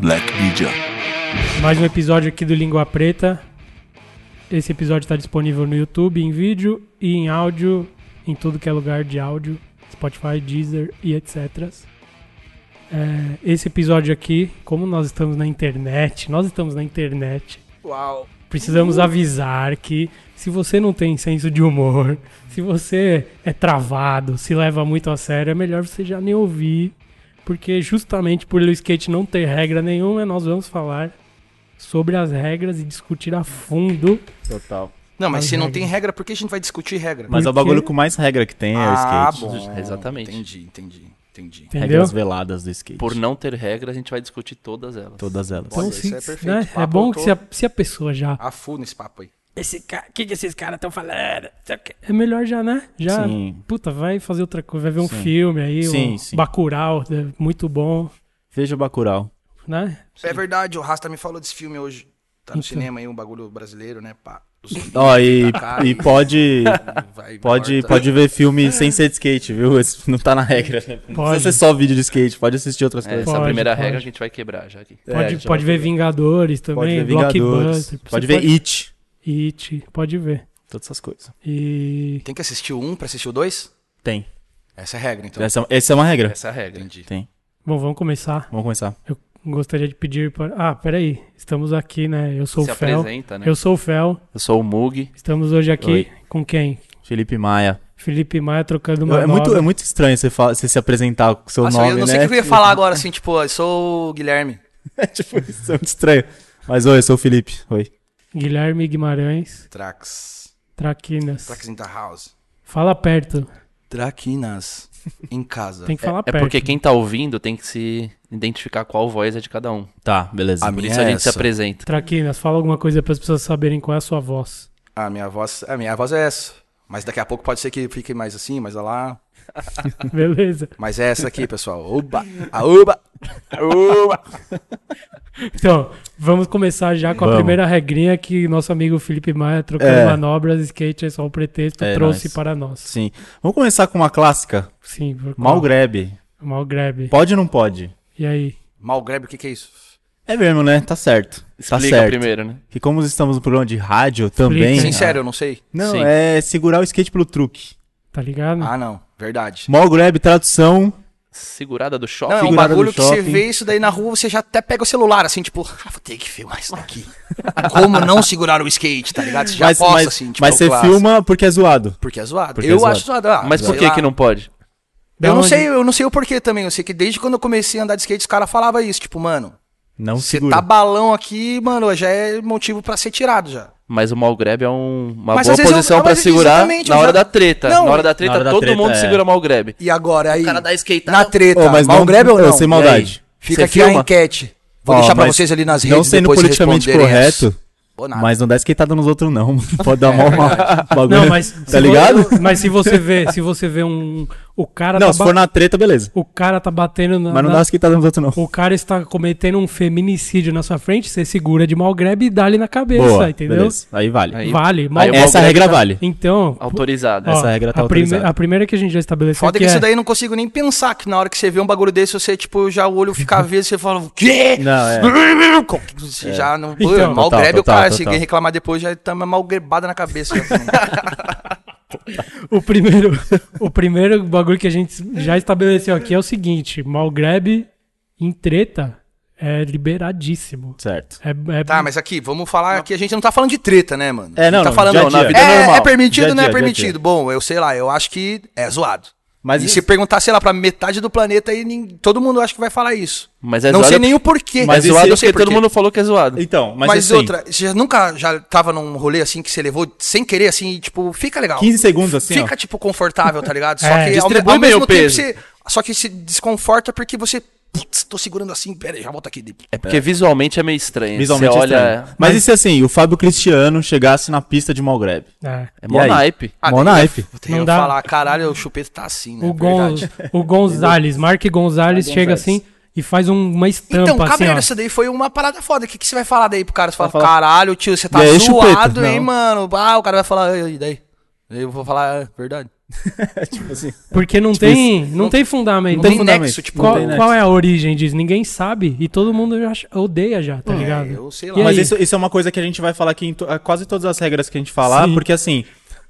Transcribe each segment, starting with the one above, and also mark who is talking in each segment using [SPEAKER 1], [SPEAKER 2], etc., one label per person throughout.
[SPEAKER 1] Black Media.
[SPEAKER 2] Mais um episódio aqui do Língua Preta. Esse episódio está disponível no YouTube, em vídeo e em áudio, em tudo que é lugar de áudio, Spotify, Deezer e etc. É, esse episódio aqui, como nós estamos na internet, nós estamos na internet,
[SPEAKER 3] Uau.
[SPEAKER 2] precisamos avisar que se você não tem senso de humor, se você é travado, se leva muito a sério, é melhor você já nem ouvir, porque justamente por o skate não ter regra nenhuma, nós vamos falar sobre as regras e discutir a fundo.
[SPEAKER 4] Total.
[SPEAKER 3] Não,
[SPEAKER 2] Mas
[SPEAKER 3] mas se não
[SPEAKER 2] regra.
[SPEAKER 3] tem regra, por que a gente vai discutir regra?
[SPEAKER 4] Mas é o
[SPEAKER 2] Porque-
[SPEAKER 4] bagulho com mais regra que tem é o
[SPEAKER 3] ah,
[SPEAKER 4] skate.
[SPEAKER 3] bom.
[SPEAKER 5] Exatamente.
[SPEAKER 3] Entendi, entendi, entendi.
[SPEAKER 2] Entendeu?
[SPEAKER 4] Regras veladas do skate.
[SPEAKER 5] Por não ter regra, a gente vai discutir todas elas.
[SPEAKER 4] Todas elas.
[SPEAKER 3] Olha,
[SPEAKER 2] Então,
[SPEAKER 3] isso
[SPEAKER 2] se,
[SPEAKER 3] é perfeito.
[SPEAKER 2] né, é
[SPEAKER 3] Papo,
[SPEAKER 2] bom
[SPEAKER 3] eu
[SPEAKER 2] que
[SPEAKER 3] tô-
[SPEAKER 2] se a, se a pessoa já.
[SPEAKER 3] A full nesse papo aí.
[SPEAKER 2] Esse cara, o que, que esses caras estão falando? Sei o quê. É melhor já, né? Já.
[SPEAKER 4] Sim.
[SPEAKER 2] Puta, vai fazer outra coisa, vai ver um
[SPEAKER 4] Sim.
[SPEAKER 2] filme aí,
[SPEAKER 4] Sim,
[SPEAKER 2] um
[SPEAKER 4] sim.
[SPEAKER 2] Bacurau, né, muito bom,
[SPEAKER 4] Veja o Bacurau.
[SPEAKER 2] né?
[SPEAKER 3] É verdade, o Rasta me falou desse filme hoje. Tá no
[SPEAKER 2] Então.
[SPEAKER 3] cinema aí, um bagulho brasileiro, né? Pá. Dos-
[SPEAKER 4] Ó, e,
[SPEAKER 3] Cara,
[SPEAKER 4] e pode,
[SPEAKER 3] vai- tá
[SPEAKER 4] pode,
[SPEAKER 3] corta.
[SPEAKER 4] pode ver filme sem ser de skate, viu? Esse não tá na regra. né? Não
[SPEAKER 2] Pode.
[SPEAKER 4] precisa ser só vídeo de skate, pode assistir outras
[SPEAKER 5] É,
[SPEAKER 4] coisas.
[SPEAKER 5] essa é a
[SPEAKER 2] Pode,
[SPEAKER 5] primeira
[SPEAKER 2] pode.
[SPEAKER 5] regra que a gente vai quebrar já aqui.
[SPEAKER 4] É,
[SPEAKER 2] Pode,
[SPEAKER 4] já
[SPEAKER 2] pode ver Vingadores
[SPEAKER 4] Pode
[SPEAKER 2] também,
[SPEAKER 4] ver Vingadores,
[SPEAKER 2] Blockbuster.
[SPEAKER 4] pode
[SPEAKER 2] Você
[SPEAKER 4] ver It,
[SPEAKER 2] It, pode ver.
[SPEAKER 4] todas essas coisas.
[SPEAKER 2] E
[SPEAKER 3] Tem que assistir o um pra assistir o dois?
[SPEAKER 4] Tem.
[SPEAKER 3] Essa é a regra, então.
[SPEAKER 4] Essa, essa é uma regra.
[SPEAKER 5] Essa é a regra.
[SPEAKER 3] Entendi.
[SPEAKER 4] Tem.
[SPEAKER 2] bom, vamos começar.
[SPEAKER 4] Vamos começar.
[SPEAKER 2] Eu gostaria de pedir para Ah, peraí. Estamos aqui, né? Eu sou
[SPEAKER 5] Se
[SPEAKER 2] o Fel.
[SPEAKER 5] apresenta, né?
[SPEAKER 2] Eu sou o Fel.
[SPEAKER 5] Eu sou o Mug. É
[SPEAKER 2] Estamos hoje aqui
[SPEAKER 4] Oi.
[SPEAKER 2] com quem?
[SPEAKER 4] Felipe Maia.
[SPEAKER 2] Felipe Maia trocando uma
[SPEAKER 4] É muito,
[SPEAKER 2] bola.
[SPEAKER 4] é muito estranho você, fa- você se apresentar com o seu
[SPEAKER 3] Nossa,
[SPEAKER 4] nome,
[SPEAKER 3] eu não sei o
[SPEAKER 4] né?
[SPEAKER 3] que eu Ah, ia falar agora, assim, tipo, eu sou o Guilherme.
[SPEAKER 4] É tipo, isso é muito estranho. Mas oi, eu sou o Felipe. Oi.
[SPEAKER 2] Guilherme Guimarães,
[SPEAKER 3] Trax.
[SPEAKER 2] Traquinas.
[SPEAKER 3] Trax in the house.
[SPEAKER 2] Fala perto.
[SPEAKER 3] Traquinas. Em casa.
[SPEAKER 2] Tem que falar
[SPEAKER 5] É
[SPEAKER 2] perto.
[SPEAKER 5] porque quem tá ouvindo tem que se identificar qual voz é de cada um.
[SPEAKER 4] Tá, beleza.
[SPEAKER 3] A
[SPEAKER 5] Por
[SPEAKER 3] minha
[SPEAKER 5] isso a
[SPEAKER 3] é
[SPEAKER 5] gente se
[SPEAKER 3] essa.
[SPEAKER 5] apresenta.
[SPEAKER 2] Traquinas, fala alguma coisa para as pessoas saberem qual é a sua voz.
[SPEAKER 3] A Ah, minha voz, a minha voz é essa. Mas daqui a pouco pode ser que fique mais assim, mais lá.
[SPEAKER 5] Tá.
[SPEAKER 2] Beleza?
[SPEAKER 3] Mas é essa aqui, pessoal. Oba!
[SPEAKER 4] Ah,
[SPEAKER 3] A oba! A oba!
[SPEAKER 2] Então, vamos começar já com a
[SPEAKER 4] Vamos.
[SPEAKER 2] primeira regrinha que nosso amigo Felipe Maia trocando
[SPEAKER 4] É.
[SPEAKER 2] manobras, skate é só o pretexto,
[SPEAKER 4] É,
[SPEAKER 2] trouxe
[SPEAKER 4] nós.
[SPEAKER 2] para nós.
[SPEAKER 4] Sim. Vamos começar com uma clássica.
[SPEAKER 2] Sim, por
[SPEAKER 4] Mal
[SPEAKER 2] qual?
[SPEAKER 4] grab.
[SPEAKER 2] Mal grab.
[SPEAKER 4] Pode ou não pode?
[SPEAKER 2] E aí?
[SPEAKER 3] Malgrebe, o que, que é isso?
[SPEAKER 4] É mesmo, né? Tá certo. Tá
[SPEAKER 5] Explica
[SPEAKER 4] certo.
[SPEAKER 5] primeiro, né?
[SPEAKER 4] Que como estamos no programa de rádio também.
[SPEAKER 2] Sim.
[SPEAKER 3] Sincero, eu não sei.
[SPEAKER 4] Não,
[SPEAKER 5] Sim.
[SPEAKER 4] é segurar o skate pelo truque.
[SPEAKER 2] Tá ligado?
[SPEAKER 3] Ah, não. Verdade.
[SPEAKER 4] Mal grab, tradução.
[SPEAKER 5] Segurada do
[SPEAKER 3] Não, é
[SPEAKER 5] shopping.
[SPEAKER 3] um
[SPEAKER 4] Figurada
[SPEAKER 3] bagulho
[SPEAKER 4] do
[SPEAKER 3] que você
[SPEAKER 4] shopping.
[SPEAKER 3] vê isso daí na rua, você já até pega o celular, assim, tipo, ah, vou ter que filmar isso daqui. Como não segurar o skate, tá ligado? Você já
[SPEAKER 4] mas
[SPEAKER 3] posta,
[SPEAKER 4] mas,
[SPEAKER 3] assim, tipo,
[SPEAKER 4] mas você
[SPEAKER 3] classe.
[SPEAKER 4] filma porque é zoado.
[SPEAKER 3] Porque é zoado.
[SPEAKER 4] Porque é
[SPEAKER 3] eu
[SPEAKER 4] zoado.
[SPEAKER 3] acho zoado. Ah,
[SPEAKER 5] Mas por
[SPEAKER 3] sei
[SPEAKER 5] que
[SPEAKER 3] lá.
[SPEAKER 5] que não pode?
[SPEAKER 2] Da
[SPEAKER 3] Eu não
[SPEAKER 2] onde?
[SPEAKER 3] sei, eu não sei o porquê também. Eu sei que desde quando eu comecei a andar de skate, os caras falavam isso, tipo, mano,
[SPEAKER 4] Não
[SPEAKER 3] você
[SPEAKER 4] segura.
[SPEAKER 3] tá balão aqui, mano, já é motivo pra ser tirado já.
[SPEAKER 5] Mas o mal grab é um- uma
[SPEAKER 3] Mas às
[SPEAKER 5] boa
[SPEAKER 3] vezes eu-
[SPEAKER 5] posição
[SPEAKER 3] mas
[SPEAKER 5] pra
[SPEAKER 3] eu-
[SPEAKER 5] segurar
[SPEAKER 3] exatamente,
[SPEAKER 5] na
[SPEAKER 3] eu
[SPEAKER 5] hora
[SPEAKER 3] já-
[SPEAKER 5] da treta.
[SPEAKER 3] Não,
[SPEAKER 5] na hora da
[SPEAKER 4] na hora
[SPEAKER 5] treta,
[SPEAKER 4] da
[SPEAKER 5] todo
[SPEAKER 4] treta,
[SPEAKER 5] mundo
[SPEAKER 4] é.
[SPEAKER 5] segura mal grab.
[SPEAKER 3] E agora aí.
[SPEAKER 5] O cara dá skate
[SPEAKER 3] Na treta,
[SPEAKER 4] Ô, mas
[SPEAKER 3] mal
[SPEAKER 4] não-
[SPEAKER 3] grab ou
[SPEAKER 4] eu
[SPEAKER 3] não?
[SPEAKER 4] sem
[SPEAKER 3] E
[SPEAKER 4] maldade.
[SPEAKER 3] aí? Fica
[SPEAKER 4] Você
[SPEAKER 3] aqui a
[SPEAKER 4] filma?
[SPEAKER 3] enquete. Vou
[SPEAKER 4] Ó,
[SPEAKER 3] deixar pra
[SPEAKER 4] mas
[SPEAKER 3] vocês ali nas redes.
[SPEAKER 4] Não sendo
[SPEAKER 3] depois
[SPEAKER 4] politicamente
[SPEAKER 3] responderem essa.
[SPEAKER 4] correto,
[SPEAKER 3] Ou nada.
[SPEAKER 4] mas não dá esquentada nos outros, não. mano. Pode dar mal mal. bagulho.
[SPEAKER 2] Não, mas se
[SPEAKER 4] Tá ligado?
[SPEAKER 2] vo- mas se você vê, se você vê um o cara
[SPEAKER 4] Não,
[SPEAKER 2] tá
[SPEAKER 4] se
[SPEAKER 2] ba-
[SPEAKER 4] for na treta, beleza.
[SPEAKER 2] o cara tá batendo na,
[SPEAKER 4] Mas não
[SPEAKER 2] na-
[SPEAKER 4] dá esquentada nos outros, não.
[SPEAKER 2] o cara está cometendo um feminicídio na sua frente, você segura de mal grab e dá-lhe na cabeça,
[SPEAKER 4] Boa,
[SPEAKER 2] entendeu?
[SPEAKER 4] beleza. Aí vale.
[SPEAKER 5] Aí-
[SPEAKER 2] Vale, mal
[SPEAKER 5] aí o mal
[SPEAKER 4] Essa
[SPEAKER 5] grab
[SPEAKER 4] regra
[SPEAKER 5] tá
[SPEAKER 4] vale.
[SPEAKER 2] Então,
[SPEAKER 5] Autorizada.
[SPEAKER 2] ó,
[SPEAKER 4] Essa regra tá
[SPEAKER 2] a, prime-
[SPEAKER 4] autorizada.
[SPEAKER 2] a primeira que a gente já estabeleceu
[SPEAKER 3] Foda
[SPEAKER 2] aqui
[SPEAKER 3] que isso
[SPEAKER 2] é-
[SPEAKER 3] daí eu não consigo nem pensar que na hora que você vê um bagulho desse, você, tipo, já o olho fica verde, você fala, o quê?
[SPEAKER 4] Não, é.
[SPEAKER 3] Você já não.
[SPEAKER 2] Então,
[SPEAKER 3] Pô, é mal
[SPEAKER 4] total,
[SPEAKER 3] grab o
[SPEAKER 4] total,
[SPEAKER 3] cara. Se
[SPEAKER 4] total.
[SPEAKER 3] alguém reclamar depois, já tá uma mal grebada na cabeça. já também.
[SPEAKER 2] O primeiro, o primeiro bagulho que a gente já estabeleceu aqui é o seguinte: mal grab em treta é liberadíssimo.
[SPEAKER 4] Certo.
[SPEAKER 2] É, é-
[SPEAKER 3] tá, mas aqui, vamos falar que a gente não tá falando de treta, né, mano?
[SPEAKER 4] É,
[SPEAKER 3] A gente
[SPEAKER 4] não,
[SPEAKER 3] tá
[SPEAKER 4] não,
[SPEAKER 3] falando
[SPEAKER 4] dia a dia, vida
[SPEAKER 3] é,
[SPEAKER 4] normal.
[SPEAKER 3] é permitido
[SPEAKER 4] Dia a
[SPEAKER 3] não é
[SPEAKER 4] dia, dia a
[SPEAKER 3] permitido?
[SPEAKER 4] dia.
[SPEAKER 3] Bom, eu sei lá, eu acho que é zoado.
[SPEAKER 4] Mas
[SPEAKER 3] e
[SPEAKER 4] isso-
[SPEAKER 3] se perguntar, sei lá, pra metade do planeta, aí nin- todo mundo acha que vai falar isso.
[SPEAKER 5] Mas é
[SPEAKER 3] não
[SPEAKER 5] zoado
[SPEAKER 3] sei
[SPEAKER 5] porque-
[SPEAKER 3] nem o porquê.
[SPEAKER 5] Mas
[SPEAKER 4] Mas
[SPEAKER 5] é
[SPEAKER 4] esse-
[SPEAKER 5] zoado
[SPEAKER 3] eu sei
[SPEAKER 5] porque todo
[SPEAKER 3] porquê.
[SPEAKER 5] mundo falou que é zoado.
[SPEAKER 4] Então, mas,
[SPEAKER 3] Mas,
[SPEAKER 4] assim,
[SPEAKER 3] outra, você já nunca já tava num rolê assim que você levou sem querer, assim, e, tipo, fica legal.
[SPEAKER 4] 15 segundos assim,
[SPEAKER 3] Fica,
[SPEAKER 4] ó.
[SPEAKER 3] tipo, confortável, tá ligado? Só
[SPEAKER 2] É,
[SPEAKER 3] que ao, me-
[SPEAKER 5] distribui
[SPEAKER 3] ao
[SPEAKER 5] bem
[SPEAKER 3] mesmo
[SPEAKER 5] o
[SPEAKER 3] tempo
[SPEAKER 5] peso.
[SPEAKER 3] você. Só que se desconforta porque você. Putz, tô segurando assim, pera aí, já volta aqui.
[SPEAKER 5] É porque visualmente é meio estranho.
[SPEAKER 4] Visualmente
[SPEAKER 5] Você
[SPEAKER 4] é
[SPEAKER 5] olha.
[SPEAKER 4] estranho. Mas, e se assim, o Fábio Cristiano chegasse na pista de mal grab?
[SPEAKER 2] é.
[SPEAKER 5] É
[SPEAKER 4] E
[SPEAKER 5] mó
[SPEAKER 4] aí?
[SPEAKER 5] naipe.
[SPEAKER 3] Ah,
[SPEAKER 4] Mó
[SPEAKER 3] daí eu-
[SPEAKER 4] naipe.
[SPEAKER 3] Eu
[SPEAKER 2] Não
[SPEAKER 3] ia
[SPEAKER 2] dá.
[SPEAKER 3] falar, caralho, o chupeta tá assim, né?
[SPEAKER 2] O, Gon,
[SPEAKER 3] Verdade.
[SPEAKER 2] o Gonzalez, Mark Gonzalez chega assim e faz um- uma estampa
[SPEAKER 3] Então,
[SPEAKER 2] assim.
[SPEAKER 3] cabelo,
[SPEAKER 2] ó.
[SPEAKER 3] essa daí foi uma parada foda. O que, que você vai falar daí pro cara? Você fala,
[SPEAKER 4] Vai falar-
[SPEAKER 3] caralho, tio, você tá
[SPEAKER 4] E aí,
[SPEAKER 3] zoado,
[SPEAKER 4] chupeta?
[SPEAKER 3] hein,
[SPEAKER 4] Não.
[SPEAKER 3] mano? Ah, o cara vai falar, e daí? Eu vou falar, é verdade.
[SPEAKER 4] tipo assim.
[SPEAKER 2] Porque não
[SPEAKER 4] Tipo
[SPEAKER 2] tem, não tem fundamento.
[SPEAKER 4] Não tem
[SPEAKER 3] tem
[SPEAKER 4] fundamento.
[SPEAKER 3] nexo, tipo,
[SPEAKER 4] não
[SPEAKER 2] qual,
[SPEAKER 4] tem nexo.
[SPEAKER 2] qual é a origem disso? Ninguém sabe e todo mundo já acha- odeia já, tá ligado?
[SPEAKER 3] É, eu sei lá.
[SPEAKER 2] E
[SPEAKER 4] Mas
[SPEAKER 2] aí?
[SPEAKER 4] isso, isso é uma coisa que a gente vai falar aqui em to- eh, quase todas as regras que a gente falar,
[SPEAKER 2] Sim.
[SPEAKER 4] porque assim,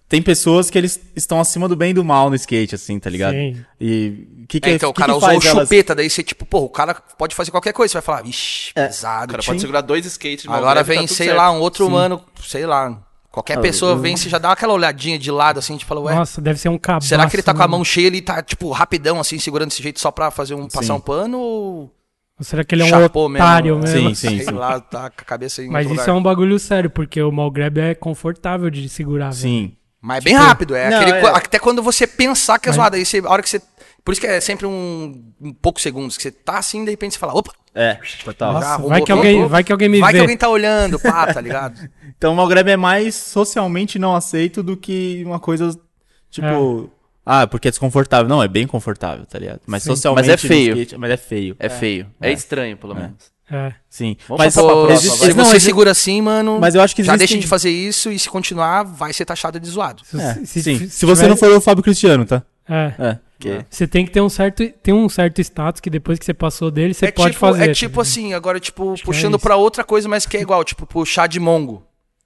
[SPEAKER 4] tem pessoas que eles estão acima do bem e do mal no skate, assim, tá ligado?
[SPEAKER 2] Sim.
[SPEAKER 4] E o que, que
[SPEAKER 3] É, então, o
[SPEAKER 4] que que
[SPEAKER 3] cara usou o
[SPEAKER 4] faz elas-
[SPEAKER 3] chupeta, daí você, tipo, pô, o cara pode fazer qualquer coisa. Você vai falar, vixi,
[SPEAKER 4] É,
[SPEAKER 5] O
[SPEAKER 3] pesado.
[SPEAKER 5] cara
[SPEAKER 3] tio."
[SPEAKER 5] pode segurar dois skates de mão
[SPEAKER 3] Agora
[SPEAKER 5] leve e tá
[SPEAKER 3] vem,
[SPEAKER 5] tudo
[SPEAKER 3] sei
[SPEAKER 5] certo.
[SPEAKER 3] lá, um outro humano, sei lá. Qualquer
[SPEAKER 4] Ah,
[SPEAKER 3] pessoa vem, você já dá aquela olhadinha de lado, assim, tipo, fala, ué,
[SPEAKER 2] Nossa, deve ser um cabaço.
[SPEAKER 3] será que ele tá com a
[SPEAKER 2] mano.
[SPEAKER 3] mão cheia e ele tá, tipo, rapidão, assim, segurando desse jeito só pra fazer um, passar um pano ou
[SPEAKER 2] Ou será que ele é um
[SPEAKER 3] chapou
[SPEAKER 2] otário
[SPEAKER 3] né?
[SPEAKER 2] mesmo?
[SPEAKER 4] Sim,
[SPEAKER 3] sei lá, tá com a cabeça em
[SPEAKER 2] Mas
[SPEAKER 3] outro
[SPEAKER 2] isso é
[SPEAKER 3] lugar.
[SPEAKER 2] um bagulho sério, porque o mall grab é confortável de segurar. velho.
[SPEAKER 4] Sim.
[SPEAKER 3] Mas é bem rápido, é,
[SPEAKER 4] Não,
[SPEAKER 3] aquele,
[SPEAKER 4] é.
[SPEAKER 3] co- até quando você pensar que é zoado, aí você, a hora que você... Por isso que é sempre um, um poucos segundos, que você tá assim, de repente você fala, opa,
[SPEAKER 4] É, total.
[SPEAKER 2] Nossa,
[SPEAKER 3] já
[SPEAKER 2] vai que alguém- vai que alguém me
[SPEAKER 3] Vai
[SPEAKER 2] vê.
[SPEAKER 3] que alguém tá olhando, pá, tá ligado?
[SPEAKER 4] Então o Malgrab é mais socialmente não aceito do que uma coisa tipo. Ah, porque é desconfortável. Não, é bem confortável, tá ligado? Mas
[SPEAKER 2] Sim.
[SPEAKER 4] socialmente.
[SPEAKER 5] Mas é
[SPEAKER 4] no
[SPEAKER 5] feio.
[SPEAKER 4] skate- mas é feio.
[SPEAKER 5] É feio. É,
[SPEAKER 4] É.
[SPEAKER 5] estranho, pelo menos.
[SPEAKER 2] É.
[SPEAKER 4] Sim.
[SPEAKER 5] Vamos
[SPEAKER 4] mas
[SPEAKER 5] passar pra próxima,
[SPEAKER 4] existe-
[SPEAKER 5] vai.
[SPEAKER 3] Se
[SPEAKER 4] existe- não,
[SPEAKER 3] você
[SPEAKER 4] existe-
[SPEAKER 3] segura assim, mano,
[SPEAKER 4] mas eu acho que
[SPEAKER 3] já
[SPEAKER 4] existem-
[SPEAKER 3] deixa
[SPEAKER 2] um
[SPEAKER 3] de fazer isso e se continuar, vai ser taxado de zoado.
[SPEAKER 2] Se,
[SPEAKER 4] É,
[SPEAKER 2] se-
[SPEAKER 4] sim.
[SPEAKER 2] se-
[SPEAKER 4] Se você
[SPEAKER 2] tiver-
[SPEAKER 4] não for o Fábio Cristiano, tá?
[SPEAKER 2] É.
[SPEAKER 4] É.
[SPEAKER 2] Você tem que ter um certo, tem um certo status que depois que você passou dele, você
[SPEAKER 3] é
[SPEAKER 2] pode
[SPEAKER 3] tipo,
[SPEAKER 2] fazer.
[SPEAKER 3] é
[SPEAKER 2] tá
[SPEAKER 3] tipo
[SPEAKER 2] ligado?
[SPEAKER 3] assim, agora, tipo,
[SPEAKER 2] Acho que é
[SPEAKER 3] puxando
[SPEAKER 2] isso.
[SPEAKER 3] pra outra coisa, mas que é igual, tipo, puxar de mongo.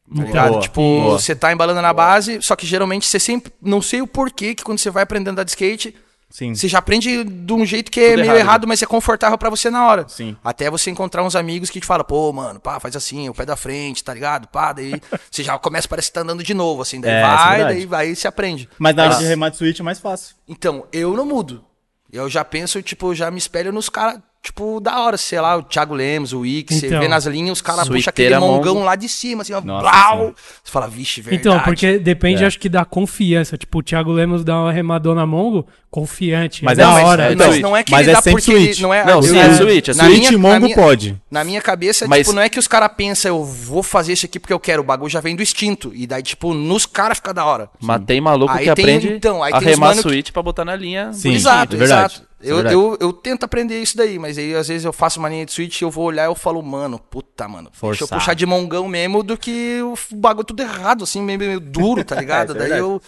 [SPEAKER 3] Tá
[SPEAKER 2] Então,
[SPEAKER 3] ligado?
[SPEAKER 4] Boa,
[SPEAKER 3] tipo,
[SPEAKER 4] boa.
[SPEAKER 3] você tá embalando na base, só que geralmente você sempre. Não sei o porquê que quando você vai aprendendo a dar de skate,
[SPEAKER 4] Sim.
[SPEAKER 3] você já aprende de um jeito que é
[SPEAKER 5] Tudo
[SPEAKER 3] meio errado,
[SPEAKER 5] errado,
[SPEAKER 3] mas é confortável pra você na hora.
[SPEAKER 4] Sim.
[SPEAKER 3] Até você encontrar uns amigos que te falam, pô, mano, pá, faz assim, o pé da frente, tá ligado? Pá, daí você já começa, parece que tá andando de novo, assim, daí
[SPEAKER 4] É, isso é
[SPEAKER 3] vai,
[SPEAKER 4] verdade.
[SPEAKER 3] daí vai e se aprende.
[SPEAKER 4] Mas na hora de
[SPEAKER 3] Mas-
[SPEAKER 4] remate switch é mais fácil.
[SPEAKER 3] Então, eu não mudo. Eu já penso, tipo, já me espelho nos caras, tipo, da hora, sei lá, o Thiago Lemos, o Ix, você
[SPEAKER 2] Então.
[SPEAKER 3] vê nas linhas, os caras puxam aquele
[SPEAKER 5] Suiteira
[SPEAKER 3] mongão
[SPEAKER 5] mongo.
[SPEAKER 3] lá de cima, assim, ó,
[SPEAKER 4] é Nossa
[SPEAKER 3] blau.
[SPEAKER 4] Senhora.
[SPEAKER 3] Você fala, vixe, assim, verdade.
[SPEAKER 2] Então, porque depende,
[SPEAKER 4] É.
[SPEAKER 2] acho que da confiança. Tipo, o Thiago Lemos dá uma remadona mongo, confiante.
[SPEAKER 4] Mas
[SPEAKER 2] é
[SPEAKER 4] é
[SPEAKER 2] da
[SPEAKER 4] uma-
[SPEAKER 2] hora.
[SPEAKER 4] é
[SPEAKER 2] É,
[SPEAKER 3] não,
[SPEAKER 5] switch.
[SPEAKER 3] não é que
[SPEAKER 4] Mas
[SPEAKER 3] ele
[SPEAKER 4] é
[SPEAKER 3] dá
[SPEAKER 4] sempre
[SPEAKER 3] porque
[SPEAKER 4] switch.
[SPEAKER 3] ele, não é,
[SPEAKER 5] Não,
[SPEAKER 3] eu-
[SPEAKER 5] sim,
[SPEAKER 3] na-
[SPEAKER 5] é switch, é
[SPEAKER 3] na
[SPEAKER 4] switch
[SPEAKER 3] minha-
[SPEAKER 4] e
[SPEAKER 3] na
[SPEAKER 4] mongo
[SPEAKER 3] minha-
[SPEAKER 4] pode.
[SPEAKER 3] Na minha cabeça,
[SPEAKER 5] Mas-
[SPEAKER 3] tipo, não é que os caras pensam, eu vou fazer isso aqui porque eu quero, o bagulho já vem do instinto. E daí, tipo, nos caras fica da hora.
[SPEAKER 5] Matei maluco
[SPEAKER 3] Aí
[SPEAKER 5] que
[SPEAKER 3] tem-
[SPEAKER 5] aprende
[SPEAKER 3] então, aí
[SPEAKER 5] a
[SPEAKER 3] tem os
[SPEAKER 5] remar
[SPEAKER 3] mano que-
[SPEAKER 5] switch pra botar na linha.
[SPEAKER 4] Sim.
[SPEAKER 5] bonitinho.
[SPEAKER 3] exato,
[SPEAKER 4] é verdade,
[SPEAKER 3] exato.
[SPEAKER 4] é
[SPEAKER 3] Eu,
[SPEAKER 4] verdade.
[SPEAKER 3] eu, eu tento aprender isso daí, mas aí às vezes eu faço uma linha de switch e eu vou olhar e eu falo, mano, puta, mano, deixa eu
[SPEAKER 4] Forçado.
[SPEAKER 3] puxar de mongão mesmo do que o f- bagulho tudo errado, assim, meio, meio duro, tá ligado?
[SPEAKER 4] É, isso é
[SPEAKER 3] daí
[SPEAKER 4] verdade.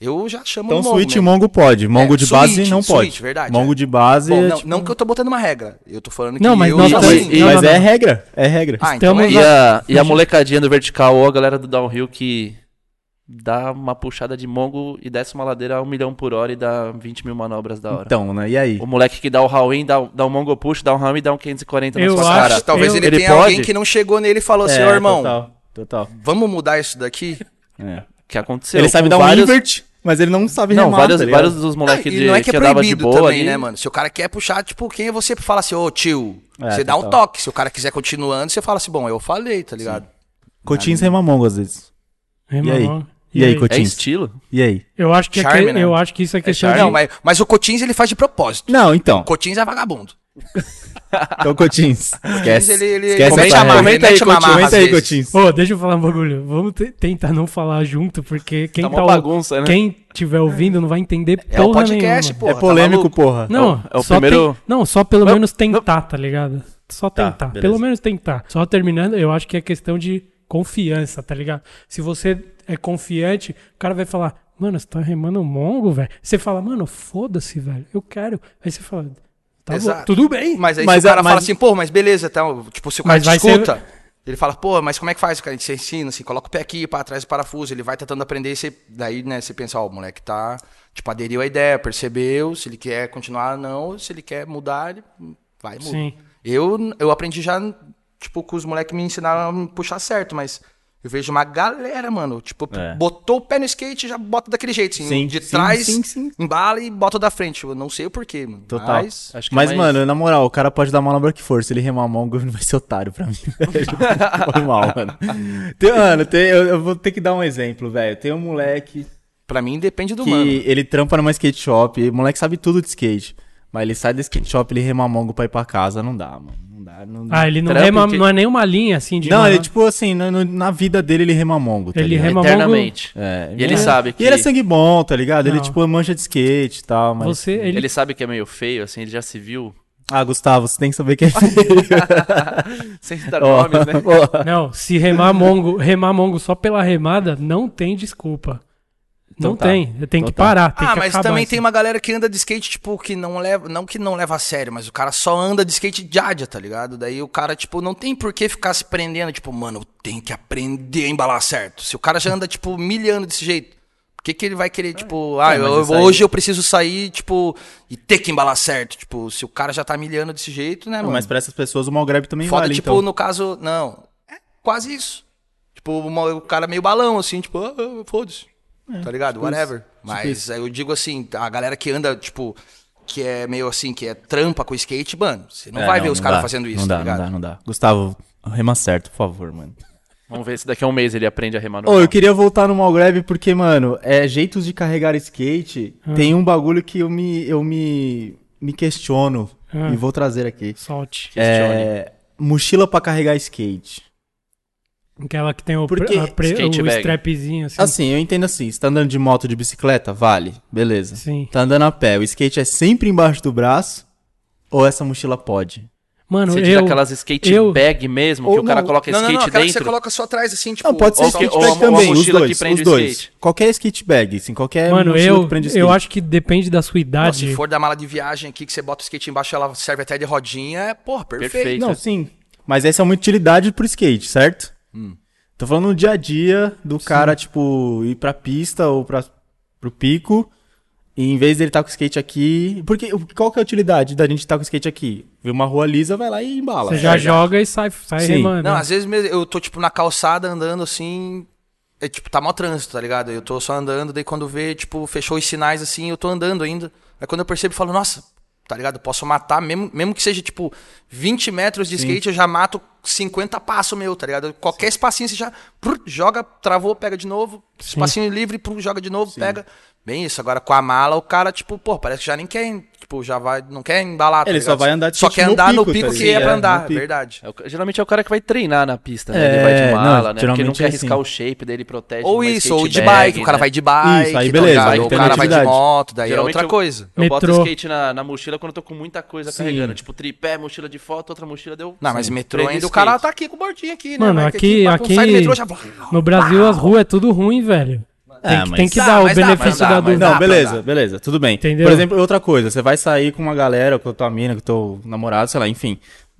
[SPEAKER 3] eu, eu já chamo
[SPEAKER 4] Então
[SPEAKER 3] o mongo
[SPEAKER 4] switch e
[SPEAKER 3] mesmo.
[SPEAKER 4] mongo pode. Mongo
[SPEAKER 3] É,
[SPEAKER 4] de
[SPEAKER 3] switch,
[SPEAKER 4] base não
[SPEAKER 3] switch,
[SPEAKER 4] pode.
[SPEAKER 3] verdade,
[SPEAKER 4] Mongo
[SPEAKER 3] é.
[SPEAKER 4] de base.
[SPEAKER 3] Bom,
[SPEAKER 4] é,
[SPEAKER 3] não,
[SPEAKER 4] tipo-
[SPEAKER 3] não que eu tô botando uma regra, eu tô falando que
[SPEAKER 2] Não, mas
[SPEAKER 3] eu...
[SPEAKER 2] nós
[SPEAKER 4] Não,
[SPEAKER 2] Sim,
[SPEAKER 4] mas,
[SPEAKER 2] sim.
[SPEAKER 4] mas
[SPEAKER 2] Não, não,
[SPEAKER 4] é
[SPEAKER 2] não.
[SPEAKER 4] regra. É regra.
[SPEAKER 3] Ah, então
[SPEAKER 2] estamos
[SPEAKER 3] é
[SPEAKER 5] E
[SPEAKER 3] isso.
[SPEAKER 5] a, e a molecadinha do vertical ou a galera do downhill que dá uma puxada de mongo e desce uma ladeira a um milhão por hora e dá 20 mil manobras da hora.
[SPEAKER 4] Então, né? E aí?
[SPEAKER 5] O moleque que dá o Halloween, dá, o- dá um mongo push, dá um Ram e dá um 540 na
[SPEAKER 2] Eu
[SPEAKER 5] sua
[SPEAKER 2] acho-
[SPEAKER 5] cara.
[SPEAKER 2] eu-
[SPEAKER 3] Talvez ele,
[SPEAKER 5] Ele
[SPEAKER 3] tenha
[SPEAKER 5] pode?
[SPEAKER 3] alguém que não chegou nele e falou, senhor irmão,
[SPEAKER 4] É, Total. Total.
[SPEAKER 3] vamos mudar isso daqui?
[SPEAKER 4] É.
[SPEAKER 5] que aconteceu.
[SPEAKER 4] Ele sabe
[SPEAKER 5] com
[SPEAKER 4] dar um
[SPEAKER 5] vários,
[SPEAKER 4] invert, mas ele não sabe
[SPEAKER 5] Não,
[SPEAKER 4] remar,
[SPEAKER 5] vários,
[SPEAKER 4] tá ligado?
[SPEAKER 5] vários dos moleques
[SPEAKER 3] e não é que é
[SPEAKER 5] andava
[SPEAKER 3] proibido
[SPEAKER 5] de boa
[SPEAKER 3] também,
[SPEAKER 5] ali,
[SPEAKER 3] né, mano? Se o cara quer puxar, tipo, quem é você pra falar assim, ô tio,
[SPEAKER 4] É,
[SPEAKER 3] você dá um
[SPEAKER 4] total.
[SPEAKER 3] toque. Se o cara quiser continuando, você fala assim, bom, eu falei, tá ligado?
[SPEAKER 4] Cotins rema mongo às vezes. E aí?
[SPEAKER 2] mano.
[SPEAKER 4] E aí,
[SPEAKER 5] É
[SPEAKER 4] Cotins?
[SPEAKER 5] estilo.
[SPEAKER 4] E aí?
[SPEAKER 2] Eu acho que, é que-
[SPEAKER 3] Charme, né?
[SPEAKER 2] eu acho que isso é questão
[SPEAKER 3] Não,
[SPEAKER 2] de...
[SPEAKER 3] mas, mas o Cotins ele faz de propósito.
[SPEAKER 4] Não, então.
[SPEAKER 3] O Cotins é vagabundo.
[SPEAKER 4] Então, Cotins. Esquece.
[SPEAKER 3] Ele- ele-
[SPEAKER 4] Esquece
[SPEAKER 3] comenta
[SPEAKER 4] essa
[SPEAKER 3] a
[SPEAKER 4] regra.
[SPEAKER 3] marra, ele
[SPEAKER 4] Comenta aí,
[SPEAKER 3] mete uma
[SPEAKER 4] Cotins.
[SPEAKER 3] marra
[SPEAKER 4] Comenta aí,
[SPEAKER 3] às vezes.
[SPEAKER 4] Cotins.
[SPEAKER 2] Ô, deixa eu falar um bagulho. Vamos te- tentar não falar junto, porque quem
[SPEAKER 5] Tá
[SPEAKER 2] tá,
[SPEAKER 5] uma
[SPEAKER 2] ou-
[SPEAKER 5] bagunça, né?
[SPEAKER 2] quem tiver ouvindo não vai entender
[SPEAKER 3] É
[SPEAKER 2] porra
[SPEAKER 3] o podcast,
[SPEAKER 2] nenhuma.
[SPEAKER 3] pô.
[SPEAKER 4] É polêmico, porra.
[SPEAKER 2] Não,
[SPEAKER 5] É o- é o
[SPEAKER 2] só
[SPEAKER 5] primeiro-
[SPEAKER 2] tem- não, só pelo
[SPEAKER 5] Não,
[SPEAKER 2] menos tentar, tá ligado? Só
[SPEAKER 4] Tá,
[SPEAKER 2] tentar.
[SPEAKER 4] beleza.
[SPEAKER 2] Pelo menos tentar. Só terminando, eu acho que é questão de confiança, tá ligado? Se você é confiante, o cara vai falar, mano, você tá remando mongo, velho. Você fala, mano, foda-se, velho. Eu quero. Aí você fala, tá bom,
[SPEAKER 3] Exato.
[SPEAKER 2] tudo bem.
[SPEAKER 3] Mas aí
[SPEAKER 4] Mas
[SPEAKER 3] se o
[SPEAKER 4] é-
[SPEAKER 3] cara
[SPEAKER 4] mas-
[SPEAKER 3] fala assim, pô, mas beleza, então, tipo, se o cara
[SPEAKER 2] Mas
[SPEAKER 3] te
[SPEAKER 2] vai ser-
[SPEAKER 3] escuta, ele fala, pô, mas como é que faz? O cara te ensina, assim, coloca o pé aqui, para trás do parafuso, ele vai tentando aprender, e você, daí, né, você pensa, ó, o moleque tá, tipo, aderiu à ideia, percebeu, se ele quer continuar, não, se ele quer mudar, ele vai, muda.
[SPEAKER 2] Sim.
[SPEAKER 3] Eu, eu aprendi já, tipo, que os moleques me ensinaram a me puxar certo, mas... Eu vejo uma galera, mano, tipo,
[SPEAKER 4] É.
[SPEAKER 3] botou o pé no skate e já bota daquele jeito, assim,
[SPEAKER 4] Sim,
[SPEAKER 3] de
[SPEAKER 4] sim,
[SPEAKER 3] trás,
[SPEAKER 4] sim, sim.
[SPEAKER 3] embala e bota da frente. Eu não sei o porquê, mano.
[SPEAKER 4] Total.
[SPEAKER 3] Mas...
[SPEAKER 5] Acho que é
[SPEAKER 4] Mas,
[SPEAKER 5] mais-
[SPEAKER 4] mano, na moral, o cara pode dar manobra que for. Se ele remar mongo, ele vai ser otário pra mim, velho. Foi mal, mano. Tem, mano, tem- eu, eu vou ter que dar um exemplo, velho. Tem um moleque
[SPEAKER 3] Pra mim depende do
[SPEAKER 4] que
[SPEAKER 3] mano.
[SPEAKER 4] ele trampa numa skate shop. e O moleque sabe tudo de skate. Mas ele sai da skate shop, ele rema mongo pra ir pra casa. Não dá, mano. Não dá, não dá.
[SPEAKER 2] Ah, ele não,
[SPEAKER 5] Trampo
[SPEAKER 2] rema,
[SPEAKER 5] que-
[SPEAKER 2] não é nenhuma linha assim de.
[SPEAKER 4] não,
[SPEAKER 2] uma-
[SPEAKER 4] ele, tipo assim, no- no- na vida dele, ele rema mongo, tá
[SPEAKER 2] Ele
[SPEAKER 4] ligado?
[SPEAKER 2] rema mongo-
[SPEAKER 5] Eternamente.
[SPEAKER 4] É,
[SPEAKER 5] E ele
[SPEAKER 4] é.
[SPEAKER 5] sabe que...
[SPEAKER 4] E ele é sangue bom, tá ligado? Ele,
[SPEAKER 2] Não.
[SPEAKER 4] tipo, mancha de skate e tal, mas...
[SPEAKER 2] Você, ele,
[SPEAKER 5] Ele... sabe que é meio feio, assim, ele já se viu.
[SPEAKER 4] Ah, Gustavo, você tem que saber que é feio.
[SPEAKER 5] Sem citar nomes, né?
[SPEAKER 4] Ó,
[SPEAKER 2] Não, se remar mongo, remar mongo só pela remada, não tem desculpa.
[SPEAKER 5] Então
[SPEAKER 2] não
[SPEAKER 5] tá.
[SPEAKER 2] tem. Tem
[SPEAKER 5] Então
[SPEAKER 2] que
[SPEAKER 5] tá.
[SPEAKER 2] parar. Tem
[SPEAKER 3] Ah,
[SPEAKER 2] que
[SPEAKER 3] mas
[SPEAKER 2] acabar
[SPEAKER 3] também
[SPEAKER 2] isso.
[SPEAKER 4] assim.
[SPEAKER 3] tem uma galera que anda de skate, tipo, que não leva. Não que não leva a sério, mas o cara só anda de skate de ádia, tá ligado? Daí o cara, tipo, não tem por que ficar se prendendo, tipo, mano, eu tenho que aprender a embalar certo. Se o cara já anda, tipo, milhando desse jeito. Por que, que ele vai querer, tipo, ah,
[SPEAKER 4] É, mas
[SPEAKER 3] eu-
[SPEAKER 4] isso aí-
[SPEAKER 3] hoje eu preciso sair, tipo, e ter que embalar certo? Tipo, se o cara já tá milhando desse jeito, né,
[SPEAKER 4] Não,
[SPEAKER 3] mano?
[SPEAKER 4] mas pra essas pessoas o mal grab também
[SPEAKER 3] Foda,
[SPEAKER 4] vale,
[SPEAKER 3] tipo,
[SPEAKER 4] então.
[SPEAKER 3] no caso, não. É quase isso. Tipo, uma- o cara meio balão, assim, tipo, ah, ah, foda-se.
[SPEAKER 4] É,
[SPEAKER 3] tá ligado?
[SPEAKER 4] tipo
[SPEAKER 3] Whatever. Mas aí eu digo assim, a galera que anda, tipo, que é meio assim, que é trampa com skate, mano, você não
[SPEAKER 4] É,
[SPEAKER 3] vai ver os
[SPEAKER 4] não
[SPEAKER 3] caras
[SPEAKER 4] dá.
[SPEAKER 3] fazendo isso,
[SPEAKER 4] Não dá,
[SPEAKER 3] tá ligado?
[SPEAKER 4] não dá, não dá. Gustavo, rema certo, por favor, mano.
[SPEAKER 5] Vamos ver se daqui a um mês ele aprende a remar
[SPEAKER 4] Ô,
[SPEAKER 5] normal.
[SPEAKER 4] eu queria voltar no mal grab porque, mano, é jeitos de carregar skate.
[SPEAKER 5] Ah.
[SPEAKER 4] Tem um bagulho que eu me, eu me, me questiono
[SPEAKER 2] Ah.
[SPEAKER 4] e vou trazer aqui.
[SPEAKER 2] Solte.
[SPEAKER 4] É, mochila pra carregar skate.
[SPEAKER 2] Aquela que tem o,
[SPEAKER 4] Porque-
[SPEAKER 2] pre- a pre-
[SPEAKER 5] Skate
[SPEAKER 2] o
[SPEAKER 5] bag.
[SPEAKER 2] strapzinho, assim.
[SPEAKER 4] Assim, eu entendo assim, você tá andando de moto, de bicicleta, vale, beleza.
[SPEAKER 2] Sim.
[SPEAKER 4] Tá andando a pé, o skate é sempre embaixo do braço ou essa mochila pode?
[SPEAKER 2] Mano,
[SPEAKER 5] Você diz
[SPEAKER 2] eu...
[SPEAKER 5] aquelas skate
[SPEAKER 2] eu-
[SPEAKER 5] bag mesmo,
[SPEAKER 4] Ou
[SPEAKER 5] que o cara
[SPEAKER 4] não.
[SPEAKER 5] coloca
[SPEAKER 3] Não, não,
[SPEAKER 5] skate
[SPEAKER 3] não, aquela que você
[SPEAKER 5] dentro?
[SPEAKER 3] coloca só atrás, assim, tipo...
[SPEAKER 4] Não, pode ser
[SPEAKER 5] ou que-
[SPEAKER 4] skate
[SPEAKER 5] ou
[SPEAKER 4] bag
[SPEAKER 5] a- ou a
[SPEAKER 4] também, os
[SPEAKER 5] mochila que
[SPEAKER 4] dois, os
[SPEAKER 5] prende o
[SPEAKER 4] dois.
[SPEAKER 5] skate.
[SPEAKER 4] Qualquer skate bag, assim, qualquer
[SPEAKER 3] é um
[SPEAKER 2] Mano,
[SPEAKER 4] mochila
[SPEAKER 2] eu,
[SPEAKER 4] que prende o skate.
[SPEAKER 2] eu acho que depende da sua
[SPEAKER 3] Não,
[SPEAKER 2] idade.
[SPEAKER 3] se for da mala de viagem aqui, que você bota o skate embaixo, ela serve até de rodinha, é, porra, perfeito.
[SPEAKER 5] Perfeito.
[SPEAKER 4] Não, sim. Hum. Mas essa é uma utilidade pro skate, certo? Tô falando no dia a dia do cara, tipo, ir pra pista ou pra, pro pico. E em vez dele estar com o skate aqui. Porque qual que é a utilidade da gente estar com o skate aqui? Vê uma rua lisa, vai lá e embala.
[SPEAKER 5] é
[SPEAKER 4] É.
[SPEAKER 2] Você já joga e sai, sai
[SPEAKER 4] Sim.
[SPEAKER 2] remando.
[SPEAKER 3] Não, às vezes mesmo eu tô, tipo, na calçada andando assim. É, tipo, tá mó trânsito, tá ligado? Eu tô só andando, daí quando vê, tipo, fechou os sinais assim, eu tô andando ainda. Aí quando eu percebo, eu falo, nossa, tá ligado? Eu Posso matar, mesmo, mesmo que seja, tipo, 20 metros de skate, eu já mato 50 passos meu, tá ligado? Qualquer espacinho você já prr, joga, travou, pega de novo. Espacinho livre, prr, joga de novo, pega. Bem isso. Agora com a mala, o cara, tipo, pô, parece que já nem quer, tipo, já vai, não quer embalar, tá
[SPEAKER 4] Ele só
[SPEAKER 3] ligado?
[SPEAKER 4] vai andar de
[SPEAKER 3] Só
[SPEAKER 4] skate
[SPEAKER 3] quer
[SPEAKER 4] no
[SPEAKER 3] andar no
[SPEAKER 4] pico, tá
[SPEAKER 3] pico que
[SPEAKER 4] ligado?
[SPEAKER 3] é pra
[SPEAKER 4] É,
[SPEAKER 3] andar,
[SPEAKER 4] no
[SPEAKER 3] é
[SPEAKER 4] pico.
[SPEAKER 3] verdade.
[SPEAKER 5] É o ca- geralmente é o cara que vai treinar na pista, né?
[SPEAKER 4] É,
[SPEAKER 5] ele vai de mala,
[SPEAKER 4] não,
[SPEAKER 5] né? Porque não
[SPEAKER 4] geralmente
[SPEAKER 5] quer
[SPEAKER 4] é
[SPEAKER 5] arriscar
[SPEAKER 4] assim.
[SPEAKER 5] o shape dele, protege.
[SPEAKER 3] Ou
[SPEAKER 5] numa
[SPEAKER 3] isso, ou de
[SPEAKER 5] skate
[SPEAKER 3] bike,
[SPEAKER 5] bag,
[SPEAKER 3] o cara
[SPEAKER 5] né?
[SPEAKER 3] vai de bike,
[SPEAKER 4] Isso, aí
[SPEAKER 3] tá
[SPEAKER 4] beleza,
[SPEAKER 3] ligado?
[SPEAKER 4] aí
[SPEAKER 3] o
[SPEAKER 4] tem
[SPEAKER 3] cara vai de
[SPEAKER 4] utilidade.
[SPEAKER 3] moto, daí
[SPEAKER 5] Geralmente
[SPEAKER 3] é outra
[SPEAKER 5] eu-
[SPEAKER 3] coisa.
[SPEAKER 5] Eu boto
[SPEAKER 2] Metrô.
[SPEAKER 5] o skate na, na mochila quando eu tô com muita coisa carregando. Tipo, tripé, mochila de foto, outra mochila deu.
[SPEAKER 3] Não, mas metrô
[SPEAKER 5] Treino
[SPEAKER 3] ainda o
[SPEAKER 5] skate.
[SPEAKER 3] cara tá aqui com o bordinho aqui, né?
[SPEAKER 2] Mano,
[SPEAKER 3] Vai
[SPEAKER 2] aqui,
[SPEAKER 3] que bate um-
[SPEAKER 2] aqui
[SPEAKER 3] sai do metrô, já...
[SPEAKER 2] no Brasil as ruas é tudo ruim, velho. Tem,
[SPEAKER 4] Ah,
[SPEAKER 2] que,
[SPEAKER 4] mas-
[SPEAKER 2] tem que
[SPEAKER 3] Dá,
[SPEAKER 2] dar o
[SPEAKER 3] mas dá,
[SPEAKER 2] benefício
[SPEAKER 3] mas dá,
[SPEAKER 2] da
[SPEAKER 3] mas
[SPEAKER 2] dúvida.
[SPEAKER 4] Não,
[SPEAKER 3] dá pra
[SPEAKER 4] beleza,
[SPEAKER 3] andar.
[SPEAKER 4] beleza, tudo bem.
[SPEAKER 2] Entendeu?
[SPEAKER 4] Por exemplo, outra coisa, você vai sair com uma galera, com a tua mina, com o teu namorado, sei lá, enfim.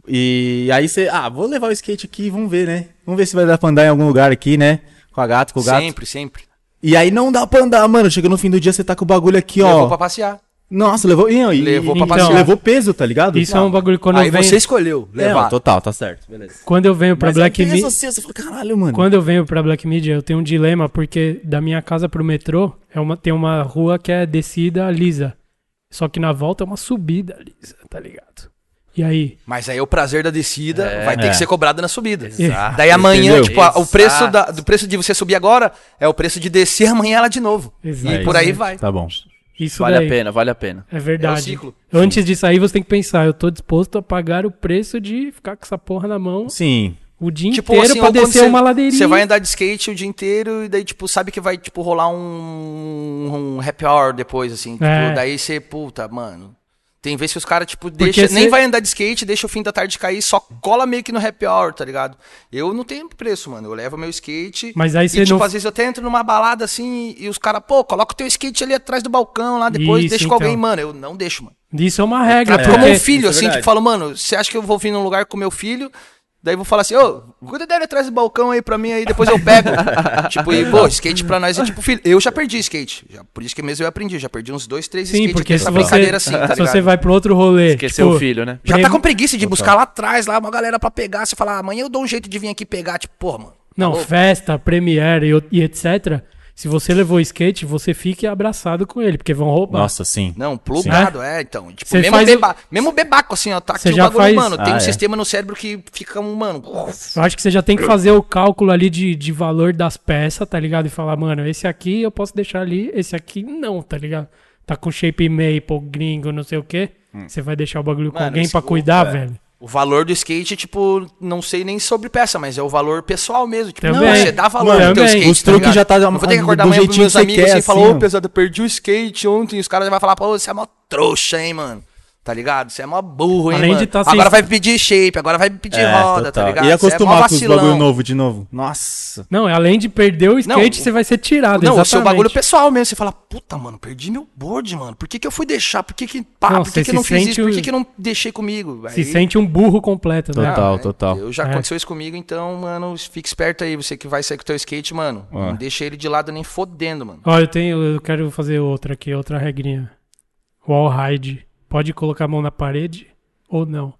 [SPEAKER 4] E aí você, ah, vou levar o skate aqui, vamos ver, né? Vamos ver se vai dar pra andar em algum lugar aqui, né? Com a gata, com o gato.
[SPEAKER 3] Sempre, sempre.
[SPEAKER 4] E aí não dá pra andar, mano. Chega no fim do dia, você tá com o bagulho aqui,
[SPEAKER 3] Levou
[SPEAKER 4] ó.
[SPEAKER 3] pra passear.
[SPEAKER 4] Nossa, levou. E, e-
[SPEAKER 3] Levou pra
[SPEAKER 2] Então,
[SPEAKER 3] passear.
[SPEAKER 4] levou peso, tá ligado?
[SPEAKER 2] Isso é um bagulho quando
[SPEAKER 3] Aí
[SPEAKER 2] eu venho,
[SPEAKER 3] você escolheu
[SPEAKER 4] Leva.
[SPEAKER 3] levar.
[SPEAKER 4] total, tá certo. Beleza.
[SPEAKER 2] quando eu venho pra
[SPEAKER 4] Mas
[SPEAKER 2] Black
[SPEAKER 4] é um peso
[SPEAKER 2] Media,
[SPEAKER 4] assim, você fala, caralho, mano.
[SPEAKER 2] quando eu venho para Black Media, eu tenho um dilema porque da minha casa pro metrô é uma tem uma rua que é descida lisa. Só que na volta é uma subida lisa, tá ligado? E aí,
[SPEAKER 3] Mas aí o prazer da descida vai ter
[SPEAKER 4] É.
[SPEAKER 3] que ser cobrado na subida.
[SPEAKER 5] Exato.
[SPEAKER 3] Daí amanhã,
[SPEAKER 4] Entendeu?
[SPEAKER 3] tipo, a- o preço
[SPEAKER 5] Exato.
[SPEAKER 3] da- do preço de você subir agora é o preço de descer amanhã ela de novo.
[SPEAKER 2] Exato.
[SPEAKER 3] E por aí vai.
[SPEAKER 4] Tá bom.
[SPEAKER 2] isso
[SPEAKER 5] Vale
[SPEAKER 2] daí
[SPEAKER 5] a pena, vale a pena.
[SPEAKER 2] é verdade.
[SPEAKER 3] É o ciclo.
[SPEAKER 2] Antes de sair, você tem que pensar, eu tô disposto a pagar o preço de ficar com essa porra na mão
[SPEAKER 4] Sim.
[SPEAKER 2] o dia
[SPEAKER 3] Tipo,
[SPEAKER 2] inteiro
[SPEAKER 3] assim,
[SPEAKER 2] pra
[SPEAKER 3] ou quando
[SPEAKER 2] descer
[SPEAKER 3] cê-
[SPEAKER 2] uma ladeirinha.
[SPEAKER 3] Você vai andar de skate o dia inteiro e daí, tipo, sabe que vai, tipo, rolar um, um happy hour depois, assim. Tipo,
[SPEAKER 2] É.
[SPEAKER 3] daí você, puta, mano. Tem vezes que os caras, tipo, deixa,
[SPEAKER 2] cê-
[SPEAKER 3] nem vai andar de skate, deixa o fim da tarde cair, só cola meio que no happy hour, tá ligado? Eu não tenho preço, mano. Eu levo meu skate.
[SPEAKER 2] Mas aí
[SPEAKER 3] e,
[SPEAKER 2] cê
[SPEAKER 3] tipo,
[SPEAKER 2] não-
[SPEAKER 3] às vezes eu até entro numa balada assim e os caras, pô, coloca o teu skate ali atrás do balcão lá, depois
[SPEAKER 2] Isso,
[SPEAKER 3] deixa com
[SPEAKER 2] então.
[SPEAKER 3] alguém, mano. Eu não deixo, mano.
[SPEAKER 2] Isso é uma regra,
[SPEAKER 3] Trato como um
[SPEAKER 2] porque
[SPEAKER 4] isso
[SPEAKER 3] filho,
[SPEAKER 4] é
[SPEAKER 3] assim,
[SPEAKER 4] verdade.
[SPEAKER 3] tipo, falo, mano, você acha que eu vou vir num lugar com meu filho? Daí vou falar assim, ô, cuida dele atrás do balcão aí pra mim, aí depois eu pego. tipo, e, pô, skate pra nós é tipo filho. Eu já perdi skate. Já, por isso que mesmo eu aprendi. Já perdi uns dois, três
[SPEAKER 2] sim,
[SPEAKER 3] skates
[SPEAKER 2] porque se
[SPEAKER 3] dessa
[SPEAKER 2] você,
[SPEAKER 3] brincadeira assim, tá
[SPEAKER 2] se
[SPEAKER 3] ligado?
[SPEAKER 2] você vai pro outro rolê,
[SPEAKER 5] Esqueceu
[SPEAKER 2] tipo,
[SPEAKER 5] o filho, né?
[SPEAKER 3] Já tá
[SPEAKER 2] prêmio-
[SPEAKER 3] com preguiça de buscar lá atrás, lá uma galera pra pegar. Você fala, ah, amanhã eu dou um jeito de vir aqui pegar. Tipo, pô, mano.
[SPEAKER 2] Não, festa, premiere e, o- e etc. Se você levou skate, você fique abraçado com ele, porque vão roubar.
[SPEAKER 4] Nossa, sim.
[SPEAKER 3] Não, plugado, é, então. Tipo,
[SPEAKER 2] Cê
[SPEAKER 3] mesmo,
[SPEAKER 2] faz o-
[SPEAKER 3] beba, mesmo bebaco, assim, ó, tá
[SPEAKER 2] Cê
[SPEAKER 3] aqui o
[SPEAKER 2] já
[SPEAKER 3] bagulho,
[SPEAKER 2] faz-
[SPEAKER 3] mano. Tem
[SPEAKER 4] Ah,
[SPEAKER 3] um
[SPEAKER 4] é.
[SPEAKER 3] sistema no cérebro que fica um, mano.
[SPEAKER 2] Eu acho que você já tem que fazer o cálculo ali de, de valor das peças, tá ligado? E falar, mano, esse aqui eu posso deixar ali, esse aqui não, tá ligado? Tá com shape maple, gringo, não sei o quê. Você vai deixar o bagulho com
[SPEAKER 3] Mano,
[SPEAKER 2] alguém
[SPEAKER 3] esse- é.
[SPEAKER 2] pra cuidar, velho?
[SPEAKER 3] O valor do skate, tipo, não sei nem sobre peça, mas é o valor pessoal mesmo. Tipo,
[SPEAKER 2] Também.
[SPEAKER 3] não, você dá valor
[SPEAKER 2] Mano,
[SPEAKER 3] pro teu
[SPEAKER 2] também.
[SPEAKER 3] skate.
[SPEAKER 4] Os truques
[SPEAKER 3] ligado?
[SPEAKER 4] já tá
[SPEAKER 3] Eu Vou ter que
[SPEAKER 4] do
[SPEAKER 3] acordar amanhã pros
[SPEAKER 4] jeitinho
[SPEAKER 3] meus
[SPEAKER 4] que você
[SPEAKER 3] amigos
[SPEAKER 4] quer,
[SPEAKER 3] e falar, ô,
[SPEAKER 4] assim, ó.
[SPEAKER 3] pesado, eu perdi o skate ontem. E os caras já vão falar, pô, você é mó trouxa, hein, mano. Tá ligado? Você é mó burro, hein,
[SPEAKER 2] Além
[SPEAKER 3] mano?
[SPEAKER 2] de tá sem-
[SPEAKER 3] agora vai pedir shape, agora vai pedir
[SPEAKER 4] É,
[SPEAKER 3] roda,
[SPEAKER 4] total.
[SPEAKER 3] tá ligado?
[SPEAKER 4] E
[SPEAKER 3] Você
[SPEAKER 4] acostumar
[SPEAKER 3] é mó
[SPEAKER 4] com os
[SPEAKER 3] vacilão.
[SPEAKER 4] bagulho novo de novo? Nossa.
[SPEAKER 2] Não, é além de perder o
[SPEAKER 3] Não,
[SPEAKER 2] skate,
[SPEAKER 3] o-
[SPEAKER 2] você vai ser tirado.
[SPEAKER 3] Não,
[SPEAKER 2] exatamente.
[SPEAKER 3] o seu bagulho pessoal mesmo. Você fala, puta, mano, perdi meu board, mano. Por que, que eu fui deixar? Por que que, pá,
[SPEAKER 2] Não,
[SPEAKER 3] por
[SPEAKER 2] você
[SPEAKER 3] que, que
[SPEAKER 2] se
[SPEAKER 3] não fiz
[SPEAKER 2] sente
[SPEAKER 3] isso? Por
[SPEAKER 2] o-
[SPEAKER 3] que, que não deixei comigo?
[SPEAKER 2] Se sente um burro completo, né?
[SPEAKER 4] Total,
[SPEAKER 3] Ah,
[SPEAKER 4] total.
[SPEAKER 3] Eu já
[SPEAKER 2] É.
[SPEAKER 3] aconteceu isso comigo, então, mano, fica esperto aí. Você que vai sair com o teu skate, mano.
[SPEAKER 4] Ah.
[SPEAKER 3] Não deixa ele de lado nem fodendo, mano.
[SPEAKER 2] Ó, eu tenho, eu quero fazer outra aqui, outra regrinha. Wall hide. Pode colocar a mão na parede ou não?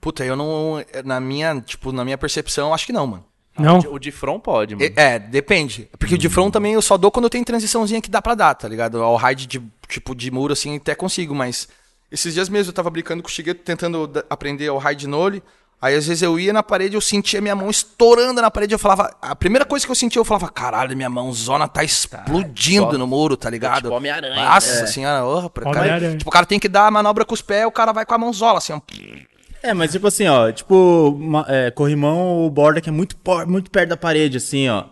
[SPEAKER 3] Puta, eu não. Na minha, tipo, na minha percepção, acho que não, mano.
[SPEAKER 2] Não?
[SPEAKER 5] O de- O de Hum. front pode, mano.
[SPEAKER 3] E- É, depende. Porque o de front também eu só dou quando eu tenho transiçãozinha que dá pra dar, tá ligado? Ao raid de tipo de muro assim até consigo, mas esses dias mesmo eu tava brincando com o Shigeto tentando da- aprender ao raid nole. Aí às vezes eu ia na parede, eu sentia minha mão estourando na parede, eu falava, a primeira coisa que eu sentia, eu falava, caralho, minha mão zona tá explodindo
[SPEAKER 5] só-
[SPEAKER 3] no muro, tá ligado?
[SPEAKER 5] tipo Homem-Aranha,
[SPEAKER 3] Nossa
[SPEAKER 5] né?
[SPEAKER 3] senhora, oh, pra- cara-
[SPEAKER 2] Homem-Aranha.
[SPEAKER 3] tipo, o cara tem que dar a manobra com os pés, o cara vai com a mãozola assim, ó.
[SPEAKER 4] É, mas tipo assim, ó, tipo, uma- é, corrimão ou borda que é muito, por- muito perto da parede, assim, ó.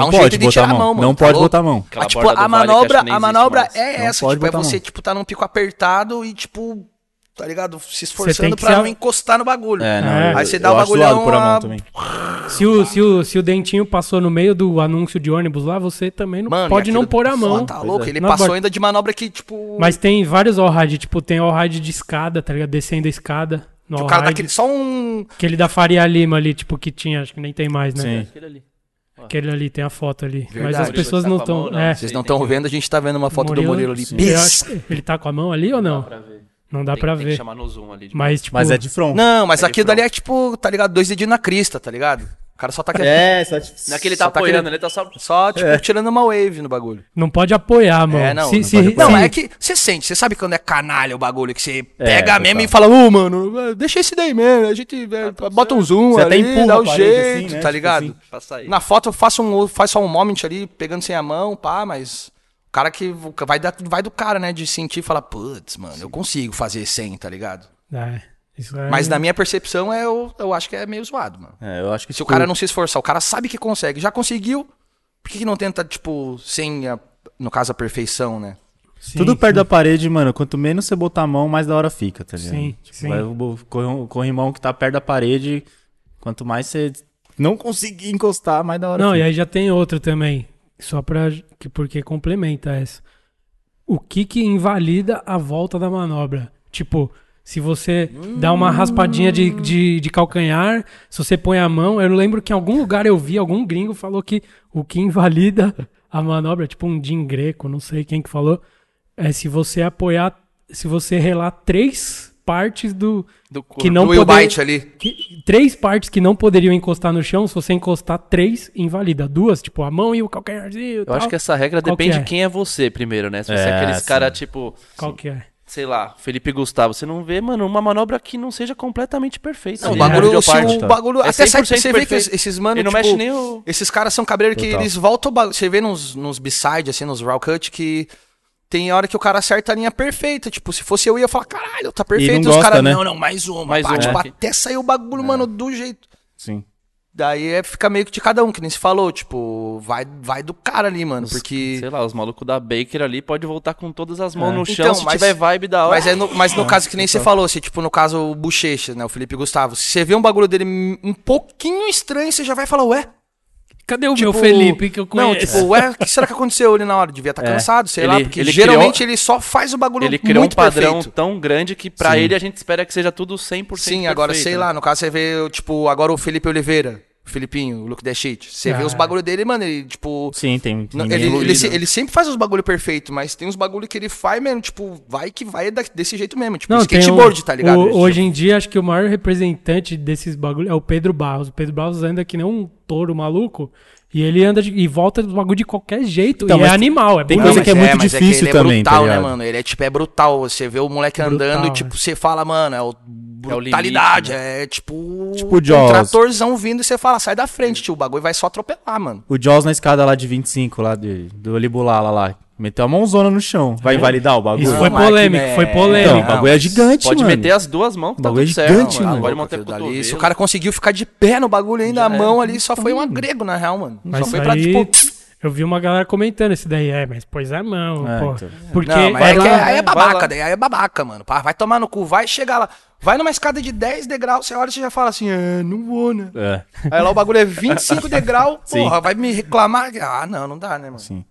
[SPEAKER 3] Dá um
[SPEAKER 4] pode
[SPEAKER 3] jeito de
[SPEAKER 4] botar
[SPEAKER 3] tirar
[SPEAKER 4] a mão.
[SPEAKER 3] mão, mano,
[SPEAKER 4] não
[SPEAKER 3] tá
[SPEAKER 4] pode
[SPEAKER 3] louco?
[SPEAKER 4] botar a mão.
[SPEAKER 5] Aquela
[SPEAKER 3] Ah, tipo,
[SPEAKER 5] borda do
[SPEAKER 3] a
[SPEAKER 5] vale que acho que
[SPEAKER 3] manobra, a
[SPEAKER 5] nem existe
[SPEAKER 3] manobra
[SPEAKER 5] mais.
[SPEAKER 3] é
[SPEAKER 4] Não
[SPEAKER 3] essa,
[SPEAKER 4] pode
[SPEAKER 3] tipo, é
[SPEAKER 4] botar a
[SPEAKER 3] você,
[SPEAKER 4] mão.
[SPEAKER 3] tipo, tá num pico apertado e, tipo, tá ligado? Se
[SPEAKER 2] Você tem
[SPEAKER 3] esforçando
[SPEAKER 2] que
[SPEAKER 3] pra
[SPEAKER 2] se a-
[SPEAKER 3] não encostar no bagulho.
[SPEAKER 4] É, não.
[SPEAKER 2] É.
[SPEAKER 4] eu-
[SPEAKER 3] Aí você dá
[SPEAKER 4] eu
[SPEAKER 3] o
[SPEAKER 4] acho
[SPEAKER 3] bagulhão,
[SPEAKER 4] zoado pôr a mão
[SPEAKER 3] a-
[SPEAKER 4] também.
[SPEAKER 2] Se o, se, o, se o dentinho passou no meio do anúncio de ônibus lá, você também não
[SPEAKER 3] Mano, e
[SPEAKER 2] pode não
[SPEAKER 3] aquilo-
[SPEAKER 2] pôr a mão.
[SPEAKER 3] Pô, tá louco, ele
[SPEAKER 2] Na
[SPEAKER 3] passou
[SPEAKER 2] borda.
[SPEAKER 3] ainda de manobra que, tipo,
[SPEAKER 2] Mas tem vários all ride, tipo, tem all ride de escada, tá ligado? Descendo a escada. No
[SPEAKER 3] o
[SPEAKER 2] all
[SPEAKER 3] cara dá
[SPEAKER 2] ride.
[SPEAKER 3] aquele, só um...
[SPEAKER 2] Aquele da Faria Lima ali, tipo, que tinha, acho que nem tem mais, né?
[SPEAKER 4] Sim.
[SPEAKER 5] Aquele ali.
[SPEAKER 2] Aquele ali, tem a foto ali. Mas
[SPEAKER 3] Verdade.
[SPEAKER 2] as pessoas
[SPEAKER 5] Tá
[SPEAKER 2] não
[SPEAKER 5] com a mão,
[SPEAKER 2] estão.
[SPEAKER 5] não.
[SPEAKER 2] É,
[SPEAKER 5] Vocês
[SPEAKER 3] Vocês
[SPEAKER 5] não
[SPEAKER 3] não
[SPEAKER 5] tão
[SPEAKER 3] estão vendo, a gente tá vendo uma foto do Murilo ali.
[SPEAKER 2] sim. Eu acho que- Ele tá com a mão ali ou não? Não dá
[SPEAKER 5] Tem-
[SPEAKER 2] pra
[SPEAKER 5] tem
[SPEAKER 2] ver.
[SPEAKER 5] que chamar no zoom ali. de-
[SPEAKER 2] Mas, tipo,
[SPEAKER 4] Mas é de front.
[SPEAKER 3] Não, mas
[SPEAKER 5] Ele
[SPEAKER 3] aquilo dali é, tipo, tá ligado? Dois dedinhos na crista, tá ligado? O cara só tá...
[SPEAKER 4] É, só tipo...
[SPEAKER 5] Não é que ele tá
[SPEAKER 3] Só tá
[SPEAKER 5] apoiando,
[SPEAKER 3] querendo-
[SPEAKER 5] ele tá só...
[SPEAKER 3] Só, tipo, tirando uma wave no bagulho.
[SPEAKER 2] não pode apoiar, mano.
[SPEAKER 3] É, não.
[SPEAKER 2] Se-
[SPEAKER 3] não,
[SPEAKER 2] se-
[SPEAKER 3] pode
[SPEAKER 2] se-
[SPEAKER 3] pôr. Não, é que você sente, você sabe quando é canalha o bagulho, que você pega
[SPEAKER 4] É, total.
[SPEAKER 3] mesmo e fala, ô, mano, deixa esse daí mesmo, a gente é, bota um zoom
[SPEAKER 4] Você até
[SPEAKER 3] ali,
[SPEAKER 4] empurra
[SPEAKER 3] dá
[SPEAKER 4] a
[SPEAKER 3] um
[SPEAKER 4] parede,
[SPEAKER 3] jeito,
[SPEAKER 4] assim, né?
[SPEAKER 3] tá
[SPEAKER 4] Tipo
[SPEAKER 3] ligado?
[SPEAKER 4] assim.
[SPEAKER 5] Pra sair.
[SPEAKER 3] Na foto eu faço um, faz só um moment ali, pegando sem a mão, pá, mas o cara que vai, da- vai do cara, né, de sentir e falar, putz, mano, eu consigo fazer sem, tá ligado?
[SPEAKER 4] Uhum.
[SPEAKER 2] É, isso é-
[SPEAKER 3] Mas na minha percepção, é, eu, eu acho que é meio zoado, mano.
[SPEAKER 4] É, eu acho que
[SPEAKER 3] Se o cara não se esforçar, o cara sabe que consegue, já conseguiu, por que, que não tenta, tipo, sem, a- no caso, a perfeição, né?
[SPEAKER 2] Sim,
[SPEAKER 4] Tudo
[SPEAKER 2] sim.
[SPEAKER 4] perto da parede, mano. Quanto menos você botar a mão, mais da hora fica, tá ligado?
[SPEAKER 2] Sim, sim.
[SPEAKER 4] Vai o bo- corri- corrimão que tá perto da parede, quanto mais você não conseguir encostar, mais da hora assim.
[SPEAKER 2] Não, e é-
[SPEAKER 4] fica.
[SPEAKER 2] aí já tem outra também. Só pra. Que, porque complementa essa. O que que invalida a volta da manobra? Tipo, se você dá uma raspadinha de, de, de calcanhar, se você põe a mão. Eu lembro que em algum lugar eu vi, algum gringo falou que o que invalida a manobra, tipo um Jim Greco, não sei quem que falou, é se você apoiar. Se você relar três partes do.
[SPEAKER 5] Do
[SPEAKER 2] que
[SPEAKER 5] corpo.
[SPEAKER 2] não
[SPEAKER 3] do Will
[SPEAKER 2] poder-
[SPEAKER 3] Bite ali.
[SPEAKER 2] que- três partes que não poderiam encostar no chão, se você encostar três, invalida. Duas, tipo, a mão e o calcanharzinho.
[SPEAKER 5] Eu acho que essa regra
[SPEAKER 2] Qual que
[SPEAKER 5] depende
[SPEAKER 2] é?
[SPEAKER 5] de quem é você primeiro, né? Se você é,
[SPEAKER 4] É,
[SPEAKER 5] aqueles
[SPEAKER 4] sim.
[SPEAKER 5] cara tipo,
[SPEAKER 2] Qual que é?
[SPEAKER 5] sei lá, Felipe Gustavo, você não vê, mano, uma manobra que não seja completamente perfeita.
[SPEAKER 3] Não, o
[SPEAKER 5] ali,
[SPEAKER 4] Ele
[SPEAKER 3] bagulho,
[SPEAKER 5] né?
[SPEAKER 4] perdeu
[SPEAKER 3] se
[SPEAKER 4] parte,
[SPEAKER 3] o
[SPEAKER 4] tá?
[SPEAKER 3] bagulho
[SPEAKER 5] É
[SPEAKER 3] até sai,
[SPEAKER 5] 100%
[SPEAKER 3] você vê que
[SPEAKER 5] perfeito.
[SPEAKER 3] esses mano,
[SPEAKER 5] Ele não
[SPEAKER 3] tipo,
[SPEAKER 5] mexe nem o-
[SPEAKER 3] esses caras são cabreiros que
[SPEAKER 4] Total.
[SPEAKER 3] eles voltam, o bagulho- você vê nos, nos b-side, assim, nos raw cut, que tem hora que o cara acerta a linha perfeita, tipo, se fosse eu ia falar, caralho, tá perfeito,
[SPEAKER 4] não
[SPEAKER 3] os
[SPEAKER 4] gosta,
[SPEAKER 3] caras,
[SPEAKER 4] né?
[SPEAKER 3] não, não, mais uma,
[SPEAKER 5] Mais
[SPEAKER 3] mais
[SPEAKER 5] uma. É.
[SPEAKER 3] tipo, até sair o bagulho, mano, do jeito.
[SPEAKER 4] Sim.
[SPEAKER 3] Daí é, fica meio que de cada um, que nem se falou, tipo, vai, vai do cara ali, mano, porque...
[SPEAKER 5] Sei lá, os malucos da Baker ali pode voltar com todas as mãos no chão
[SPEAKER 3] Então,
[SPEAKER 5] se
[SPEAKER 3] mas-
[SPEAKER 5] tiver vibe da hora.
[SPEAKER 3] Mas, é no, mas no
[SPEAKER 5] Ah,
[SPEAKER 3] caso que nem você falou, assim, tipo, no caso o Bochecha, né, o Felipe Gustavo, se você vê um bagulho dele um pouquinho estranho, você já vai falar, ué,
[SPEAKER 2] Cadê o
[SPEAKER 3] Tipo,
[SPEAKER 2] meu Felipe que eu
[SPEAKER 3] Não,
[SPEAKER 2] conheço?
[SPEAKER 3] tipo, ué, o que será que aconteceu ali na hora? Devia estar
[SPEAKER 4] É.
[SPEAKER 3] cansado, sei lá,
[SPEAKER 5] Ele-
[SPEAKER 3] porque
[SPEAKER 5] ele
[SPEAKER 3] geralmente
[SPEAKER 5] criou-
[SPEAKER 3] ele só faz o bagulho
[SPEAKER 5] ele criou um
[SPEAKER 3] muito
[SPEAKER 5] padrão
[SPEAKER 3] perfeito.
[SPEAKER 5] tão grande que pra
[SPEAKER 4] Sim.
[SPEAKER 5] ele a gente espera que seja tudo 100%
[SPEAKER 3] Sim, agora,
[SPEAKER 5] perfeito,
[SPEAKER 3] sei
[SPEAKER 5] né?
[SPEAKER 3] lá, no caso você vê, tipo, agora o Felipe Oliveira, o Felipinho, o Look Dash Shit, você vê
[SPEAKER 2] Ah.
[SPEAKER 3] os bagulho dele, mano, ele, tipo...
[SPEAKER 4] Sim, tem.
[SPEAKER 3] não-
[SPEAKER 4] ninguém-
[SPEAKER 3] ele, ele, se-
[SPEAKER 5] evoluído.
[SPEAKER 3] ele sempre faz os bagulho perfeito, mas tem uns bagulho que ele faz mesmo, tipo, vai que vai da- desse jeito mesmo, tipo,
[SPEAKER 2] Não, tem
[SPEAKER 3] skateboard,
[SPEAKER 2] o-
[SPEAKER 3] tá ligado?
[SPEAKER 2] o- hoje em dia, acho que o maior representante desses bagulho é o Pedro Barros. O Pedro Barros anda que nem um touro maluco. E ele anda de- e volta do bagulho de qualquer jeito.
[SPEAKER 4] Então,
[SPEAKER 2] e é
[SPEAKER 4] mas
[SPEAKER 2] animal, é
[SPEAKER 4] tem
[SPEAKER 2] bonito.
[SPEAKER 4] coisa
[SPEAKER 3] mas
[SPEAKER 4] que é muito
[SPEAKER 3] mas
[SPEAKER 4] difícil
[SPEAKER 3] ele
[SPEAKER 4] também,
[SPEAKER 3] é
[SPEAKER 4] tá
[SPEAKER 3] brutal, né,
[SPEAKER 4] ligado?
[SPEAKER 3] mano? Ele é tipo, é brutal. Você vê o moleque andando
[SPEAKER 2] Brutal, né?
[SPEAKER 3] e, tipo, você fala, mano, é o
[SPEAKER 5] limite,
[SPEAKER 3] brutalidade. É, tipo.
[SPEAKER 4] Tipo o
[SPEAKER 3] um
[SPEAKER 4] Jaws.
[SPEAKER 3] tratorzão vindo e você fala, sai da frente, tio. O bagulho vai só atropelar, mano.
[SPEAKER 4] O Jaws na escada lá de 25, lá de, do Olibulala lá. Meteu a mãozona no chão. Vai invalidar o bagulho?
[SPEAKER 2] É? Isso foi
[SPEAKER 3] Não, mas que
[SPEAKER 2] polêmico,
[SPEAKER 3] merda.
[SPEAKER 2] foi
[SPEAKER 4] Então,
[SPEAKER 2] polêmico.
[SPEAKER 4] o bagulho é gigante,
[SPEAKER 5] Pode
[SPEAKER 4] mano.
[SPEAKER 5] meter as duas mãos que tá
[SPEAKER 4] Bagulho
[SPEAKER 5] tudo
[SPEAKER 4] é
[SPEAKER 5] certo.
[SPEAKER 4] gigante,
[SPEAKER 5] mano.
[SPEAKER 4] mano.
[SPEAKER 5] Pode
[SPEAKER 3] Aquilo
[SPEAKER 5] manter o
[SPEAKER 3] dali, Se
[SPEAKER 5] cotovelo.
[SPEAKER 3] Ah, o cara conseguiu ficar de pé no bagulho ainda, a mão ali só foi um agrego, na real, mano.
[SPEAKER 2] é. Mas
[SPEAKER 3] só foi
[SPEAKER 2] isso
[SPEAKER 3] pra,
[SPEAKER 2] aí-
[SPEAKER 3] tipo.
[SPEAKER 2] Eu vi uma galera comentando isso daí. É, mas pôs a mão,
[SPEAKER 4] É,
[SPEAKER 2] pô.
[SPEAKER 4] então.
[SPEAKER 2] Porque
[SPEAKER 3] não, mas
[SPEAKER 2] é
[SPEAKER 3] é que
[SPEAKER 2] lá-
[SPEAKER 3] é- aí é
[SPEAKER 5] vai lá.
[SPEAKER 3] babaca, daí aí é babaca, mano. Pá, Vai tomar no cu, vai chegar lá. Vai numa escada de 10 degraus, você olha e você já fala assim, é, não vou, né?
[SPEAKER 4] É,
[SPEAKER 3] Aí lá o bagulho é 25 degraus,
[SPEAKER 4] Sim.
[SPEAKER 3] porra, vai me reclamar. Ah, não, não dá, né, mano?
[SPEAKER 4] sim.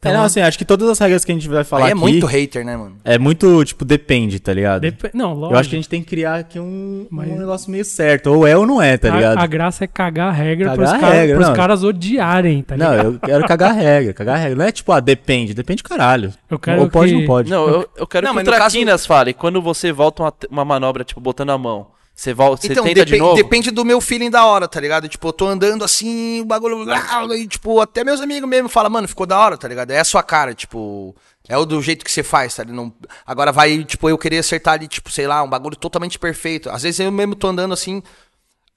[SPEAKER 2] Então,
[SPEAKER 4] É, não, assim, acho que todas as regras que a gente vai falar
[SPEAKER 3] Aí é
[SPEAKER 4] aqui
[SPEAKER 3] muito hater, né, mano?
[SPEAKER 4] é muito, tipo, depende, tá ligado?
[SPEAKER 2] Dep- Não, lógico.
[SPEAKER 4] Eu acho que a gente tem que criar aqui um, um
[SPEAKER 2] Mas-
[SPEAKER 4] negócio meio certo. Ou é ou não é, tá
[SPEAKER 2] A-
[SPEAKER 4] ligado?
[SPEAKER 2] A, graça é cagar a regra
[SPEAKER 4] Cagar
[SPEAKER 2] pros,
[SPEAKER 4] a
[SPEAKER 2] cara-
[SPEAKER 4] regra,
[SPEAKER 2] pros
[SPEAKER 4] não.
[SPEAKER 2] caras odiarem, tá ligado?
[SPEAKER 4] Não, eu quero cagar a regra, cagar a regra. Não é tipo, ah, depende, depende caralho.
[SPEAKER 2] Eu quero
[SPEAKER 4] ou pode
[SPEAKER 2] que-
[SPEAKER 4] ou não pode.
[SPEAKER 5] Não, eu, eu quero
[SPEAKER 3] Não,
[SPEAKER 5] que o
[SPEAKER 3] mas no caso-
[SPEAKER 5] Traquinas fale. Quando você volta uma, uma manobra, tipo, botando a mão, você, volta, você
[SPEAKER 3] Então,
[SPEAKER 5] tenta de
[SPEAKER 3] depen-
[SPEAKER 5] novo?
[SPEAKER 3] depende do meu feeling da hora, tá ligado? Tipo, eu tô andando assim, o bagulho. E, tipo, até meus amigos mesmo falam, mano, ficou da hora, tá ligado? É a sua cara, tipo. É o do jeito que você faz, tá ligado? Não- Agora vai, tipo, eu querer acertar ali, tipo, sei lá, um bagulho totalmente perfeito. Às vezes eu mesmo tô andando assim,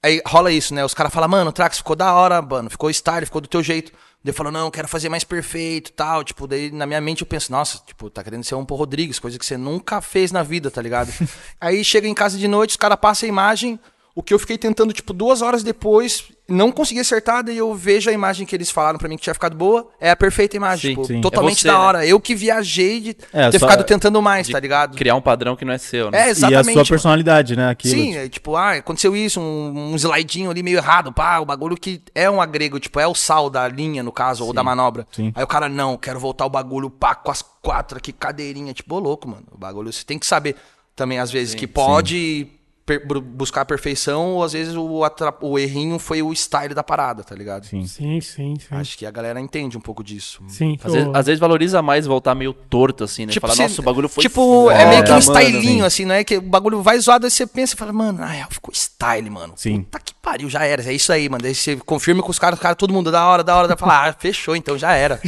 [SPEAKER 3] Aí rola isso, né? Os caras falam, mano, Trax, ficou da hora, mano, ficou style, ficou do teu jeito. Daí eu falo, não, eu quero fazer mais perfeito tal. Tipo, daí na minha mente eu penso, nossa, tipo, tá querendo ser um Paul Rodrigues, coisa que você nunca fez na vida, tá ligado? Aí chega em casa de noite, os caras passam a imagem, o que eu fiquei tentando, tipo, duas horas depois, não consegui acertar, daí eu vejo a imagem que eles falaram pra mim que tinha ficado boa, é a perfeita imagem,
[SPEAKER 5] Sim,
[SPEAKER 3] tipo,
[SPEAKER 5] sim. É
[SPEAKER 3] totalmente
[SPEAKER 5] você,
[SPEAKER 3] da
[SPEAKER 5] né?
[SPEAKER 3] hora. Eu que viajei de
[SPEAKER 4] É,
[SPEAKER 3] ter
[SPEAKER 4] só-
[SPEAKER 3] ficado tentando mais,
[SPEAKER 5] de
[SPEAKER 3] tá ligado?
[SPEAKER 5] Criar um padrão que não é seu, né?
[SPEAKER 3] É,
[SPEAKER 4] e a
[SPEAKER 3] exatamente.
[SPEAKER 4] sua
[SPEAKER 3] mano.
[SPEAKER 4] personalidade, né? Aquilo.
[SPEAKER 3] Sim, é tipo, ah, aconteceu isso, um, um slidinho ali meio errado, pá, o bagulho que é um agrego, tipo, é o sal da linha, no caso, ou da manobra.
[SPEAKER 4] sim.
[SPEAKER 3] Aí o cara, não, quero voltar o bagulho, pá, com as quatro aqui, cadeirinha, tipo, ô louco, mano, o bagulho, você tem que saber também, às vezes, que pode per- bru- buscar a perfeição, ou às vezes o, atra- o errinho foi o style da parada, tá ligado?
[SPEAKER 4] Sim.
[SPEAKER 2] Sim, sim, sim.
[SPEAKER 3] Acho que a galera entende um pouco disso.
[SPEAKER 2] Sim,
[SPEAKER 5] Às vezes,
[SPEAKER 2] o-
[SPEAKER 5] às vezes valoriza mais voltar meio torto, assim, né? Falar,
[SPEAKER 3] Tipo, cê-
[SPEAKER 5] nossa, o bagulho foi
[SPEAKER 3] Tipo, é
[SPEAKER 5] foda,
[SPEAKER 3] meio que um
[SPEAKER 5] mano."
[SPEAKER 3] stylinho,
[SPEAKER 4] Sim.
[SPEAKER 3] assim, não é? Que o bagulho vai zoado, aí você pensa e fala, mano, na real, ficou style, mano.
[SPEAKER 4] Sim.
[SPEAKER 3] Puta que pariu, já era, é isso aí, mano. Daí você confirma com os caras, os caras, todo mundo, da hora, da hora, da falar, ah, fechou, então já era.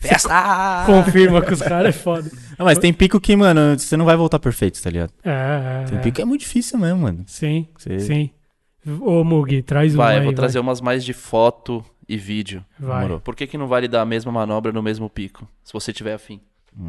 [SPEAKER 3] Festa!
[SPEAKER 2] confirma que os caras é foda.
[SPEAKER 4] Não, mas tem pico que, mano, você não vai voltar perfeito, tá ligado?
[SPEAKER 2] É,
[SPEAKER 4] Tem
[SPEAKER 2] é,
[SPEAKER 4] pico que é muito difícil mesmo, mano.
[SPEAKER 2] Sim,
[SPEAKER 4] Você-
[SPEAKER 2] sim. Ô, Mug, traz uma
[SPEAKER 5] Vai, eu
[SPEAKER 2] aí,
[SPEAKER 5] vou trazer umas mais de foto e vídeo.
[SPEAKER 2] vai.
[SPEAKER 4] Demorou.
[SPEAKER 5] Por que, que não vale dar a mesma manobra no mesmo pico? Se você tiver afim.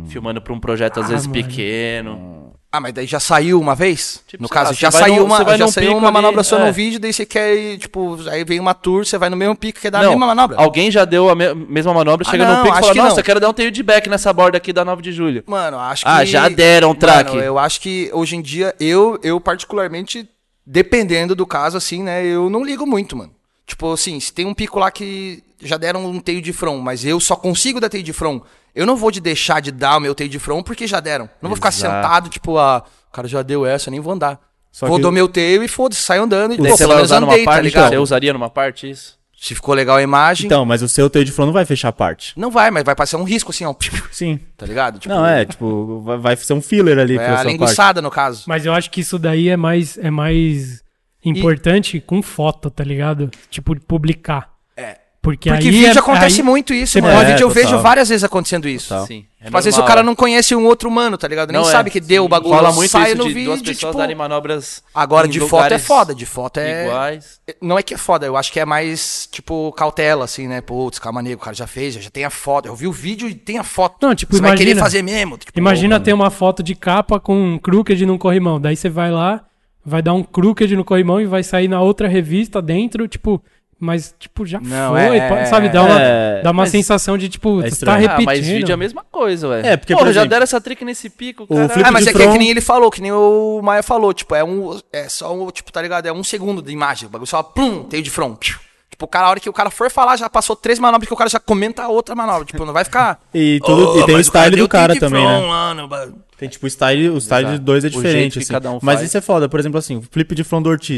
[SPEAKER 5] Filmando pra um projeto, às
[SPEAKER 2] Ah,
[SPEAKER 5] vezes,
[SPEAKER 2] mano.
[SPEAKER 5] pequeno.
[SPEAKER 3] Ah, mas daí já saiu uma vez?
[SPEAKER 5] Tipo,
[SPEAKER 3] no
[SPEAKER 5] sei
[SPEAKER 3] caso,
[SPEAKER 5] lá,
[SPEAKER 3] já
[SPEAKER 5] você vai
[SPEAKER 3] saiu
[SPEAKER 5] num- você
[SPEAKER 3] uma,
[SPEAKER 5] vai
[SPEAKER 3] já
[SPEAKER 5] num
[SPEAKER 3] saiu
[SPEAKER 5] pico
[SPEAKER 3] uma manobra
[SPEAKER 5] ali,
[SPEAKER 3] só
[SPEAKER 5] é.
[SPEAKER 3] no vídeo, daí você quer ir, tipo, aí vem uma tour, você vai no mesmo pico, quer dar a
[SPEAKER 5] Não,
[SPEAKER 3] mesma manobra.
[SPEAKER 5] Alguém já deu a me- mesma manobra,
[SPEAKER 3] Ah,
[SPEAKER 5] chega
[SPEAKER 3] não,
[SPEAKER 5] no pico e
[SPEAKER 3] acho
[SPEAKER 5] fala,
[SPEAKER 3] que
[SPEAKER 5] nossa,
[SPEAKER 3] não.
[SPEAKER 5] eu quero dar um tail de back nessa borda aqui da 9 de julho.
[SPEAKER 3] Mano, acho que.
[SPEAKER 5] Ah, já deram track.
[SPEAKER 3] Mano, eu acho que hoje em dia, eu, eu particularmente, dependendo do caso, assim, né, eu não ligo muito, mano. Tipo assim, se tem um pico lá que já deram um teio de front, mas eu só consigo dar teio de front, eu não vou de deixar de dar o meu teio de front porque já deram. Não vou ficar
[SPEAKER 5] Exato.
[SPEAKER 3] sentado, tipo, ah, o cara já deu essa, eu nem vou andar.
[SPEAKER 4] Só
[SPEAKER 3] vou
[SPEAKER 4] que-
[SPEAKER 3] dar o meu teio e foda-se, saio andando e
[SPEAKER 5] Daí
[SPEAKER 3] pô,
[SPEAKER 5] você
[SPEAKER 3] pelo
[SPEAKER 5] vai
[SPEAKER 3] menos
[SPEAKER 5] usar numa
[SPEAKER 3] andei, tá
[SPEAKER 5] parte,
[SPEAKER 3] ligado?
[SPEAKER 5] você usaria numa parte isso?
[SPEAKER 3] Se ficou legal a imagem,
[SPEAKER 4] Então, mas o seu teu de flow não vai fechar a parte.
[SPEAKER 3] não vai, mas vai passar um risco assim, ó,
[SPEAKER 4] Sim.
[SPEAKER 3] tá ligado? Tipo,
[SPEAKER 4] não, é, tipo, vai, vai ser um filler ali
[SPEAKER 3] é
[SPEAKER 4] pra
[SPEAKER 3] a
[SPEAKER 4] sua parte.
[SPEAKER 3] linguiçada, no caso.
[SPEAKER 2] Mas eu acho que isso daí é mais, é mais importante com foto, tá ligado? Tipo, de publicar.
[SPEAKER 3] É.
[SPEAKER 2] Porque,
[SPEAKER 3] Porque
[SPEAKER 2] aí
[SPEAKER 3] vídeo
[SPEAKER 2] é-
[SPEAKER 3] acontece
[SPEAKER 2] aí-
[SPEAKER 3] muito isso,
[SPEAKER 2] Você
[SPEAKER 3] mano.
[SPEAKER 4] pode-
[SPEAKER 3] Vídeo eu
[SPEAKER 4] É, total.
[SPEAKER 3] vejo várias vezes acontecendo isso.
[SPEAKER 4] Total.
[SPEAKER 5] Sim. É
[SPEAKER 3] Tipo, às vezes o cara não conhece um outro humano, tá ligado? Nem sabe que deu o bagulho.
[SPEAKER 5] Fala muito
[SPEAKER 3] sai
[SPEAKER 5] isso
[SPEAKER 3] no
[SPEAKER 5] de
[SPEAKER 3] vídeo,
[SPEAKER 5] duas pessoas
[SPEAKER 3] tipo,
[SPEAKER 5] darem manobras
[SPEAKER 3] Agora,
[SPEAKER 5] em
[SPEAKER 3] de foto é
[SPEAKER 5] lugares
[SPEAKER 3] foda. De foto é...
[SPEAKER 5] Iguais. Ah,
[SPEAKER 3] Não é que é foda, eu acho que é mais, tipo, cautela, assim, né? Putz, calma, nego, o cara já fez, já tem a foto. Eu vi o vídeo e tem a foto.
[SPEAKER 2] Não, tipo,
[SPEAKER 3] Você vai
[SPEAKER 2] imagina-
[SPEAKER 3] querer fazer mesmo. Tipo,
[SPEAKER 2] Imagina ter uma foto de capa com um crooked num corrimão. Daí você vai lá, vai dar um crooked no corrimão e vai sair na outra revista dentro, tipo. Mas, tipo, já
[SPEAKER 3] Não,
[SPEAKER 2] foi.
[SPEAKER 3] é-
[SPEAKER 2] pa- sabe, dá uma,
[SPEAKER 4] é,
[SPEAKER 2] dá uma
[SPEAKER 4] mas-
[SPEAKER 2] sensação de, tipo,
[SPEAKER 4] é
[SPEAKER 2] você tá
[SPEAKER 4] estranho.
[SPEAKER 2] repetindo.
[SPEAKER 5] Ah, mas vídeo é a mesma coisa, ué.
[SPEAKER 4] É, porque,
[SPEAKER 5] Porra,
[SPEAKER 4] por
[SPEAKER 5] já
[SPEAKER 4] exemplo,
[SPEAKER 5] deram essa trick nesse pico,
[SPEAKER 4] o
[SPEAKER 5] cara.
[SPEAKER 4] flip
[SPEAKER 3] Ah, mas
[SPEAKER 4] de
[SPEAKER 3] é que, é que
[SPEAKER 4] front-
[SPEAKER 3] nem ele falou, que nem o Maia falou, tipo, é um. É só um, tipo, tá ligado? É um segundo de imagem. O bagulho só, plum, tem de front. Tipo, o cara, a hora que o cara for falar, já passou três manobras que o cara já comenta a outra manobra. Tipo, não vai ficar.
[SPEAKER 4] E, tudo, e tem o style do cara também, né?
[SPEAKER 3] né?
[SPEAKER 4] Tem tipo o style, o style de dois é
[SPEAKER 5] O jeito
[SPEAKER 4] diferente,
[SPEAKER 5] que
[SPEAKER 4] assim.
[SPEAKER 5] cada um
[SPEAKER 4] Mas
[SPEAKER 5] faz.
[SPEAKER 4] isso é foda, por exemplo, assim, o flip de front do Ortiz.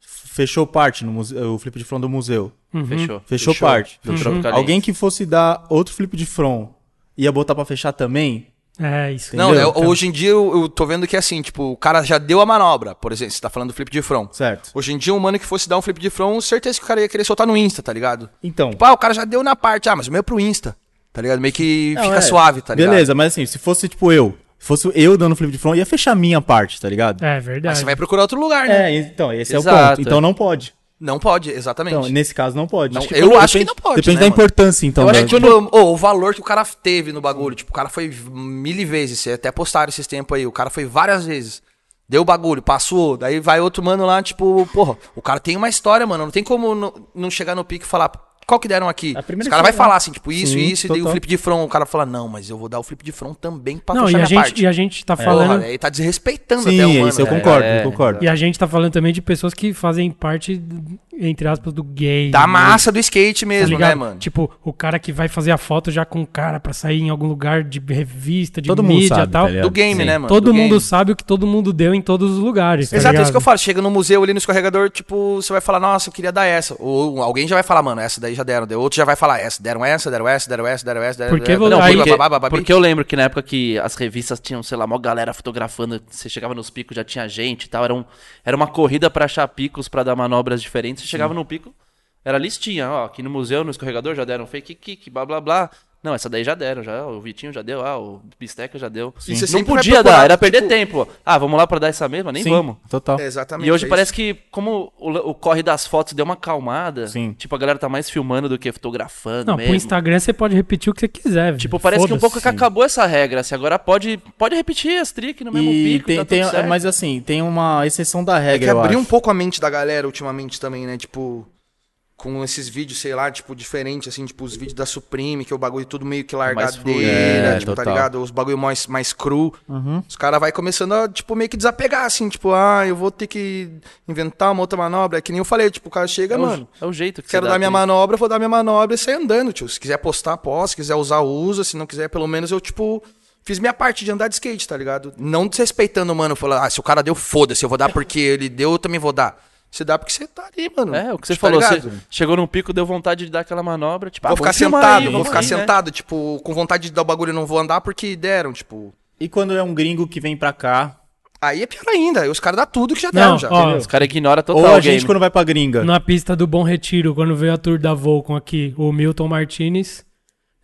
[SPEAKER 4] Fechou parte no museu, o flip de front do museu.
[SPEAKER 5] Fechou.
[SPEAKER 4] Fechou, parte.
[SPEAKER 5] Do Tropicaliense.
[SPEAKER 4] Alguém que fosse dar outro flip de front ia botar pra fechar também?
[SPEAKER 2] É, isso.
[SPEAKER 4] Entendeu?
[SPEAKER 3] Não, é,
[SPEAKER 4] Então-
[SPEAKER 3] hoje em dia eu, eu tô vendo que é assim, tipo, o cara já deu a manobra, por exemplo, você tá falando do flip de front.
[SPEAKER 4] Certo.
[SPEAKER 3] Hoje em dia, um mano que fosse dar um flip de front, certeza que o cara ia querer soltar no Insta, tá ligado?
[SPEAKER 4] Então.
[SPEAKER 3] Tipo, ah, o cara já deu na parte, ah, mas o meu é pro Insta, tá ligado? Meio que
[SPEAKER 4] não,
[SPEAKER 3] fica
[SPEAKER 4] é.
[SPEAKER 3] suave, tá ligado?
[SPEAKER 4] Beleza, mas assim, se fosse tipo eu, se fosse eu dando flip de front, ia fechar a minha parte, tá ligado?
[SPEAKER 2] É verdade.
[SPEAKER 3] Mas Ah, você vai procurar outro lugar, né?
[SPEAKER 4] É, então, esse é o
[SPEAKER 5] Exato.
[SPEAKER 4] ponto. Então não pode.
[SPEAKER 3] Não pode, exatamente.
[SPEAKER 4] Então, nesse caso não pode.
[SPEAKER 3] Não,
[SPEAKER 4] Acho que
[SPEAKER 3] eu
[SPEAKER 4] quando-
[SPEAKER 3] acho que
[SPEAKER 4] depende-
[SPEAKER 3] não pode,
[SPEAKER 4] Depende
[SPEAKER 3] né,
[SPEAKER 4] da
[SPEAKER 3] mano?
[SPEAKER 4] importância, então.
[SPEAKER 3] Eu acho
[SPEAKER 4] né?
[SPEAKER 3] que, tipo, ô, o valor que o cara teve no bagulho, tipo, o cara foi mil e vezes, você até postaram esses tempos aí, o cara foi várias vezes. Deu o bagulho, passou, daí vai outro mano lá, tipo, porra, o cara tem uma história, mano, não tem como não, não chegar no pique e falar, Qual que deram aqui?
[SPEAKER 4] A primeira
[SPEAKER 3] Os caras vai
[SPEAKER 4] que deram.
[SPEAKER 3] falar assim, tipo, isso,
[SPEAKER 4] Sim,
[SPEAKER 3] isso, e daí o
[SPEAKER 4] total.
[SPEAKER 3] flip de front. O cara fala, não, mas eu vou dar o flip de front também pra
[SPEAKER 2] Não,
[SPEAKER 3] fechar
[SPEAKER 2] e a,
[SPEAKER 3] minha
[SPEAKER 2] gente,
[SPEAKER 3] parte.
[SPEAKER 2] e a gente tá
[SPEAKER 3] Porra,
[SPEAKER 2] falando.
[SPEAKER 3] aí tá desrespeitando até
[SPEAKER 4] Sim,
[SPEAKER 3] o né? humano.
[SPEAKER 4] isso eu
[SPEAKER 3] velho.
[SPEAKER 4] concordo,
[SPEAKER 5] É,
[SPEAKER 4] eu concordo.
[SPEAKER 2] E a gente tá falando também de pessoas que fazem parte, entre aspas, do game.
[SPEAKER 3] Da
[SPEAKER 2] né?
[SPEAKER 3] Tá massa do skate
[SPEAKER 2] Tá
[SPEAKER 3] mesmo,
[SPEAKER 2] ligado?
[SPEAKER 3] né, mano?
[SPEAKER 2] Tipo, o cara que vai fazer a foto já com o cara pra sair em algum lugar de revista, de
[SPEAKER 4] Todo mundo
[SPEAKER 2] mídia e
[SPEAKER 4] sabe,
[SPEAKER 2] tal.
[SPEAKER 4] tá ligado?
[SPEAKER 3] do game,
[SPEAKER 4] Sim.
[SPEAKER 3] né, mano?
[SPEAKER 2] todo
[SPEAKER 3] Do
[SPEAKER 2] mundo
[SPEAKER 3] game.
[SPEAKER 2] sabe o que todo mundo deu em todos os lugares. tá
[SPEAKER 3] Exato, é isso
[SPEAKER 2] ligado?
[SPEAKER 3] que eu falo. Chega no museu ali no escorregador, tipo, você vai falar, nossa, eu queria dar essa. Ou alguém já vai falar, mano, essa daí já deram. Deu outro já vai falar, essa, deram essa, deram essa, deram essa, deram essa, deram
[SPEAKER 2] Porque
[SPEAKER 3] deram-
[SPEAKER 2] vou-
[SPEAKER 3] Não,
[SPEAKER 2] aí-
[SPEAKER 3] babá, babá, babá,
[SPEAKER 5] Porque eu lembro que na época que as revistas tinham, sei lá, mó galera fotografando, você chegava nos picos, já tinha gente e tal. Era, um, era uma corrida pra achar picos, pra dar manobras diferentes. Você chegava no pico, era listinha, ó, aqui no museu, no escorregador, já deram fake kick, blá blá blá. Não, essa daí já deram, já, o Vitinho já deu, ah, o Bisteca já deu.
[SPEAKER 3] E você
[SPEAKER 5] Não
[SPEAKER 3] sempre vai
[SPEAKER 5] podia
[SPEAKER 3] procurar,
[SPEAKER 5] dar, era perder
[SPEAKER 3] tipo-
[SPEAKER 5] tempo. Ah, vamos lá pra dar essa mesma? Nem
[SPEAKER 4] Sim,
[SPEAKER 5] vamos.
[SPEAKER 4] Total.
[SPEAKER 3] É, Exatamente.
[SPEAKER 5] E hoje
[SPEAKER 3] é
[SPEAKER 5] parece que, como o, la- o corre das fotos deu uma acalmada,
[SPEAKER 4] Sim.
[SPEAKER 5] tipo, a galera tá mais filmando do que fotografando
[SPEAKER 2] Não,
[SPEAKER 5] mesmo.
[SPEAKER 2] pro Instagram você pode repetir o que você quiser, velho.
[SPEAKER 5] Tipo, parece que um
[SPEAKER 2] Foda-se.
[SPEAKER 5] pouco que acabou essa regra. Assim, agora pode, pode repetir as trick no mesmo
[SPEAKER 4] E
[SPEAKER 5] pico,
[SPEAKER 4] tem,
[SPEAKER 5] tá
[SPEAKER 4] tem-
[SPEAKER 5] tudo certo.
[SPEAKER 4] mas assim, tem uma exceção da
[SPEAKER 3] É que
[SPEAKER 4] regra, eu
[SPEAKER 3] abriu
[SPEAKER 4] acho.
[SPEAKER 3] um pouco a mente da galera ultimamente também, né? Tipo, com esses vídeos, sei lá, tipo, diferente, assim, tipo, os vídeos da Supreme, que é o bagulho tudo meio que largadeira,
[SPEAKER 5] fluido.
[SPEAKER 4] É,
[SPEAKER 3] tipo, tá
[SPEAKER 4] total.
[SPEAKER 3] ligado? Os bagulho mais, mais cru. Os caras vai começando a, tipo, meio que desapegar, assim, tipo, ah, eu vou ter que inventar uma outra manobra. É que nem eu falei, tipo, o cara chega,
[SPEAKER 5] é,
[SPEAKER 3] mano.
[SPEAKER 5] o, é o jeito que
[SPEAKER 3] Quero
[SPEAKER 5] você dá
[SPEAKER 3] dar minha
[SPEAKER 5] pra-
[SPEAKER 3] manobra, vou dar minha manobra e sair andando, tio. Se quiser postar, posso. Se quiser usar, usa. Se não quiser, pelo menos eu, tipo, fiz minha parte de andar de skate, tá ligado? Não desrespeitando, mano. Falar, ah, se o cara deu, foda-se, eu vou dar porque ele deu, eu também vou dar. Você dá porque você tá ali, mano.
[SPEAKER 5] É, o que você
[SPEAKER 3] Tá
[SPEAKER 5] falou.
[SPEAKER 3] ligado?
[SPEAKER 5] Você chegou num pico, deu vontade de dar aquela manobra. Tipo, ah,
[SPEAKER 3] Vou ficar
[SPEAKER 5] vamos filmar
[SPEAKER 3] sentado,
[SPEAKER 5] aí,
[SPEAKER 3] vou
[SPEAKER 5] vamos
[SPEAKER 3] ficar
[SPEAKER 5] aí, né?
[SPEAKER 3] sentado, tipo, com vontade de dar o bagulho, eu não vou andar porque deram, tipo.
[SPEAKER 4] E quando é um gringo que vem pra cá,
[SPEAKER 3] Aí é pior ainda, aí os caras dão tudo que já deram,
[SPEAKER 2] Não,
[SPEAKER 3] já.
[SPEAKER 2] ó,
[SPEAKER 5] Os caras ignoram total
[SPEAKER 4] ou a
[SPEAKER 5] o game.
[SPEAKER 4] gente quando vai pra gringa.
[SPEAKER 2] na pista do Bom Retiro, quando veio a tour da Volcom aqui, o Milton Martinez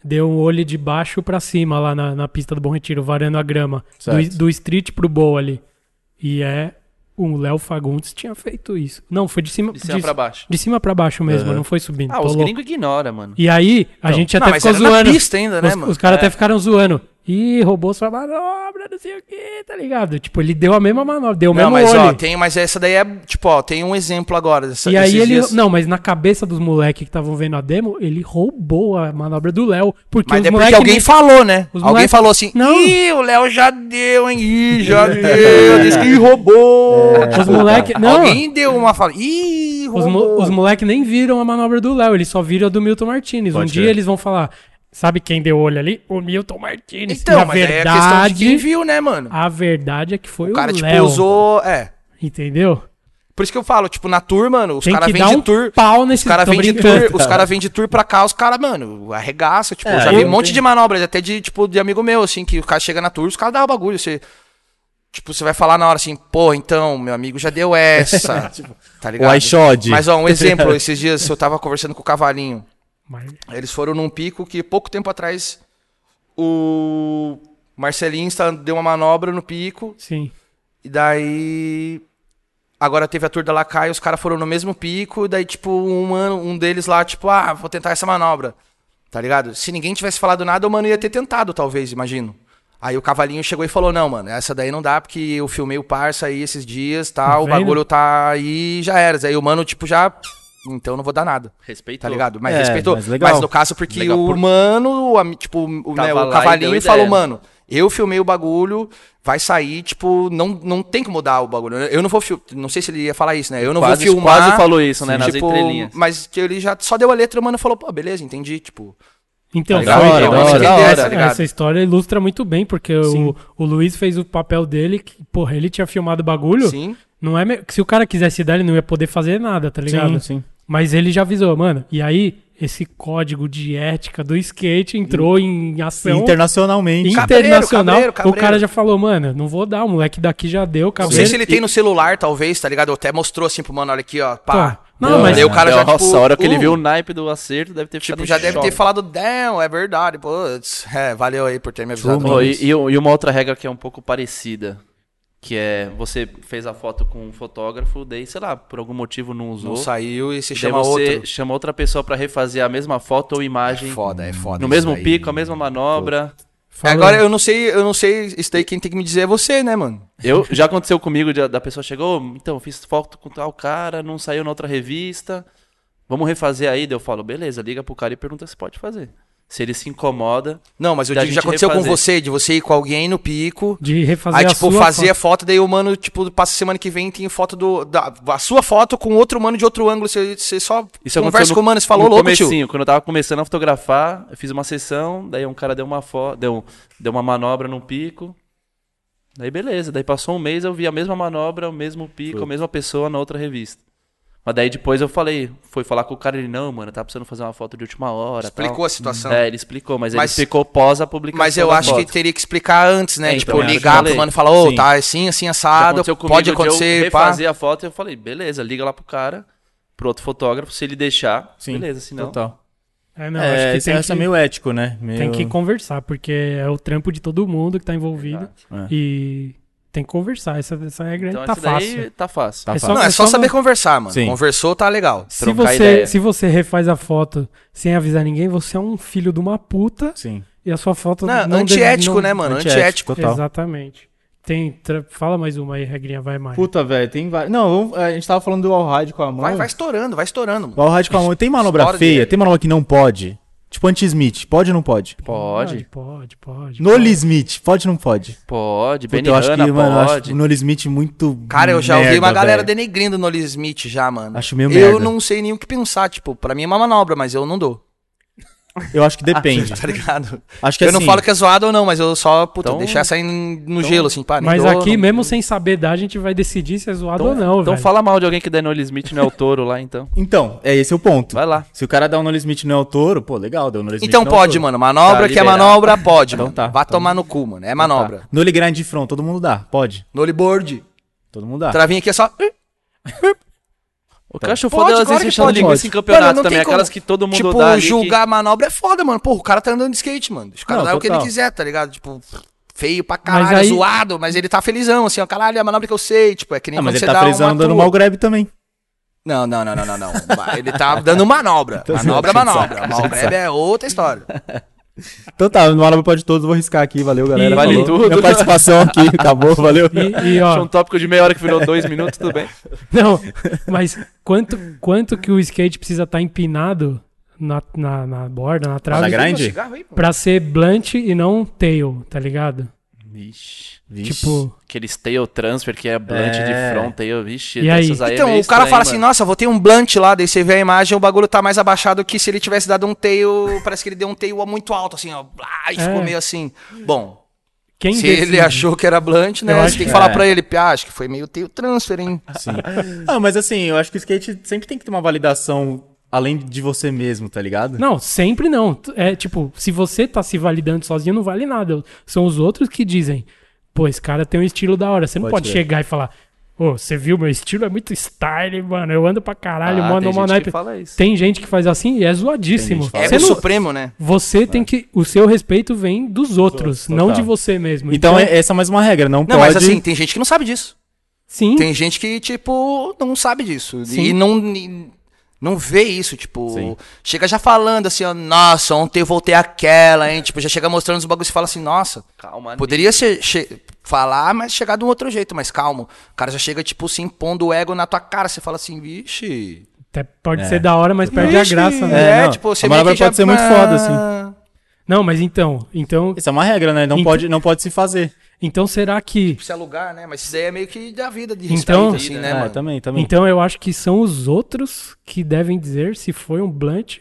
[SPEAKER 2] deu um olho de baixo pra cima lá na, na pista do Bom Retiro, varando a grama.
[SPEAKER 4] Certo.
[SPEAKER 2] Do, do street pro bowl ali. E é. O Léo Fagundes tinha feito isso. Não, foi de cima,
[SPEAKER 5] De cima pra baixo.
[SPEAKER 2] de cima pra baixo mesmo, não foi subindo.
[SPEAKER 5] Ah,
[SPEAKER 2] tô
[SPEAKER 5] os
[SPEAKER 2] louco.
[SPEAKER 5] gringos ignoram, mano.
[SPEAKER 2] E aí, a gente
[SPEAKER 3] não,
[SPEAKER 2] até
[SPEAKER 3] mas
[SPEAKER 2] ficou
[SPEAKER 3] era na
[SPEAKER 2] zoando.
[SPEAKER 3] pista ainda, né,
[SPEAKER 2] os
[SPEAKER 3] mano?
[SPEAKER 2] os caras até ficaram zoando. Ih, roubou sua manobra, não sei o que, tá ligado? Tipo, ele deu a mesma manobra, deu o mesmo
[SPEAKER 3] Não, mas ó,
[SPEAKER 2] olho.
[SPEAKER 3] tem, mas essa daí é, tipo, ó, tem um exemplo agora. dessa-
[SPEAKER 2] E aí
[SPEAKER 3] esses
[SPEAKER 2] ele.
[SPEAKER 3] dias.
[SPEAKER 2] Não, mas na cabeça dos moleques que estavam vendo a demo, ele roubou a manobra do Léo. Porque
[SPEAKER 3] Mas
[SPEAKER 2] os
[SPEAKER 3] é porque
[SPEAKER 2] moleques.
[SPEAKER 3] alguém falou, né?
[SPEAKER 2] Os
[SPEAKER 3] alguém
[SPEAKER 2] moleque-
[SPEAKER 3] falou assim,
[SPEAKER 2] Não.
[SPEAKER 3] ih, o Léo já deu, hein? Ih, já deu, disse que roubou.
[SPEAKER 2] Os moleque. Não,
[SPEAKER 3] Alguém deu uma fala, ih,
[SPEAKER 2] os,
[SPEAKER 3] roubou.
[SPEAKER 2] mo, os moleque nem viram a manobra do Léo, eles só viram a do Milton Martinez. um
[SPEAKER 4] Pode
[SPEAKER 2] dia
[SPEAKER 4] crer.
[SPEAKER 2] eles vão falar. Sabe quem deu olho ali? O Milton Martinez.
[SPEAKER 3] Então,
[SPEAKER 2] na
[SPEAKER 3] mas aí é questão de
[SPEAKER 2] verdade.
[SPEAKER 3] quem viu, né, mano?
[SPEAKER 2] a verdade é que foi o,
[SPEAKER 3] o cara, tipo,
[SPEAKER 2] Léo.
[SPEAKER 3] usou, é.
[SPEAKER 2] Entendeu?
[SPEAKER 3] Por isso que eu falo, tipo, na tour, mano, os
[SPEAKER 2] Tem
[SPEAKER 3] caras
[SPEAKER 2] que dar
[SPEAKER 3] vendem
[SPEAKER 2] um
[SPEAKER 3] tour...
[SPEAKER 2] pau
[SPEAKER 3] Os
[SPEAKER 2] nesse
[SPEAKER 3] caras
[SPEAKER 2] tô
[SPEAKER 3] vendem
[SPEAKER 2] brincando.
[SPEAKER 3] tour, os cara vende tour pra cá, os caras, mano, arregaça, tipo,
[SPEAKER 4] É,
[SPEAKER 3] eu já
[SPEAKER 4] eu
[SPEAKER 3] vi um
[SPEAKER 4] não
[SPEAKER 3] monte
[SPEAKER 4] tenho-
[SPEAKER 3] de manobras, até de, tipo, de amigo meu, assim, que o cara chega na tour, os caras dão o bagulho, você... Tipo, você vai falar na hora assim, pô, então, meu amigo já deu essa, tá ligado?
[SPEAKER 4] o iShod.
[SPEAKER 3] Mas, ó, um exemplo, esses dias eu tava conversando com o Cavalinho,
[SPEAKER 2] Mas-
[SPEAKER 3] eles foram num pico que pouco tempo atrás o Marcelinho está- deu uma manobra no pico,
[SPEAKER 2] Sim.
[SPEAKER 3] e daí. Agora teve a Tour da Lacaia, os caras foram no mesmo pico, e daí, tipo, um, mano, um deles lá, tipo, ah, vou tentar essa manobra. Tá ligado? Se ninguém tivesse falado nada, o mano ia ter tentado, talvez, imagino. Aí o cavalinho chegou e falou: Não, mano, essa daí não dá, porque eu filmei o parça aí esses dias,
[SPEAKER 2] Tá
[SPEAKER 3] tá? O
[SPEAKER 2] vendo?
[SPEAKER 3] bagulho tá aí já era. Aí o mano, tipo, já. Então não vou dar nada.
[SPEAKER 5] Respeito.
[SPEAKER 3] Tá ligado? Mas
[SPEAKER 4] É,
[SPEAKER 3] respeitou.
[SPEAKER 4] mas legal.
[SPEAKER 3] no caso, porque
[SPEAKER 5] Legal,
[SPEAKER 3] o
[SPEAKER 5] por-
[SPEAKER 3] mano, a- tipo, o, né,
[SPEAKER 5] Tava
[SPEAKER 3] o
[SPEAKER 5] lá e
[SPEAKER 3] cavalinho
[SPEAKER 5] deu
[SPEAKER 3] falou,
[SPEAKER 5] ideia.
[SPEAKER 3] mano, eu filmei o bagulho, vai sair, tipo, não, não tem que mudar o bagulho. Eu não vou filmar. Não sei se ele ia falar isso, né? Eu não
[SPEAKER 5] Quase-
[SPEAKER 3] vou filmar. tipo,
[SPEAKER 5] quase falou isso, né, nas entrelinhas.
[SPEAKER 3] Mas ele já só deu a letra e o mano falou, pô, beleza, entendi. Tipo,
[SPEAKER 2] Então,
[SPEAKER 3] Tá ligado?
[SPEAKER 2] foi-
[SPEAKER 4] Da hora,
[SPEAKER 2] então,
[SPEAKER 4] da
[SPEAKER 2] essa-
[SPEAKER 4] hora, da
[SPEAKER 2] essa-
[SPEAKER 3] hora. tá ligado?
[SPEAKER 2] Essa história ilustra muito bem, porque o, o Luiz fez o papel dele, que, porra, ele tinha filmado o bagulho.
[SPEAKER 3] sim.
[SPEAKER 2] Não é me- que se o cara quisesse dar, ele não ia poder fazer nada, tá ligado?
[SPEAKER 4] Sim, sim.
[SPEAKER 2] Mas ele já avisou, mano. E aí, esse código de ética do skate entrou em ação
[SPEAKER 4] Internacionalmente.
[SPEAKER 3] Ca-
[SPEAKER 2] internacional.
[SPEAKER 3] Cabreiro, cabreiro,
[SPEAKER 2] O
[SPEAKER 3] cabreiro.
[SPEAKER 2] cara já falou, mano, não vou dar, o moleque daqui já deu,
[SPEAKER 3] Não
[SPEAKER 2] cabreiro.
[SPEAKER 3] sei se ele tem no celular, talvez, tá ligado? Eu até mostrou assim pro mano, olha aqui, ó, pá.
[SPEAKER 2] Tá. Não, mas-
[SPEAKER 3] Daí o cara já,
[SPEAKER 5] é. Nossa,
[SPEAKER 3] tipo,
[SPEAKER 5] a hora que ele
[SPEAKER 3] uh,
[SPEAKER 5] viu o naipe do acerto, deve ter
[SPEAKER 3] Tipo,
[SPEAKER 5] ficado
[SPEAKER 3] já
[SPEAKER 5] em
[SPEAKER 3] deve
[SPEAKER 5] choque.
[SPEAKER 3] ter falado, damn, é verdade. Putz, é, valeu aí por ter me avisado.
[SPEAKER 5] Ô, e, e- e uma outra regra que é um pouco parecida, que é você fez a foto com um fotógrafo, daí, sei lá, por algum motivo não usou.
[SPEAKER 3] Não saiu e se
[SPEAKER 5] daí
[SPEAKER 3] chama
[SPEAKER 5] você
[SPEAKER 3] outro.
[SPEAKER 5] chama outra pessoa pra refazer a mesma foto ou imagem.
[SPEAKER 3] Foda, é foda.
[SPEAKER 5] no
[SPEAKER 3] isso
[SPEAKER 5] mesmo
[SPEAKER 3] daí.
[SPEAKER 5] pico, a mesma manobra.
[SPEAKER 2] Falou.
[SPEAKER 3] Agora eu não sei, eu não sei, isso daí quem tem que me dizer é você, né, mano?
[SPEAKER 5] Eu, já aconteceu comigo, de- da pessoa chegou, "Ô, então, fiz foto com tal cara, não saiu na outra revista. Vamos refazer aí? Daí eu falo, beleza, liga pro cara e pergunta se pode fazer. Se ele se incomoda.
[SPEAKER 3] Não, mas eu
[SPEAKER 5] Da
[SPEAKER 3] digo, já
[SPEAKER 5] gente
[SPEAKER 3] aconteceu com
[SPEAKER 5] refazer.
[SPEAKER 3] você, de você ir com alguém no pico.
[SPEAKER 2] De refazer
[SPEAKER 3] aí,
[SPEAKER 2] a
[SPEAKER 3] tipo,
[SPEAKER 2] sua
[SPEAKER 3] fazer a
[SPEAKER 2] foto.
[SPEAKER 3] foto, daí o mano, tipo, passa semana que vem tem foto do. Da, a sua foto com outro mano de outro ângulo. Você, você só conversa
[SPEAKER 5] Isso aconteceu
[SPEAKER 3] com o
[SPEAKER 5] no-
[SPEAKER 3] mano, você falou
[SPEAKER 5] no
[SPEAKER 3] louco, tio.
[SPEAKER 5] comecinho, Quando eu tava começando a fotografar, eu fiz uma sessão, daí um cara deu uma foto, deu, deu uma manobra num pico. Daí beleza, daí passou um mês, eu vi a mesma manobra, o mesmo pico, a mesma pessoa na outra revista. Mas daí depois eu falei, foi falar com o cara, ele, não, mano, tá precisando fazer uma foto de última hora. tal."
[SPEAKER 3] Explicou a situação.
[SPEAKER 5] É, ele explicou, mas, ele
[SPEAKER 3] Mas-
[SPEAKER 5] explicou pós a publicação.
[SPEAKER 3] Mas eu
[SPEAKER 5] da
[SPEAKER 3] acho
[SPEAKER 5] foto.
[SPEAKER 3] que teria que explicar antes, né?
[SPEAKER 5] É,
[SPEAKER 3] tipo,
[SPEAKER 5] então, é, eu
[SPEAKER 3] ligar pro
[SPEAKER 5] falei.
[SPEAKER 3] mano e falar, ô,
[SPEAKER 4] Sim.
[SPEAKER 3] tá assim, assim,
[SPEAKER 5] Já
[SPEAKER 3] assado,
[SPEAKER 5] aconteceu comigo
[SPEAKER 3] pode
[SPEAKER 5] de eu
[SPEAKER 3] acontecer, pá.
[SPEAKER 5] refazer a foto, eu falei, beleza, liga lá pro cara, pro outro fotógrafo, se ele deixar,
[SPEAKER 4] Sim,
[SPEAKER 5] beleza, se não.
[SPEAKER 4] Total.
[SPEAKER 2] É, não,
[SPEAKER 4] é,
[SPEAKER 2] acho que
[SPEAKER 4] isso
[SPEAKER 2] tem
[SPEAKER 4] é
[SPEAKER 2] que,
[SPEAKER 4] meio ético, né? Meio...
[SPEAKER 2] tem que conversar, porque é o trampo de todo mundo que tá envolvido.
[SPEAKER 4] É.
[SPEAKER 2] E tem que conversar. Essa, essa regra
[SPEAKER 5] Então
[SPEAKER 2] tá
[SPEAKER 5] isso daí
[SPEAKER 2] fácil.
[SPEAKER 5] tá fácil.
[SPEAKER 4] Tá
[SPEAKER 2] É
[SPEAKER 4] fácil.
[SPEAKER 3] Não, é só
[SPEAKER 2] uma-
[SPEAKER 3] saber conversar, mano.
[SPEAKER 4] Sim.
[SPEAKER 3] Conversou, tá legal.
[SPEAKER 2] Se
[SPEAKER 5] trocar
[SPEAKER 2] você,
[SPEAKER 5] ideia.
[SPEAKER 2] se você refaz a foto sem avisar ninguém, você é um filho de uma puta
[SPEAKER 4] Sim.
[SPEAKER 2] e a sua foto
[SPEAKER 3] Não,
[SPEAKER 2] não, deve-
[SPEAKER 3] antiético,
[SPEAKER 2] não-
[SPEAKER 3] né, mano? Antiético.
[SPEAKER 4] Total.
[SPEAKER 2] Exatamente. Tem, tra- fala mais uma aí, regrinha, vai mais.
[SPEAKER 4] Puta, velho, tem vários. Não, vamos- é, a gente tava falando do Alrad com a mão.
[SPEAKER 3] Vai, vai estourando, vai estourando, mano.
[SPEAKER 4] O Alrad com a mão. Tem manobra
[SPEAKER 3] Estoura
[SPEAKER 4] feia,
[SPEAKER 3] direto.
[SPEAKER 4] tem manobra que não pode. Tipo anti-Smith, pode ou não pode?
[SPEAKER 5] Pode,
[SPEAKER 2] Pode, pode. pode.
[SPEAKER 4] Nolly Smith, pode ou não pode?
[SPEAKER 5] pode.
[SPEAKER 4] Puta,
[SPEAKER 5] Benny
[SPEAKER 4] eu acho que,
[SPEAKER 5] Hanna,
[SPEAKER 4] mano, eu acho
[SPEAKER 5] pode.
[SPEAKER 4] o Nolly Smith muito.
[SPEAKER 3] Cara, eu já ouvi
[SPEAKER 4] merda,
[SPEAKER 3] uma galera
[SPEAKER 4] velho.
[SPEAKER 3] denegrindo no Lee Smith já, mano.
[SPEAKER 4] Acho meio
[SPEAKER 3] Eu
[SPEAKER 4] merda.
[SPEAKER 3] não sei nem o que pensar, tipo, pra mim é uma manobra, mas eu não dou,
[SPEAKER 4] Eu acho que depende.
[SPEAKER 3] tá ligado?
[SPEAKER 4] acho que
[SPEAKER 3] Eu
[SPEAKER 4] assim,
[SPEAKER 3] não falo que é zoado ou não, mas eu só, puta,
[SPEAKER 5] Então-
[SPEAKER 3] deixar sair no gelo, assim, pá. nem
[SPEAKER 2] Mas
[SPEAKER 3] dou,
[SPEAKER 2] aqui,
[SPEAKER 3] não-
[SPEAKER 2] mesmo sem saber dar, a gente vai decidir se é zoado ou
[SPEAKER 5] Então,
[SPEAKER 2] não,
[SPEAKER 5] então
[SPEAKER 2] velho.
[SPEAKER 5] fala mal de alguém que der Noel Smith não é o touro lá, então.
[SPEAKER 4] Então, é esse é o ponto.
[SPEAKER 5] Vai lá.
[SPEAKER 4] Se o cara dá um Nolly Smith no El Toro, pô, legal, deu um Nolly Smith
[SPEAKER 3] Então
[SPEAKER 4] no El
[SPEAKER 3] pode,
[SPEAKER 4] Toro.
[SPEAKER 3] mano. Manobra
[SPEAKER 5] Tá
[SPEAKER 3] que é
[SPEAKER 5] liberado.
[SPEAKER 3] manobra, pode, mano.
[SPEAKER 4] tá,
[SPEAKER 3] Vai
[SPEAKER 4] então-
[SPEAKER 3] tomar no cu, mano. É manobra.
[SPEAKER 4] Tá. Nolly grind de front, todo mundo dá, pode.
[SPEAKER 3] Nolly board.
[SPEAKER 4] Todo mundo dá.
[SPEAKER 3] Travinha aqui é só.
[SPEAKER 5] O que eu acho
[SPEAKER 3] Pode,
[SPEAKER 5] foda é elas
[SPEAKER 3] claro que
[SPEAKER 5] fechando
[SPEAKER 3] pode,
[SPEAKER 5] linguiça
[SPEAKER 4] pode.
[SPEAKER 5] em campeonato
[SPEAKER 3] Mano, não
[SPEAKER 5] também.
[SPEAKER 3] tem como.
[SPEAKER 5] Aquelas que todo mundo
[SPEAKER 3] tipo,
[SPEAKER 5] dá ali. que-
[SPEAKER 3] julgar a manobra é foda, mano. Porra, o cara tá andando de skate, mano. Deixa O cara
[SPEAKER 4] Não,
[SPEAKER 3] dá o que ele
[SPEAKER 4] total.
[SPEAKER 3] quiser, tá ligado? Tipo, feio pra caralho,
[SPEAKER 2] aí-
[SPEAKER 3] zoado, mas ele tá felizão, assim, ó. Caralho, é a manobra que eu sei. Tipo, é que nem
[SPEAKER 4] Ah,
[SPEAKER 3] quando
[SPEAKER 4] mas
[SPEAKER 3] você
[SPEAKER 4] ele
[SPEAKER 3] dá
[SPEAKER 4] tá
[SPEAKER 3] uma
[SPEAKER 4] frisando dando
[SPEAKER 3] tua.
[SPEAKER 4] mal grab também.
[SPEAKER 3] Não, não, não, não, não, não. Ele tá dando manobra. Manobra é manobra. Malgrebe é outra história.
[SPEAKER 4] Então tá, no Alaba pode todos, vou riscar aqui, valeu galera.
[SPEAKER 2] E-
[SPEAKER 5] Vale
[SPEAKER 4] falou.
[SPEAKER 5] tudo.
[SPEAKER 4] Minha participação aqui, acabou, valeu. tá
[SPEAKER 2] E, e,
[SPEAKER 5] Achou um
[SPEAKER 2] ó,
[SPEAKER 5] tópico de meia hora que virou dois minutos, tudo bem.
[SPEAKER 2] não, mas quanto, quanto que o skate precisa estar empinado na, na, na borda, na
[SPEAKER 4] Na
[SPEAKER 2] trave,
[SPEAKER 4] grind?
[SPEAKER 2] pra ser blunt e não tail, tá ligado?
[SPEAKER 5] Vixe.
[SPEAKER 4] Vixe.
[SPEAKER 2] Tipo,
[SPEAKER 5] Aqueles tail transfer que é blunt
[SPEAKER 4] É.
[SPEAKER 5] de front, tail, vixe.
[SPEAKER 2] E aí?
[SPEAKER 5] dessas é
[SPEAKER 3] Então,
[SPEAKER 5] meio
[SPEAKER 3] o cara
[SPEAKER 5] estranho,
[SPEAKER 3] fala assim,
[SPEAKER 5] mano.
[SPEAKER 3] nossa, vou ter um blunt lá, daí você vê a imagem, o bagulho tá mais abaixado que se ele tivesse dado um tail, parece que ele deu um tail muito alto, assim, ó, blá, e ficou
[SPEAKER 2] É.
[SPEAKER 3] meio assim. Bom,
[SPEAKER 2] quem
[SPEAKER 3] se
[SPEAKER 2] decide?
[SPEAKER 3] ele achou que era blunt,
[SPEAKER 2] Eu
[SPEAKER 3] né,
[SPEAKER 2] acho
[SPEAKER 3] você tem que
[SPEAKER 4] que-
[SPEAKER 3] falar
[SPEAKER 4] é.
[SPEAKER 3] pra ele, "Pia, acho que foi meio tail transfer, hein.
[SPEAKER 4] Sim. Ah, mas assim, eu acho que o skate sempre tem que ter uma validação além de você mesmo, tá ligado?
[SPEAKER 2] Não, sempre não. T- É tipo, se você tá se validando sozinho, não vale nada. São os outros que dizem, pô, esse cara tem um estilo da hora. Você não
[SPEAKER 4] Pode
[SPEAKER 2] pode,
[SPEAKER 4] crer.
[SPEAKER 2] chegar e falar, ô, você viu, meu estilo é muito style, mano. Eu ando pra caralho,
[SPEAKER 5] Ah,
[SPEAKER 2] mano,
[SPEAKER 5] tem
[SPEAKER 2] mano.
[SPEAKER 5] gente que
[SPEAKER 2] naipe."
[SPEAKER 5] fala isso.
[SPEAKER 2] Tem gente que faz assim e é zoadíssimo.
[SPEAKER 4] Tem gente que fala.
[SPEAKER 3] É
[SPEAKER 2] Você,
[SPEAKER 3] o
[SPEAKER 2] não-
[SPEAKER 3] supremo, né.
[SPEAKER 2] você tem que. O seu respeito vem dos outros,
[SPEAKER 4] outros,
[SPEAKER 2] não
[SPEAKER 4] total.
[SPEAKER 2] de você mesmo.
[SPEAKER 4] Então, é- essa é mais uma regra, não,
[SPEAKER 3] Não,
[SPEAKER 4] pode...
[SPEAKER 3] mas assim, tem gente que não sabe disso.
[SPEAKER 2] sim.
[SPEAKER 3] Tem gente que, tipo, não sabe disso.
[SPEAKER 4] Sim.
[SPEAKER 3] E não, e não vê isso, tipo.
[SPEAKER 4] Sim.
[SPEAKER 3] Chega já falando assim, ó, nossa, ontem eu voltei aquela, hein? Tipo, já chega mostrando os bagulhos e fala assim, nossa,
[SPEAKER 5] Calma,
[SPEAKER 3] poderia ser. che- Falar, mas chegar de um outro jeito, mas calmo. O cara já chega, tipo, se impondo o ego na tua cara. Você fala assim, vixe.
[SPEAKER 2] Até
[SPEAKER 3] É.
[SPEAKER 2] pode ser da hora, mas perde a
[SPEAKER 3] vixe."
[SPEAKER 2] graça, né?
[SPEAKER 4] É,
[SPEAKER 3] É,
[SPEAKER 4] não.
[SPEAKER 3] tipo, você
[SPEAKER 4] A
[SPEAKER 3] meio
[SPEAKER 4] manobra
[SPEAKER 3] que já-
[SPEAKER 4] pode ser muito foda, assim.
[SPEAKER 3] Ah.
[SPEAKER 2] Não, mas então. Então,
[SPEAKER 4] Essa é uma regra, né? Não,
[SPEAKER 2] Então-
[SPEAKER 4] pode, não pode se fazer.
[SPEAKER 2] então será que.
[SPEAKER 3] Se alugar, né? Mas isso daí é meio que da vida de respeito,
[SPEAKER 2] Então-
[SPEAKER 3] assim, né,
[SPEAKER 4] ah,
[SPEAKER 3] mano?
[SPEAKER 4] também, também.
[SPEAKER 2] Então eu acho que são os outros que devem dizer se foi um blunt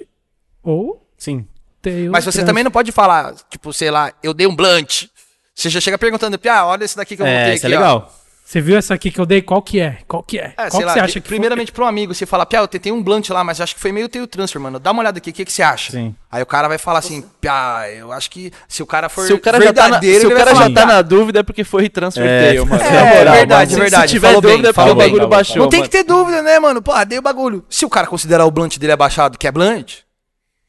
[SPEAKER 2] ou
[SPEAKER 4] Sim.
[SPEAKER 2] tail.
[SPEAKER 3] Mas você também não pode falar, tipo, sei lá, eu dei um blunt. Você já chega perguntando, Pia, olha esse daqui que eu
[SPEAKER 4] é,
[SPEAKER 3] montei
[SPEAKER 4] isso
[SPEAKER 3] Então, aqui,
[SPEAKER 4] é
[SPEAKER 3] ó."
[SPEAKER 4] legal.
[SPEAKER 2] Você viu essa aqui que eu dei? Qual que é? Qual que é?
[SPEAKER 3] É,
[SPEAKER 2] Qual
[SPEAKER 3] sei
[SPEAKER 2] que
[SPEAKER 3] lá,
[SPEAKER 2] você
[SPEAKER 3] de-
[SPEAKER 2] acha que
[SPEAKER 3] primeiramente pro amigo, você fala, Pia, eu tentei um blunt lá, mas acho que foi meio teu transfer, mano. Dá uma olhada aqui, o que, que você acha?
[SPEAKER 4] Sim.
[SPEAKER 3] Aí o cara vai falar assim, Pia, eu acho que se o cara for
[SPEAKER 5] Se o cara já tá na, se
[SPEAKER 3] verdadeiro,
[SPEAKER 5] o
[SPEAKER 3] ele vai
[SPEAKER 5] cara já
[SPEAKER 3] falar,
[SPEAKER 5] tá
[SPEAKER 3] "Pia,
[SPEAKER 5] na dúvida é porque foi transfer
[SPEAKER 4] É,
[SPEAKER 5] tail, mano.
[SPEAKER 4] é,
[SPEAKER 5] Na
[SPEAKER 4] verdade,
[SPEAKER 5] mano.
[SPEAKER 3] verdade,
[SPEAKER 5] Se tiver
[SPEAKER 3] falou bem,
[SPEAKER 5] dúvida é porque
[SPEAKER 3] falou
[SPEAKER 5] o bagulho
[SPEAKER 4] bem.
[SPEAKER 5] baixou.
[SPEAKER 3] Não tem que
[SPEAKER 5] mano.
[SPEAKER 3] ter dúvida, né, mano? Porra, dei o bagulho. Se o cara considerar o blunt dele abaixado, que é blunt,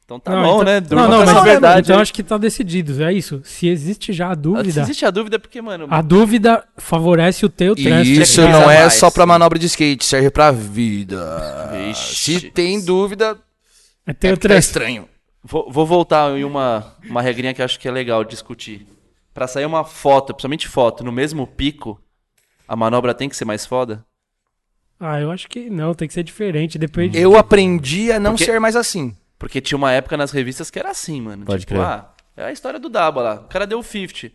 [SPEAKER 5] Então tá
[SPEAKER 2] Não,
[SPEAKER 5] bom,
[SPEAKER 2] então-
[SPEAKER 5] né?
[SPEAKER 2] Não,
[SPEAKER 5] Durma
[SPEAKER 2] não,
[SPEAKER 5] com essa
[SPEAKER 2] mas
[SPEAKER 5] verdade.
[SPEAKER 2] Então
[SPEAKER 5] aí.
[SPEAKER 2] acho que tá decidido. É isso. Se existe
[SPEAKER 3] Ah,
[SPEAKER 2] já a
[SPEAKER 5] Se
[SPEAKER 2] dúvida,
[SPEAKER 5] existe a dúvida, é porque, mano.
[SPEAKER 2] a dúvida favorece o teu transfer.
[SPEAKER 3] isso
[SPEAKER 5] precisa
[SPEAKER 3] não é
[SPEAKER 5] mais.
[SPEAKER 3] só pra manobra de skate, serve pra
[SPEAKER 4] Ah,
[SPEAKER 3] vida.
[SPEAKER 5] Vixe.
[SPEAKER 3] Se tem dúvida,
[SPEAKER 2] É teu
[SPEAKER 3] é porque tá
[SPEAKER 2] transfer.
[SPEAKER 3] estranho.
[SPEAKER 5] Vou, vou voltar em uma, uma regrinha que eu acho que é legal discutir. Pra sair uma foto, principalmente foto, no mesmo pico, a manobra tem que ser mais foda?
[SPEAKER 2] Ah, eu acho que não, tem que ser diferente. Depende.
[SPEAKER 3] Eu aprendi a não
[SPEAKER 5] Porque-
[SPEAKER 3] ser mais assim.
[SPEAKER 5] Porque tinha uma época nas revistas que era assim, mano.
[SPEAKER 4] Pode
[SPEAKER 5] tipo,
[SPEAKER 4] crer.
[SPEAKER 5] ah, é a história do Daba lá. O cara deu o 50.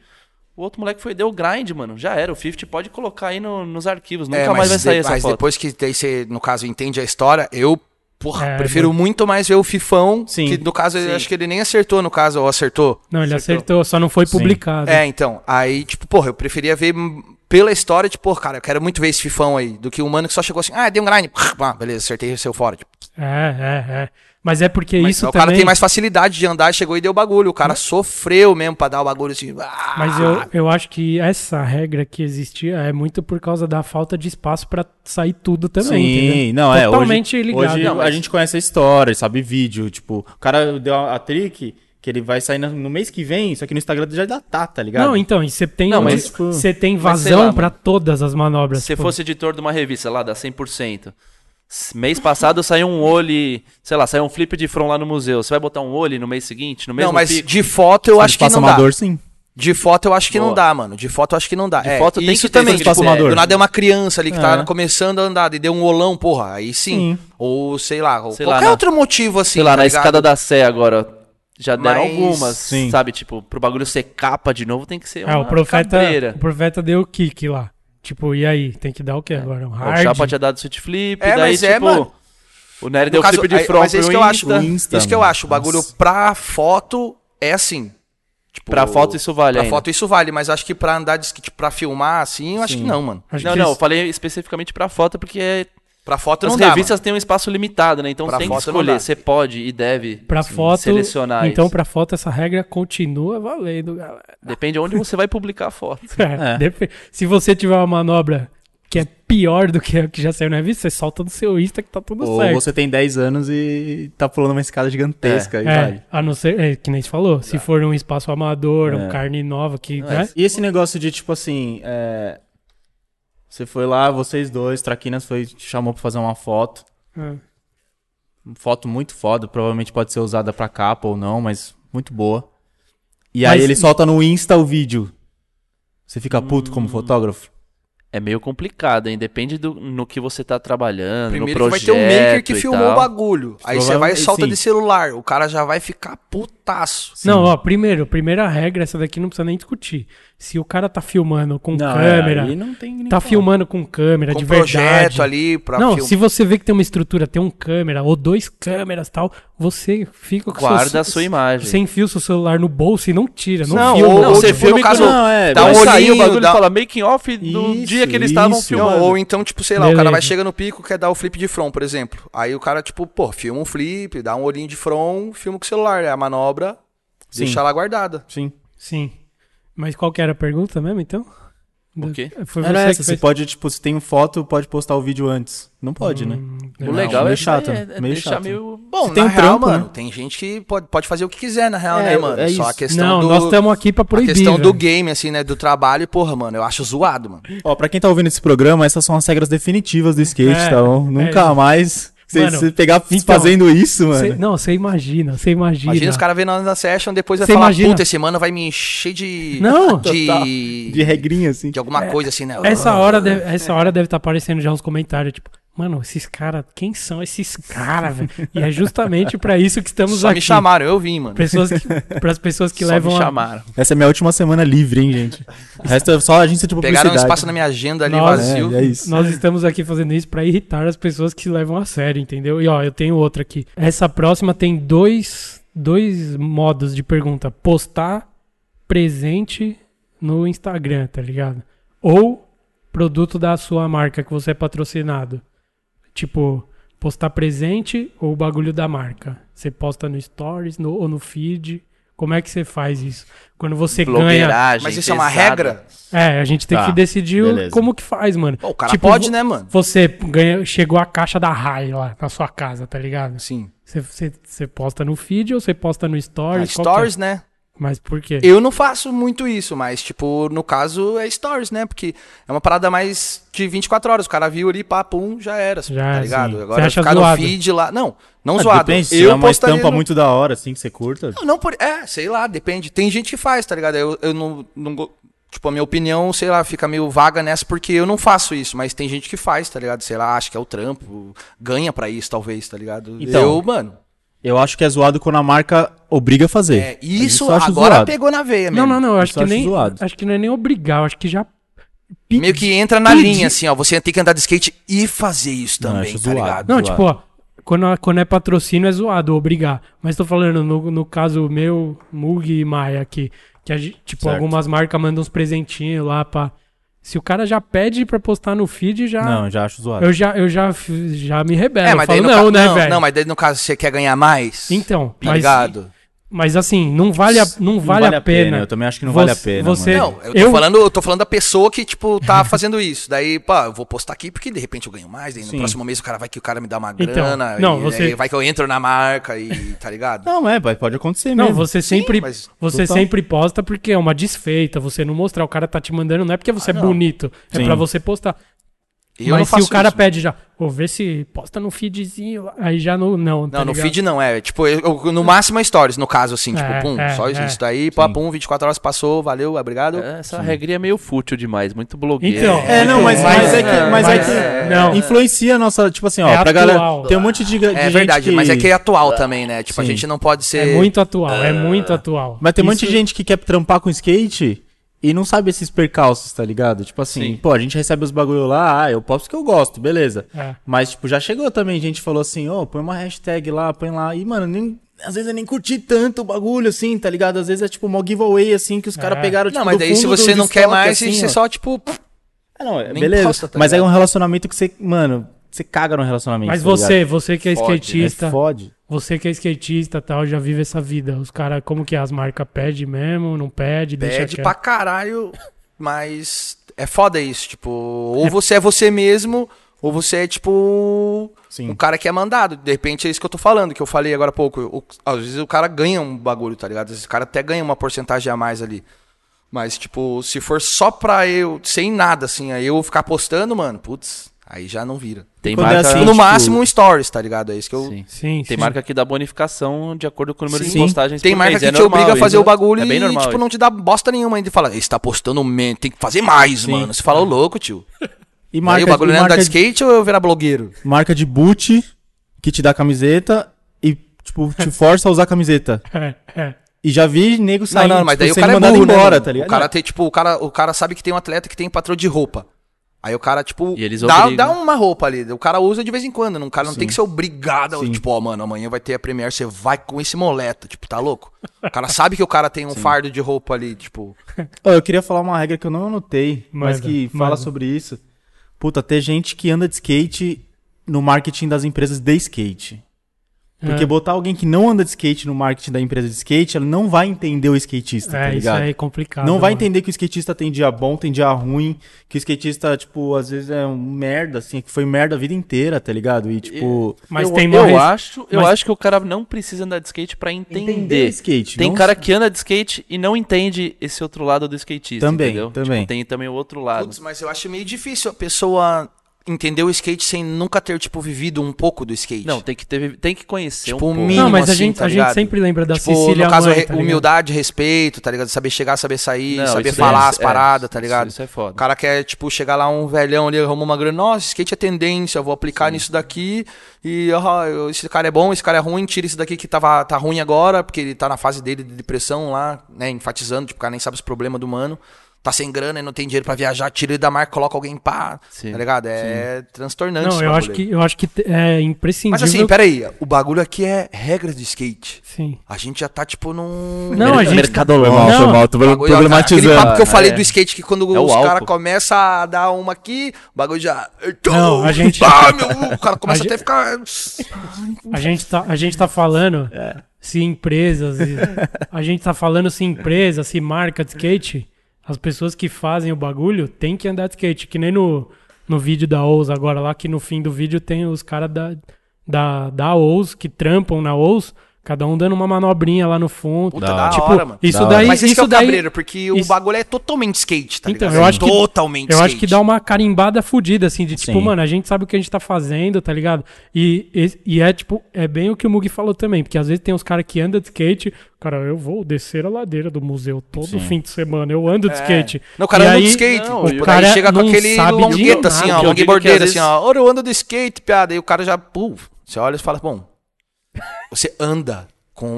[SPEAKER 5] O outro moleque foi deu o grind, mano. Já era. O 50 pode colocar aí no- nos arquivos. Nunca
[SPEAKER 3] É,
[SPEAKER 5] mais vai
[SPEAKER 3] mas,
[SPEAKER 5] sair
[SPEAKER 3] de-
[SPEAKER 5] essa
[SPEAKER 3] mas
[SPEAKER 5] foto.
[SPEAKER 3] depois que daí você, no caso, entende a história, eu porra,
[SPEAKER 2] É,
[SPEAKER 3] prefiro muito mais ver o Fifão,
[SPEAKER 4] Sim.
[SPEAKER 3] que no caso,
[SPEAKER 5] Sim.
[SPEAKER 3] eu acho que ele nem acertou, no caso, ou acertou.
[SPEAKER 2] Não, ele
[SPEAKER 5] Hum. Acertou.
[SPEAKER 2] acertou, só não foi
[SPEAKER 4] Sim.
[SPEAKER 2] publicado.
[SPEAKER 3] É, então, aí, tipo, porra, eu preferia ver hum, pela história, tipo, porra, cara, eu quero muito ver esse Fifão aí, do que um mano que só chegou assim, ah, dei um grind, ah, beleza, acertei, seu fora, tipo.
[SPEAKER 2] É, é, é. Mas é porque
[SPEAKER 3] Mas
[SPEAKER 2] isso
[SPEAKER 3] o
[SPEAKER 2] também.
[SPEAKER 3] cara tem mais facilidade de andar, chegou e deu o bagulho. O cara sofreu mesmo pra dar o bagulho assim. ah!
[SPEAKER 2] Mas eu, eu acho que essa regra que existia é muito por causa da falta de espaço pra sair tudo também.
[SPEAKER 4] Sim,
[SPEAKER 2] entendeu?
[SPEAKER 4] não, é.
[SPEAKER 2] Totalmente
[SPEAKER 4] hoje,
[SPEAKER 2] ligado.
[SPEAKER 4] Hoje
[SPEAKER 5] Não, mas-
[SPEAKER 4] a gente conhece a história, sabe vídeo. Tipo, o cara deu a, a trick que ele vai sair na- no mês que vem, só que no Instagram já dá tá, tá ligado?
[SPEAKER 2] Não, então, e você tem,
[SPEAKER 5] Não,
[SPEAKER 2] um-
[SPEAKER 5] mas,
[SPEAKER 4] tipo,
[SPEAKER 2] você tem
[SPEAKER 5] mas sei
[SPEAKER 2] vazão
[SPEAKER 5] lá,
[SPEAKER 2] pra todas as manobras.
[SPEAKER 5] Se
[SPEAKER 2] pô.
[SPEAKER 5] fosse editor de uma revista lá, da 100%. S- Mês passado saiu um olho, sei lá, saiu um flip de front lá no museu. Você vai botar um olho no mês seguinte, no mesmo
[SPEAKER 3] Não, mas
[SPEAKER 5] pico?
[SPEAKER 3] de foto eu
[SPEAKER 4] Ele
[SPEAKER 3] acho que
[SPEAKER 4] passa
[SPEAKER 3] não dá.
[SPEAKER 4] amador, sim.
[SPEAKER 3] De foto eu acho que não
[SPEAKER 5] Boa.
[SPEAKER 3] dá, mano. De foto eu acho que não dá.
[SPEAKER 5] De
[SPEAKER 3] é,
[SPEAKER 5] foto tem
[SPEAKER 3] isso
[SPEAKER 5] que ter
[SPEAKER 3] também.
[SPEAKER 5] esse
[SPEAKER 3] Tipo,
[SPEAKER 4] transformador.
[SPEAKER 3] do nada é uma criança ali que
[SPEAKER 4] É.
[SPEAKER 3] tá começando a andar e deu um olão, porra. Aí sim. Ou sei lá, ou
[SPEAKER 5] Sei lá,
[SPEAKER 3] qualquer
[SPEAKER 5] na-
[SPEAKER 3] outro motivo assim.
[SPEAKER 5] sei lá,
[SPEAKER 3] tá
[SPEAKER 5] na
[SPEAKER 3] ligado?
[SPEAKER 5] escada da Sé agora. Já deram
[SPEAKER 3] Mas-
[SPEAKER 5] algumas,
[SPEAKER 4] Sim.
[SPEAKER 5] sabe? Tipo, pro bagulho ser capa de novo tem que ser
[SPEAKER 2] É,
[SPEAKER 5] uma
[SPEAKER 2] o profeta,
[SPEAKER 5] cabreira.
[SPEAKER 2] o profeta deu o kick lá. Tipo, e aí? Tem que dar o quê agora? Um
[SPEAKER 5] Ó,
[SPEAKER 2] hard?
[SPEAKER 5] O Chapa tinha dado switch flip,
[SPEAKER 3] É,
[SPEAKER 5] daí
[SPEAKER 3] mas
[SPEAKER 5] tipo...
[SPEAKER 3] é, mano.
[SPEAKER 5] o Nery
[SPEAKER 3] No
[SPEAKER 5] deu
[SPEAKER 3] caso,
[SPEAKER 5] flip de
[SPEAKER 3] aí-
[SPEAKER 5] front
[SPEAKER 3] mas é isso que eu
[SPEAKER 5] pro
[SPEAKER 3] acho.
[SPEAKER 5] Insta.
[SPEAKER 4] Insta,
[SPEAKER 3] isso que eu
[SPEAKER 4] mano.
[SPEAKER 3] acho. O bagulho
[SPEAKER 4] Nossa.
[SPEAKER 3] pra foto é assim. Tipo,
[SPEAKER 5] Pra foto isso vale
[SPEAKER 3] Pra
[SPEAKER 5] ainda.
[SPEAKER 3] foto isso vale, mas acho que pra andar de skate, pra filmar assim, eu acho que não, mano.
[SPEAKER 2] Acho
[SPEAKER 5] Não,
[SPEAKER 2] que
[SPEAKER 5] não, eu
[SPEAKER 2] isso-
[SPEAKER 5] falei especificamente pra foto porque é-
[SPEAKER 3] Pra foto
[SPEAKER 5] as
[SPEAKER 3] não dá. mano.
[SPEAKER 5] revistas têm um espaço limitado, né? Então
[SPEAKER 3] Pra
[SPEAKER 5] tem que
[SPEAKER 3] foto não
[SPEAKER 5] escolher,
[SPEAKER 3] dá.
[SPEAKER 5] você pode e deve
[SPEAKER 2] Pra
[SPEAKER 5] sim,
[SPEAKER 2] foto.
[SPEAKER 5] selecionar
[SPEAKER 2] então,
[SPEAKER 5] isso.
[SPEAKER 2] pra foto, essa regra continua valendo, galera.
[SPEAKER 5] Depende de onde você vai publicar a foto.
[SPEAKER 2] É,
[SPEAKER 4] É.
[SPEAKER 2] dep- Se você tiver uma manobra que é pior do que a que já saiu na revista, você solta no seu Insta que tá tudo
[SPEAKER 4] Ou
[SPEAKER 2] certo.
[SPEAKER 4] você tem 10 anos e tá pulando uma escada gigantesca.
[SPEAKER 2] É,
[SPEAKER 4] E, vai.
[SPEAKER 2] a não ser, é, que nem você falou, se for um espaço amador,
[SPEAKER 4] É.
[SPEAKER 2] um carne nova, que, né?
[SPEAKER 4] E esse negócio de, tipo assim, é, você foi lá, vocês dois, Traquinas foi, te chamou pra fazer uma foto.
[SPEAKER 2] É.
[SPEAKER 4] Uma foto muito foda, provavelmente pode ser usada pra capa ou não, mas muito boa. E
[SPEAKER 2] Mas-
[SPEAKER 4] aí ele solta no Insta o vídeo. Você fica puto
[SPEAKER 2] Hum.
[SPEAKER 4] como fotógrafo?
[SPEAKER 5] É meio complicado, hein? Depende do no que você tá trabalhando,
[SPEAKER 3] Primeiro
[SPEAKER 5] no
[SPEAKER 3] que
[SPEAKER 5] projeto
[SPEAKER 3] vai ter um maker que
[SPEAKER 5] e
[SPEAKER 3] filmou
[SPEAKER 5] tal.
[SPEAKER 3] o bagulho. Aí você vai e
[SPEAKER 4] Provavelmente,
[SPEAKER 3] solta
[SPEAKER 4] sim.
[SPEAKER 3] de celular. O cara já vai ficar putaço.
[SPEAKER 2] Não, ó, primeiro, primeira regra, essa daqui não precisa nem discutir. Se o cara tá filmando com
[SPEAKER 4] Não, é,
[SPEAKER 2] câmera,
[SPEAKER 4] aí não tem nem
[SPEAKER 2] tá
[SPEAKER 4] o que falar.
[SPEAKER 2] filmando com câmera
[SPEAKER 3] Com
[SPEAKER 2] de
[SPEAKER 3] um projeto
[SPEAKER 2] verdade.
[SPEAKER 3] ali pra
[SPEAKER 2] não,
[SPEAKER 3] filmar.
[SPEAKER 2] se você vê que tem uma estrutura, tem um câmera ou dois câmeras tal, você fica com
[SPEAKER 5] Guarda a
[SPEAKER 2] seu-
[SPEAKER 5] sua imagem.
[SPEAKER 2] Você enfia o seu celular no bolso e não tira, não,
[SPEAKER 3] Não,
[SPEAKER 2] filma.
[SPEAKER 3] ou-
[SPEAKER 5] Não, você
[SPEAKER 3] tipo,
[SPEAKER 5] filme
[SPEAKER 3] no caso,
[SPEAKER 5] quando-
[SPEAKER 4] Não, é,
[SPEAKER 3] dá um
[SPEAKER 5] Vai sair
[SPEAKER 3] olhinho,
[SPEAKER 5] o bagulho
[SPEAKER 3] dá-
[SPEAKER 5] fala making off do
[SPEAKER 4] Isso,
[SPEAKER 5] dia que eles estavam
[SPEAKER 4] isso.
[SPEAKER 5] filmando.
[SPEAKER 3] Não, ou então, tipo, sei lá, o cara vai
[SPEAKER 2] Beleza.
[SPEAKER 3] chega no pico quer dar o flip de front, por exemplo. Aí o cara, tipo, pô, filma um flip, dá um olhinho de front, filma com o celular. É a manobra,
[SPEAKER 4] Sim.
[SPEAKER 3] deixa ela guardada.
[SPEAKER 4] Sim.
[SPEAKER 2] Sim. Mas qual que era a pergunta mesmo, então?
[SPEAKER 5] O quê?
[SPEAKER 2] Foi
[SPEAKER 4] Era
[SPEAKER 2] você
[SPEAKER 4] essa,
[SPEAKER 2] que
[SPEAKER 4] você
[SPEAKER 2] fez.
[SPEAKER 4] pode, tipo, se tem foto, pode postar o vídeo antes. Não pode,
[SPEAKER 2] Hum,
[SPEAKER 4] né?
[SPEAKER 5] O
[SPEAKER 4] Não,
[SPEAKER 5] legal
[SPEAKER 4] meio
[SPEAKER 5] é,
[SPEAKER 4] chato,
[SPEAKER 5] é, é
[SPEAKER 4] meio
[SPEAKER 5] deixar
[SPEAKER 4] chato.
[SPEAKER 5] meio... Bom,
[SPEAKER 3] Bom,
[SPEAKER 4] tem
[SPEAKER 3] na
[SPEAKER 4] um
[SPEAKER 3] real,
[SPEAKER 4] trampo,
[SPEAKER 3] mano,
[SPEAKER 4] né?
[SPEAKER 3] tem gente que pode, pode fazer o que quiser, na real,
[SPEAKER 4] É,
[SPEAKER 3] né, mano?
[SPEAKER 4] é
[SPEAKER 3] Só a
[SPEAKER 4] isso.
[SPEAKER 3] questão
[SPEAKER 2] Não,
[SPEAKER 3] do...
[SPEAKER 2] nós estamos aqui pra
[SPEAKER 3] A
[SPEAKER 2] proibir.
[SPEAKER 3] questão do
[SPEAKER 2] velho.
[SPEAKER 3] game, assim, né? Do trabalho, porra, mano, eu acho zoado, mano.
[SPEAKER 4] Ó, pra quem tá ouvindo esse programa, essas são as regras definitivas do skate,
[SPEAKER 2] É,
[SPEAKER 4] tá bom?
[SPEAKER 2] é
[SPEAKER 4] Nunca
[SPEAKER 2] isso.
[SPEAKER 4] mais você
[SPEAKER 2] Mano,
[SPEAKER 4] você pegar
[SPEAKER 2] então,
[SPEAKER 4] fazendo isso,
[SPEAKER 2] Cê-
[SPEAKER 4] mano.
[SPEAKER 2] não, você imagina, você imagina.
[SPEAKER 3] né? Imagina os caras vendo na session, depois vai
[SPEAKER 2] Você
[SPEAKER 3] falar,
[SPEAKER 2] imagina?
[SPEAKER 3] puta, esse mano vai me encher de...
[SPEAKER 2] Não.
[SPEAKER 4] Total.
[SPEAKER 3] de...
[SPEAKER 4] De regrinha, assim.
[SPEAKER 3] de alguma coisa assim, né?
[SPEAKER 2] É, Essa hora deve, essa hora deve estar aparecendo já uns comentários, tipo, mano, esses caras, quem são esses caras, velho? E é justamente pra isso que estamos
[SPEAKER 3] Só
[SPEAKER 2] aqui.
[SPEAKER 3] me chamaram, eu vim, mano.
[SPEAKER 2] Pessoas que, pras pessoas que
[SPEAKER 5] só
[SPEAKER 2] levam
[SPEAKER 5] me
[SPEAKER 2] a-
[SPEAKER 5] chamaram.
[SPEAKER 4] Essa é minha última semana livre, hein, gente? O resto é só agência de publicidade.
[SPEAKER 3] Pegaram um espaço na minha agenda ali
[SPEAKER 2] Nossa.
[SPEAKER 3] vazio.
[SPEAKER 4] É, é isso.
[SPEAKER 2] Nós estamos aqui fazendo isso pra irritar as pessoas que se levam a sério, entendeu? E ó, eu tenho outra aqui. Essa próxima tem dois, dois modos de pergunta: postar presente no Instagram, tá ligado? Ou produto da sua marca que você é patrocinado. Tipo, postar presente ou o bagulho da marca. Você posta no Stories no- ou no feed. Como é que você faz isso? Quando você ganha.
[SPEAKER 5] Blogueiragem,
[SPEAKER 3] Mas isso é uma
[SPEAKER 5] pesada.
[SPEAKER 3] regra?
[SPEAKER 2] É, a gente tem
[SPEAKER 4] Tá,
[SPEAKER 2] que decidir o-
[SPEAKER 4] beleza.
[SPEAKER 2] como que faz, mano. Tipo,
[SPEAKER 3] Pô, o cara pode,
[SPEAKER 2] vo-
[SPEAKER 3] né, mano?
[SPEAKER 2] Você ganha, chegou a caixa da Rai lá na sua casa, tá ligado?
[SPEAKER 3] Sim.
[SPEAKER 2] Você, você, você posta no feed ou você posta no
[SPEAKER 3] Ah,
[SPEAKER 2] Stories? Qual que é?
[SPEAKER 3] stories, né?
[SPEAKER 2] Mas por quê?
[SPEAKER 3] Eu não faço muito isso, mas, tipo, no caso é stories, né? Porque é uma parada mais de 24 horas. O cara viu ali, pá, pum, já era,
[SPEAKER 2] Já,
[SPEAKER 3] tá
[SPEAKER 2] sim.
[SPEAKER 3] ligado?
[SPEAKER 2] Você
[SPEAKER 3] Agora
[SPEAKER 2] acha
[SPEAKER 3] ficar
[SPEAKER 2] zoado?
[SPEAKER 3] no feed lá. Não, não
[SPEAKER 4] Ah,
[SPEAKER 3] um zoado.
[SPEAKER 4] Depende, se é uma
[SPEAKER 3] postaria
[SPEAKER 4] estampa
[SPEAKER 3] no-
[SPEAKER 4] muito da hora, assim, que você curta.
[SPEAKER 3] Não, não por... É, sei lá, depende. Tem gente que faz, tá ligado? Eu, eu não, não, go- Tipo, a minha opinião, sei lá, fica meio vaga nessa porque eu não faço isso, mas tem gente que faz, tá ligado? Sei lá, acha que é o trampo, ganha pra isso, talvez, tá ligado?
[SPEAKER 4] Então.
[SPEAKER 3] eu, mano,
[SPEAKER 4] Eu acho que é zoado quando a marca obriga a fazer.
[SPEAKER 3] é, isso,
[SPEAKER 4] eu acho
[SPEAKER 3] agora
[SPEAKER 4] zoado.
[SPEAKER 3] pegou na veia mesmo.
[SPEAKER 2] Não, não, não. Eu acho
[SPEAKER 4] Isso
[SPEAKER 2] que
[SPEAKER 4] eu acho
[SPEAKER 2] nem.
[SPEAKER 4] zoado.
[SPEAKER 2] Acho que não é nem obrigar, eu acho que já.
[SPEAKER 3] Meio que entra na
[SPEAKER 2] Pedi-
[SPEAKER 3] linha, assim, ó. Você tem que andar de skate e fazer isso
[SPEAKER 4] Não,
[SPEAKER 3] também,
[SPEAKER 4] acho
[SPEAKER 3] tá
[SPEAKER 4] zoado.
[SPEAKER 3] ligado?
[SPEAKER 2] Não,
[SPEAKER 4] zoado.
[SPEAKER 2] tipo, ó. Quando, a- quando é patrocínio é zoado, obrigar. Mas tô falando, no, no caso meu, Mug e Maia aqui, que a gente, tipo,
[SPEAKER 4] Certo.
[SPEAKER 2] algumas marcas mandam uns presentinhos lá pra. Se o cara já pede pra postar no feed,
[SPEAKER 3] né?
[SPEAKER 2] já.
[SPEAKER 4] Não, eu já acho zoado.
[SPEAKER 2] eu já, eu já, f- já me rebelo.
[SPEAKER 3] É,
[SPEAKER 2] eu
[SPEAKER 3] mas daí
[SPEAKER 2] falo,
[SPEAKER 3] no
[SPEAKER 2] não,
[SPEAKER 3] caso,
[SPEAKER 2] né,
[SPEAKER 3] não,
[SPEAKER 2] velho?
[SPEAKER 3] não, mas daí no caso você quer ganhar mais.
[SPEAKER 2] Então,
[SPEAKER 3] tá
[SPEAKER 2] mas,
[SPEAKER 3] ligado?
[SPEAKER 2] mas assim, não vale a, não vale a pena.
[SPEAKER 4] Eu também acho que não vale a
[SPEAKER 2] Você-
[SPEAKER 4] pena.
[SPEAKER 2] você-
[SPEAKER 4] mano.
[SPEAKER 3] Não, eu tô,
[SPEAKER 2] Eu-
[SPEAKER 3] Falando, eu tô falando da pessoa que, tipo, tá fazendo isso. Daí, pá, eu vou postar aqui porque de repente eu ganho mais. Daí no
[SPEAKER 4] Sim.
[SPEAKER 3] próximo mês o cara vai que o cara me dá uma
[SPEAKER 2] Então,
[SPEAKER 3] grana.
[SPEAKER 2] não,
[SPEAKER 3] e
[SPEAKER 2] você-
[SPEAKER 3] aí vai que eu entro na marca e tá ligado?
[SPEAKER 4] Não, é, pode acontecer
[SPEAKER 2] Não,
[SPEAKER 4] mesmo.
[SPEAKER 2] você sempre,
[SPEAKER 3] mas
[SPEAKER 2] você
[SPEAKER 4] total.
[SPEAKER 2] sempre posta porque é uma desfeita, você não mostrar, o cara tá te mandando, não é porque você é
[SPEAKER 3] Ah, não.
[SPEAKER 2] bonito, é
[SPEAKER 4] Sim.
[SPEAKER 2] pra você postar.
[SPEAKER 3] E eu não
[SPEAKER 2] Mas se
[SPEAKER 3] faço
[SPEAKER 2] o cara
[SPEAKER 3] isso.
[SPEAKER 2] pede já, ou vê se posta no feedzinho, lá", aí já no não, tá
[SPEAKER 3] Não, no
[SPEAKER 2] ligado?
[SPEAKER 3] feed não, é. Tipo, eu- eu- no máximo é stories, no caso, assim,
[SPEAKER 2] É,
[SPEAKER 3] tipo, pum,
[SPEAKER 2] é,
[SPEAKER 3] só
[SPEAKER 2] é.
[SPEAKER 3] isso daí, pá, pum, 24 horas passou, valeu, obrigado.
[SPEAKER 5] É, Essa regrinha é meio fútil demais, muito blogueiro.
[SPEAKER 2] Então,
[SPEAKER 4] É, não, mas,
[SPEAKER 2] Mas-
[SPEAKER 4] mas é que. Mas é
[SPEAKER 2] mas-
[SPEAKER 4] que
[SPEAKER 2] não.
[SPEAKER 4] Influencia a nossa. Tipo assim, ó,
[SPEAKER 2] É
[SPEAKER 4] pra
[SPEAKER 2] atual.
[SPEAKER 4] galera. Tem um monte de. de
[SPEAKER 3] É,
[SPEAKER 4] gente
[SPEAKER 3] verdade,
[SPEAKER 4] que-
[SPEAKER 3] mas é que é atual também, né? Tipo, a
[SPEAKER 4] Sim.
[SPEAKER 3] gente não pode ser.
[SPEAKER 2] É muito atual, é
[SPEAKER 3] ah.
[SPEAKER 2] muito atual.
[SPEAKER 4] Mas tem um monte
[SPEAKER 2] Isso-
[SPEAKER 4] de gente que quer trampar com skate e não sabe esses percalços, tá ligado? Tipo assim,
[SPEAKER 5] Sim.
[SPEAKER 4] pô, a gente recebe os bagulho lá, ah, eu posto que eu gosto, beleza.
[SPEAKER 2] É.
[SPEAKER 4] Mas, tipo, já chegou também gente que falou assim, ô, põe uma hashtag lá, põe lá. E, mano, nem- às vezes eu nem curti tanto o bagulho, assim, tá ligado? Às vezes é tipo mó giveaway, assim, que os caras
[SPEAKER 2] É.
[SPEAKER 4] pegaram, tipo,
[SPEAKER 3] Não, mas
[SPEAKER 4] do
[SPEAKER 3] daí se
[SPEAKER 4] fundo do
[SPEAKER 3] você não
[SPEAKER 4] estoque,
[SPEAKER 3] quer mais,
[SPEAKER 4] assim,
[SPEAKER 3] você
[SPEAKER 4] ó.
[SPEAKER 3] só, tipo.
[SPEAKER 4] Ah, não,
[SPEAKER 3] nem
[SPEAKER 4] beleza.
[SPEAKER 3] posta, tá
[SPEAKER 4] mas aí é
[SPEAKER 3] ligado?
[SPEAKER 4] um relacionamento que você, mano, você caga no relacionamento.
[SPEAKER 2] Mas
[SPEAKER 4] tá ligado?
[SPEAKER 2] você, você que é
[SPEAKER 3] Fode, né?
[SPEAKER 2] skatista,
[SPEAKER 4] É fode.
[SPEAKER 2] você que é skatista, e tal, já vive essa vida. Os caras, como que é? as marcas pede mesmo, não pede, deixa
[SPEAKER 3] Pede
[SPEAKER 2] quieto.
[SPEAKER 3] pra caralho, mas é foda isso, tipo, ou você é você mesmo, ou você é tipo
[SPEAKER 4] Sim.
[SPEAKER 3] um cara que é mandado. De repente é isso que eu tô falando, que eu falei agora há pouco. O- às vezes o cara ganha um bagulho, tá ligado? Às vezes o cara até ganha uma porcentagem a mais ali. Mas, tipo, se for só pra eu, sem nada, assim, aí eu ficar postando, mano, putz, aí já não vira.
[SPEAKER 5] Tem
[SPEAKER 4] Quando é
[SPEAKER 5] marca,
[SPEAKER 4] assim,
[SPEAKER 3] no
[SPEAKER 4] tipo-
[SPEAKER 3] máximo um stories, tá ligado? É isso que eu.
[SPEAKER 5] Então, Sim.
[SPEAKER 2] Sim,
[SPEAKER 5] Tem
[SPEAKER 2] sim.
[SPEAKER 5] marca que dá bonificação de acordo com o número de
[SPEAKER 4] Sim.
[SPEAKER 5] postagens
[SPEAKER 3] Tem
[SPEAKER 5] por
[SPEAKER 3] marca
[SPEAKER 5] mês,
[SPEAKER 3] que
[SPEAKER 5] é
[SPEAKER 3] te
[SPEAKER 5] normal
[SPEAKER 3] obriga a
[SPEAKER 5] isso.
[SPEAKER 3] fazer o bagulho
[SPEAKER 5] É bem
[SPEAKER 3] e,
[SPEAKER 5] normal
[SPEAKER 3] tipo,
[SPEAKER 5] isso.
[SPEAKER 3] não te dá bosta nenhuma ainda. Fala, você tá postando menos, tem que fazer mais, mano. Você fala, ô louco, tio.
[SPEAKER 4] E
[SPEAKER 3] Marca,
[SPEAKER 4] marca,
[SPEAKER 3] aí o bagulho
[SPEAKER 4] e
[SPEAKER 3] não é andar
[SPEAKER 4] marca
[SPEAKER 3] de skate ou eu virar blogueiro?
[SPEAKER 4] marca de boot que te dá camiseta e, tipo, te força a usar camiseta.
[SPEAKER 2] É, é.
[SPEAKER 4] E já vi nego saindo,
[SPEAKER 3] não, não, mas daí
[SPEAKER 4] tipo,
[SPEAKER 3] o cara é
[SPEAKER 4] sendo mandado
[SPEAKER 3] burro,
[SPEAKER 4] embora,
[SPEAKER 3] né?
[SPEAKER 4] tá ligado?
[SPEAKER 3] O cara tem, tipo, o cara, o cara sabe que tem um atleta que tem patrão de roupa. Aí o cara, tipo,
[SPEAKER 5] E eles
[SPEAKER 3] dá,
[SPEAKER 5] obrigam.
[SPEAKER 3] dá uma roupa ali. O cara usa de vez em quando. O cara não tem que ser obrigado. a-
[SPEAKER 4] Sim.
[SPEAKER 3] Tipo, ó, mano, amanhã vai ter a Premiere, você vai com esse moleto. Tipo, tá louco? O cara sabe que o cara tem um fardo de roupa ali, tipo.
[SPEAKER 4] Ó, eu queria falar uma regra que eu não anotei, mas
[SPEAKER 2] Manda,
[SPEAKER 4] que fala
[SPEAKER 2] manda.
[SPEAKER 4] sobre isso. Puta, ter gente que anda de skate no marketing das empresas de skate. Porque
[SPEAKER 2] É.
[SPEAKER 4] botar alguém que não anda de skate no marketing da empresa de skate, ela não vai entender o skatista, tá
[SPEAKER 2] É, isso
[SPEAKER 4] ligado?
[SPEAKER 2] aí é complicado.
[SPEAKER 4] Não vai
[SPEAKER 2] mano.
[SPEAKER 4] entender que o skatista tem dia bom, tem dia ruim, que o skatista, tipo, às vezes é um merda, assim, que foi merda a vida inteira, tá ligado? E, tipo.
[SPEAKER 2] Mas
[SPEAKER 5] eu,
[SPEAKER 2] tem
[SPEAKER 5] eu
[SPEAKER 2] mais-
[SPEAKER 5] acho, eu
[SPEAKER 2] mas-
[SPEAKER 5] acho que o cara não precisa andar de skate pra entender.
[SPEAKER 4] Entender skate,
[SPEAKER 5] tem
[SPEAKER 4] não-
[SPEAKER 5] cara que anda de skate e não entende esse outro lado do skatista,
[SPEAKER 4] Também,
[SPEAKER 5] entendeu?
[SPEAKER 4] também.
[SPEAKER 5] Tipo, tem também o outro lado.
[SPEAKER 3] Putz, mas eu acho meio difícil a pessoa entender o skate sem nunca ter, tipo, vivido um pouco do skate.
[SPEAKER 5] Não, tem que ter, tem que conhecer
[SPEAKER 3] Tipo,
[SPEAKER 5] um pouco.
[SPEAKER 3] mínimo.
[SPEAKER 2] Não, mas a
[SPEAKER 3] assim,
[SPEAKER 2] gente,
[SPEAKER 3] tá
[SPEAKER 2] a gente
[SPEAKER 3] ligado?
[SPEAKER 2] sempre lembra da
[SPEAKER 3] Tipo,
[SPEAKER 2] Cecília
[SPEAKER 3] no caso,
[SPEAKER 2] Mãe,
[SPEAKER 3] re-
[SPEAKER 2] tá ligado?
[SPEAKER 3] humildade, respeito, tá ligado? Saber chegar, saber sair,
[SPEAKER 5] Não,
[SPEAKER 3] saber
[SPEAKER 5] isso daí
[SPEAKER 3] falar
[SPEAKER 5] é-
[SPEAKER 3] as paradas,
[SPEAKER 5] é,
[SPEAKER 3] tá ligado?
[SPEAKER 5] isso- isso é
[SPEAKER 3] O
[SPEAKER 5] foda.
[SPEAKER 3] cara quer, tipo, chegar lá um velhão ali, arruma uma grana, nossa, skate é tendência, eu vou aplicar nisso daqui e, ó, eu- esse cara é bom, esse cara é ruim, tira isso daqui que tava, tá ruim agora, porque ele tá na fase dele de depressão lá, né, enfatizando, tipo, o cara nem sabe os problemas do mano. Tá sem grana e não tem dinheiro pra viajar, tira ele da marca, coloca alguém pá,
[SPEAKER 5] Sim,
[SPEAKER 3] tá ligado? É transtornante
[SPEAKER 2] Não,
[SPEAKER 3] esse
[SPEAKER 2] eu acho,
[SPEAKER 3] bagulho
[SPEAKER 2] que,
[SPEAKER 3] aí.
[SPEAKER 2] eu acho que te- é imprescindível.
[SPEAKER 3] Mas assim, peraí, o bagulho aqui é regra de skate.
[SPEAKER 2] Sim.
[SPEAKER 3] A gente já tá, tipo, num.
[SPEAKER 2] Não, a gente-
[SPEAKER 5] Mercadológico.
[SPEAKER 4] Foi mal,
[SPEAKER 2] Não.
[SPEAKER 4] foi mal, tô
[SPEAKER 3] Bagulho, é
[SPEAKER 4] problematizando.
[SPEAKER 3] Aquele papo que eu
[SPEAKER 5] Ah,
[SPEAKER 3] falei
[SPEAKER 5] é.
[SPEAKER 3] do skate, que quando
[SPEAKER 5] É o
[SPEAKER 3] os caras
[SPEAKER 5] álcool.
[SPEAKER 3] começam a dar uma aqui, o bagulho já.
[SPEAKER 2] Não, a gente-
[SPEAKER 3] Ah, meu, o cara começa
[SPEAKER 2] A
[SPEAKER 3] até a ficar.
[SPEAKER 2] A gente tá, a gente tá falando
[SPEAKER 4] É.
[SPEAKER 2] se empresas. e- A gente tá falando se empresa, se marca de skate. As pessoas que fazem o bagulho têm que andar de skate. Que nem no, no vídeo da Ouse agora lá, que no fim do vídeo tem os caras da, da, da Ouse que trampam na Ouse. Cada um dando uma manobrinha lá no fundo.
[SPEAKER 3] Puta, da
[SPEAKER 2] tipo,
[SPEAKER 3] hora, mano.
[SPEAKER 2] isso
[SPEAKER 4] Da hora.
[SPEAKER 2] daí.
[SPEAKER 3] Mas esse que é
[SPEAKER 2] isso
[SPEAKER 3] o
[SPEAKER 2] daí,
[SPEAKER 3] cabreiro, porque o
[SPEAKER 2] isso-
[SPEAKER 3] bagulho é totalmente skate, tá
[SPEAKER 2] Então,
[SPEAKER 3] ligado?
[SPEAKER 2] eu acho que-
[SPEAKER 3] totalmente
[SPEAKER 2] Eu
[SPEAKER 3] skate.
[SPEAKER 2] acho que dá um- uma carimbada fodida, assim, de tipo,
[SPEAKER 4] Sim.
[SPEAKER 2] mano, a gente sabe o que a gente tá fazendo, tá ligado? E, e, e é tipo, é bem o que o Mugi falou também, porque às vezes tem uns caras que andam de skate, cara, eu vou descer a ladeira do museu todo fim de semana, eu ando de skate.
[SPEAKER 3] É. Não, o cara
[SPEAKER 2] E
[SPEAKER 3] anda
[SPEAKER 2] aí,
[SPEAKER 3] de skate.
[SPEAKER 5] Não,
[SPEAKER 3] o
[SPEAKER 5] e o
[SPEAKER 3] cara
[SPEAKER 2] cara
[SPEAKER 3] chega com
[SPEAKER 2] não
[SPEAKER 3] aquele
[SPEAKER 2] sabe de
[SPEAKER 3] longueta,
[SPEAKER 2] nada.
[SPEAKER 3] assim,
[SPEAKER 5] O
[SPEAKER 3] ó,
[SPEAKER 5] que eu digo é que
[SPEAKER 3] longboardeiro,
[SPEAKER 5] às
[SPEAKER 3] assim,
[SPEAKER 5] vezes-
[SPEAKER 3] ó. Ora, eu ando de skate, piada. E o cara já, pum, você olha e fala, bom, você anda com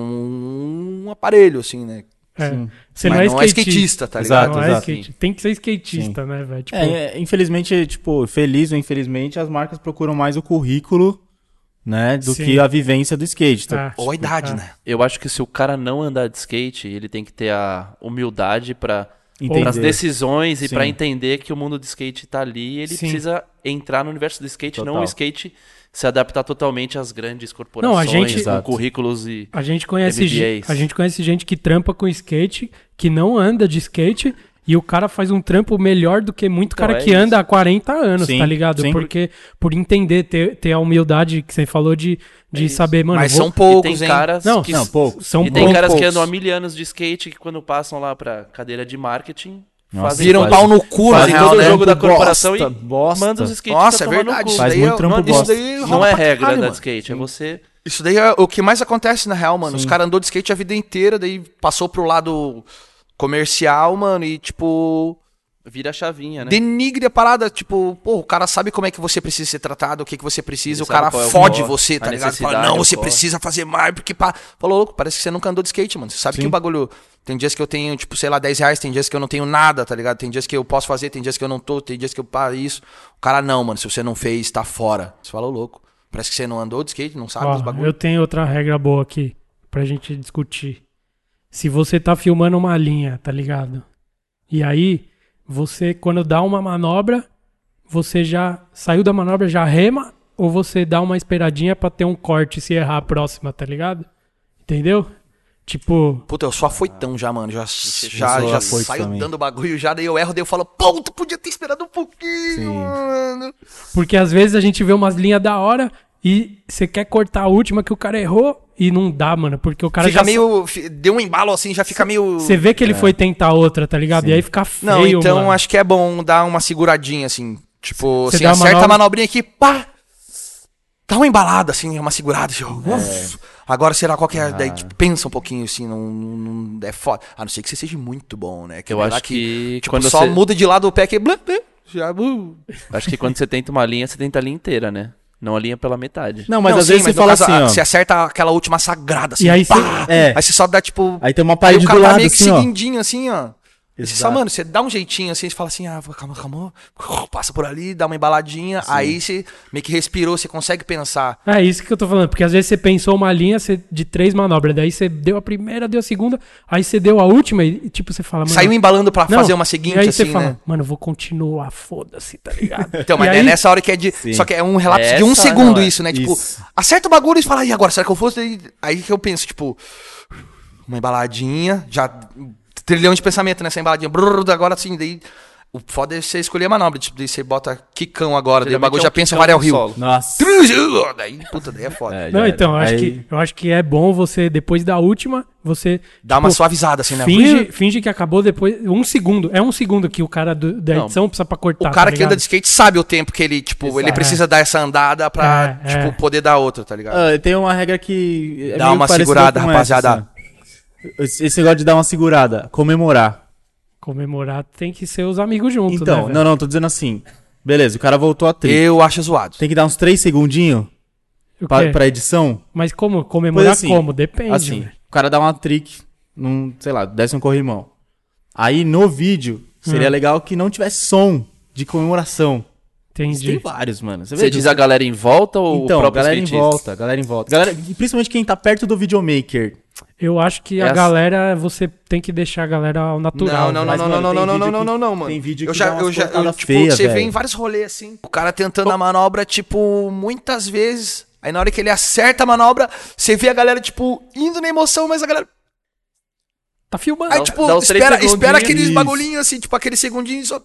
[SPEAKER 3] um aparelho, assim, né?
[SPEAKER 2] é, você
[SPEAKER 3] Mas
[SPEAKER 2] não é
[SPEAKER 3] não é
[SPEAKER 2] skatista.
[SPEAKER 3] skatista, tá
[SPEAKER 4] Exato,
[SPEAKER 3] ligado?
[SPEAKER 2] Não é
[SPEAKER 4] exato.
[SPEAKER 2] skate. Tem que ser skatista, né, velho? Tipo,
[SPEAKER 4] É, é, infelizmente, tipo, feliz ou infelizmente, as marcas procuram mais o currículo, né, do
[SPEAKER 2] Sim.
[SPEAKER 4] que a vivência do skate. Então,
[SPEAKER 2] tá.
[SPEAKER 3] Ou a idade,
[SPEAKER 2] Ah.
[SPEAKER 3] né?
[SPEAKER 5] Eu acho que se o cara não andar de skate, ele tem que ter a humildade pra
[SPEAKER 4] entender.
[SPEAKER 5] pras decisões e
[SPEAKER 4] Sim.
[SPEAKER 5] pra entender que o mundo do skate tá ali e ele
[SPEAKER 2] Sim.
[SPEAKER 5] precisa entrar no universo do skate, não
[SPEAKER 4] Total.
[SPEAKER 5] o skate se adaptar totalmente às grandes corporações,
[SPEAKER 2] Não, a gente-
[SPEAKER 5] com
[SPEAKER 4] Exato.
[SPEAKER 5] currículos e
[SPEAKER 2] A gente conhece
[SPEAKER 5] MBAs.
[SPEAKER 2] ge- a gente conhece gente que trampa com skate, que não anda de skate e o cara faz um trampo melhor do que muito
[SPEAKER 5] Então,
[SPEAKER 2] cara
[SPEAKER 5] é
[SPEAKER 2] que
[SPEAKER 5] isso.
[SPEAKER 2] anda há 40 anos,
[SPEAKER 4] Sim,
[SPEAKER 2] tá ligado?
[SPEAKER 4] sim.
[SPEAKER 2] Porque por entender ter, ter a humildade que você falou de, de
[SPEAKER 5] É
[SPEAKER 2] saber, mano,
[SPEAKER 3] Mas
[SPEAKER 2] vou-
[SPEAKER 3] são poucos,
[SPEAKER 5] e tem
[SPEAKER 3] hein?
[SPEAKER 5] caras
[SPEAKER 2] Não,
[SPEAKER 5] que
[SPEAKER 4] Não, poucos.
[SPEAKER 2] são
[SPEAKER 5] e tem
[SPEAKER 2] poucos.
[SPEAKER 5] caras que
[SPEAKER 4] poucos.
[SPEAKER 5] andam há mil anos de skate que quando passam lá pra cadeira de marketing
[SPEAKER 4] Nossa,
[SPEAKER 5] fazem
[SPEAKER 3] Viram
[SPEAKER 5] fazem-
[SPEAKER 3] pau no cu, na
[SPEAKER 5] fazem
[SPEAKER 3] real,
[SPEAKER 5] todo o
[SPEAKER 3] né?
[SPEAKER 5] jogo da
[SPEAKER 4] Bosta,
[SPEAKER 5] corporação e
[SPEAKER 4] bosta.
[SPEAKER 5] mandam os skates
[SPEAKER 3] Nossa, é verdade. Isso
[SPEAKER 4] Faz
[SPEAKER 3] daí,
[SPEAKER 4] muito
[SPEAKER 3] é-
[SPEAKER 4] trampo
[SPEAKER 3] mano, isso
[SPEAKER 4] bosta.
[SPEAKER 3] daí
[SPEAKER 5] Não
[SPEAKER 3] rola
[SPEAKER 5] é
[SPEAKER 3] pra
[SPEAKER 5] regra
[SPEAKER 3] caralho,
[SPEAKER 5] da
[SPEAKER 3] mano.
[SPEAKER 5] skate, é você
[SPEAKER 3] Isso daí é o que mais acontece, na real, mano. Os caras andou de skate a vida inteira, daí passou pro lado comercial, mano, e tipo.
[SPEAKER 5] vira a chavinha, né?
[SPEAKER 3] Denigre a parada, tipo, pô, o cara sabe como é que você precisa ser tratado, o que, que você precisa,
[SPEAKER 5] Ele
[SPEAKER 3] o cara
[SPEAKER 5] sabe qual é o
[SPEAKER 3] fode
[SPEAKER 5] corre,
[SPEAKER 3] você, tá
[SPEAKER 5] a
[SPEAKER 3] ligado? Fala,
[SPEAKER 5] necessidade,
[SPEAKER 3] não,
[SPEAKER 5] o
[SPEAKER 3] você
[SPEAKER 5] corre."
[SPEAKER 3] precisa fazer mais, porque pá. Falou, louco, parece que você nunca andou de skate, mano. Você sabe que o bagulho. Tem dias que eu tenho, tipo, sei lá, 10 reais, tem dias que eu não tenho nada, tá ligado? Tem dias que eu posso fazer, tem dias que eu não tô, tem dias que eu pá, isso. O cara, não, mano, se você não fez, tá fora. Você falou, louco. Parece que você não andou de skate, não sabe
[SPEAKER 2] Ó,
[SPEAKER 3] os bagulhos.
[SPEAKER 2] eu tenho outra regra boa aqui pra gente discutir. Se você tá filmando uma linha, tá ligado? E aí, você, quando dá uma manobra, você já saiu da manobra, já rema, ou você dá uma esperadinha pra ter um corte se errar a próxima, tá ligado? Entendeu? Tipo,
[SPEAKER 3] Puta, eu sou afoitão já, mano. Já,
[SPEAKER 5] é
[SPEAKER 3] já,
[SPEAKER 4] eu sou
[SPEAKER 3] já
[SPEAKER 4] afoito
[SPEAKER 3] saio
[SPEAKER 4] também.
[SPEAKER 3] dando bagulho já, daí eu erro, daí eu falo, pô, tu podia ter esperado um pouquinho,
[SPEAKER 4] Sim.
[SPEAKER 3] mano.
[SPEAKER 2] porque às vezes a gente vê umas linhas da hora e você quer cortar a última que o cara errou e não dá, mano, porque o cara
[SPEAKER 3] fica
[SPEAKER 2] já
[SPEAKER 3] meio. fi- Deu um embalo assim, já fica meio.
[SPEAKER 2] Você vê que ele foi tentar outra, tá ligado? E aí fica feio,
[SPEAKER 3] Não, então
[SPEAKER 2] mano.
[SPEAKER 3] acho que é bom dar uma seguradinha, assim. Tipo,
[SPEAKER 2] Você
[SPEAKER 3] assim,
[SPEAKER 2] dá uma
[SPEAKER 3] acerta a
[SPEAKER 2] manobra-
[SPEAKER 3] manobrinha aqui, pá! Dá uma embalada, assim, uma segurada. Assim,
[SPEAKER 2] É.
[SPEAKER 3] uf. Agora será qual que é?
[SPEAKER 2] Ah.
[SPEAKER 3] Daí, tipo, pensa um pouquinho, assim, não, não- não- é foda. A não ser que você seja muito bom, né?
[SPEAKER 5] Eu
[SPEAKER 3] vai
[SPEAKER 5] acho
[SPEAKER 3] lá
[SPEAKER 5] que
[SPEAKER 3] tipo,
[SPEAKER 5] quando
[SPEAKER 3] só
[SPEAKER 5] você-
[SPEAKER 3] muda de lado o pé que. blá, blá, Já, uh.
[SPEAKER 5] Acho que quando você tenta uma linha, você tenta a linha inteira, né? Não a linha pela metade.
[SPEAKER 4] Não, mas
[SPEAKER 3] Não,
[SPEAKER 4] às
[SPEAKER 3] sim,
[SPEAKER 4] vezes você
[SPEAKER 3] no
[SPEAKER 4] fala
[SPEAKER 3] caso, ah,
[SPEAKER 4] assim,
[SPEAKER 3] a-
[SPEAKER 4] ó.
[SPEAKER 3] Você acerta aquela última sagrada, assim.
[SPEAKER 2] E aí
[SPEAKER 3] pá!
[SPEAKER 2] você-
[SPEAKER 4] é.
[SPEAKER 3] Aí você só dá, tipo.
[SPEAKER 4] Aí tem uma
[SPEAKER 3] Aí
[SPEAKER 4] parede
[SPEAKER 3] o
[SPEAKER 4] do
[SPEAKER 3] cara tá
[SPEAKER 4] lado,
[SPEAKER 3] meio que
[SPEAKER 4] assim, ó.
[SPEAKER 3] seguindinho, assim, ó. E Você só,
[SPEAKER 4] Exato.
[SPEAKER 3] mano, você dá um jeitinho assim, você fala assim, ah, calma, calma, passa por ali, dá uma embaladinha, aí você meio que respirou, você consegue pensar.
[SPEAKER 2] É isso que eu tô falando, porque às vezes você pensou uma linha você- de três manobras, daí você deu a primeira, deu a segunda, aí você deu a última e tipo você fala, mano,
[SPEAKER 3] Saiu embalando pra
[SPEAKER 2] não.
[SPEAKER 3] fazer uma seguinte,
[SPEAKER 2] e aí
[SPEAKER 3] assim,
[SPEAKER 2] você fala,
[SPEAKER 3] né?
[SPEAKER 2] mano, vou continuar, foda-se, tá ligado?
[SPEAKER 3] Então, mas
[SPEAKER 2] E
[SPEAKER 3] é
[SPEAKER 2] aí-
[SPEAKER 3] nessa hora que é de. Só que é um relapso de um
[SPEAKER 5] Essa
[SPEAKER 3] segundo
[SPEAKER 5] não é.
[SPEAKER 3] isso, né? Tipo,
[SPEAKER 4] Isso.
[SPEAKER 3] acerta o bagulho e fala, e agora? Será que eu fosse? Aí- Aí que eu penso, tipo, uma embaladinha, já. Trilhão de pensamento nessa embaladinha. Brrr, agora assim, daí. O foda é você escolher a manobra, tipo, daí você bota quicão agora, daí o
[SPEAKER 5] Geralmente
[SPEAKER 3] bagulho
[SPEAKER 5] é um
[SPEAKER 3] já pensa
[SPEAKER 5] quicão
[SPEAKER 3] o Varel
[SPEAKER 5] com
[SPEAKER 3] Rio.
[SPEAKER 5] solo.
[SPEAKER 4] Nossa.
[SPEAKER 3] Daí, puta, daí é foda.
[SPEAKER 4] É, já
[SPEAKER 2] Não,
[SPEAKER 4] era.
[SPEAKER 2] então, eu acho,
[SPEAKER 4] Aí-
[SPEAKER 2] que, eu acho que é bom você, depois da última, você
[SPEAKER 3] Dá uma
[SPEAKER 2] tipo,
[SPEAKER 3] suavizada, assim, né?
[SPEAKER 2] finge, finge que acabou depois, um segundo, é um segundo que o cara do- da
[SPEAKER 5] Não.
[SPEAKER 2] edição precisa pra
[SPEAKER 3] O
[SPEAKER 2] cortar,
[SPEAKER 3] cara
[SPEAKER 2] tá
[SPEAKER 3] que anda
[SPEAKER 2] ligado?
[SPEAKER 3] de skate sabe o tempo que ele, tipo, ele precisa dar essa andada pra,
[SPEAKER 2] É,
[SPEAKER 3] tipo,
[SPEAKER 2] é.
[SPEAKER 3] poder dar outra, tá ligado?
[SPEAKER 4] Ah, tem uma regra que. é
[SPEAKER 3] Dá
[SPEAKER 4] meio
[SPEAKER 3] uma
[SPEAKER 4] parecida
[SPEAKER 3] segurada,
[SPEAKER 4] com essa,
[SPEAKER 3] rapaziada.
[SPEAKER 4] assim, ó. Esse esse negócio de dar uma segurada, comemorar.
[SPEAKER 2] Comemorar tem que ser os amigos juntos,
[SPEAKER 4] Então,
[SPEAKER 2] né,
[SPEAKER 4] não,
[SPEAKER 2] velho?
[SPEAKER 4] não, tô dizendo assim. Beleza, o cara voltou a ter.
[SPEAKER 3] Eu acho zoado.
[SPEAKER 4] Tem que dar uns 3 segundinhos
[SPEAKER 2] O
[SPEAKER 4] pra,
[SPEAKER 2] quê?
[SPEAKER 4] pra edição.
[SPEAKER 2] Mas como? Comemorar
[SPEAKER 4] assim,
[SPEAKER 2] como? Depende,
[SPEAKER 4] assim,
[SPEAKER 2] velho.
[SPEAKER 4] o cara dá uma trick, num, sei lá, desce um corrimão. Aí no vídeo, seria
[SPEAKER 2] Hum.
[SPEAKER 4] legal que não tivesse som de comemoração. Isso Tem
[SPEAKER 2] Entendi.
[SPEAKER 4] vários, mano. Você,
[SPEAKER 5] Você
[SPEAKER 4] vê
[SPEAKER 5] diz a galera em volta ou o
[SPEAKER 4] Então,
[SPEAKER 5] próprio
[SPEAKER 4] galera em
[SPEAKER 5] skatista?
[SPEAKER 4] volta, galera em volta. Galera, e principalmente quem tá perto do videomaker.
[SPEAKER 2] Eu acho que a
[SPEAKER 5] Essa-
[SPEAKER 2] galera, você tem que deixar a galera ao natural.
[SPEAKER 3] É
[SPEAKER 2] né?
[SPEAKER 3] assim. não,
[SPEAKER 2] velho.
[SPEAKER 3] não,
[SPEAKER 4] mas,
[SPEAKER 3] não,
[SPEAKER 4] mano,
[SPEAKER 3] não, não,
[SPEAKER 4] tem
[SPEAKER 3] não, não,
[SPEAKER 4] vídeo
[SPEAKER 3] não,
[SPEAKER 4] que-
[SPEAKER 3] não, não, mano.
[SPEAKER 4] tem vídeo
[SPEAKER 3] eu
[SPEAKER 4] que
[SPEAKER 3] já,
[SPEAKER 4] dá umas
[SPEAKER 3] eu já, eu,
[SPEAKER 4] cortadas
[SPEAKER 3] tipo,
[SPEAKER 4] feia,
[SPEAKER 3] você vê
[SPEAKER 4] velho.
[SPEAKER 3] em vários rolês assim, o cara tentando a manobra, tipo, muitas vezes. Aí na hora que ele acerta a manobra, você vê a galera, tipo, indo na emoção, mas a galera.
[SPEAKER 2] Tá filmando.
[SPEAKER 3] Aí,
[SPEAKER 5] Dá- um-
[SPEAKER 3] tipo,
[SPEAKER 5] dá uns três
[SPEAKER 3] espera, espera
[SPEAKER 5] segundinhos.
[SPEAKER 3] aqueles
[SPEAKER 4] Isso.
[SPEAKER 3] bagulhinhos, assim, tipo, aqueles segundinhos só.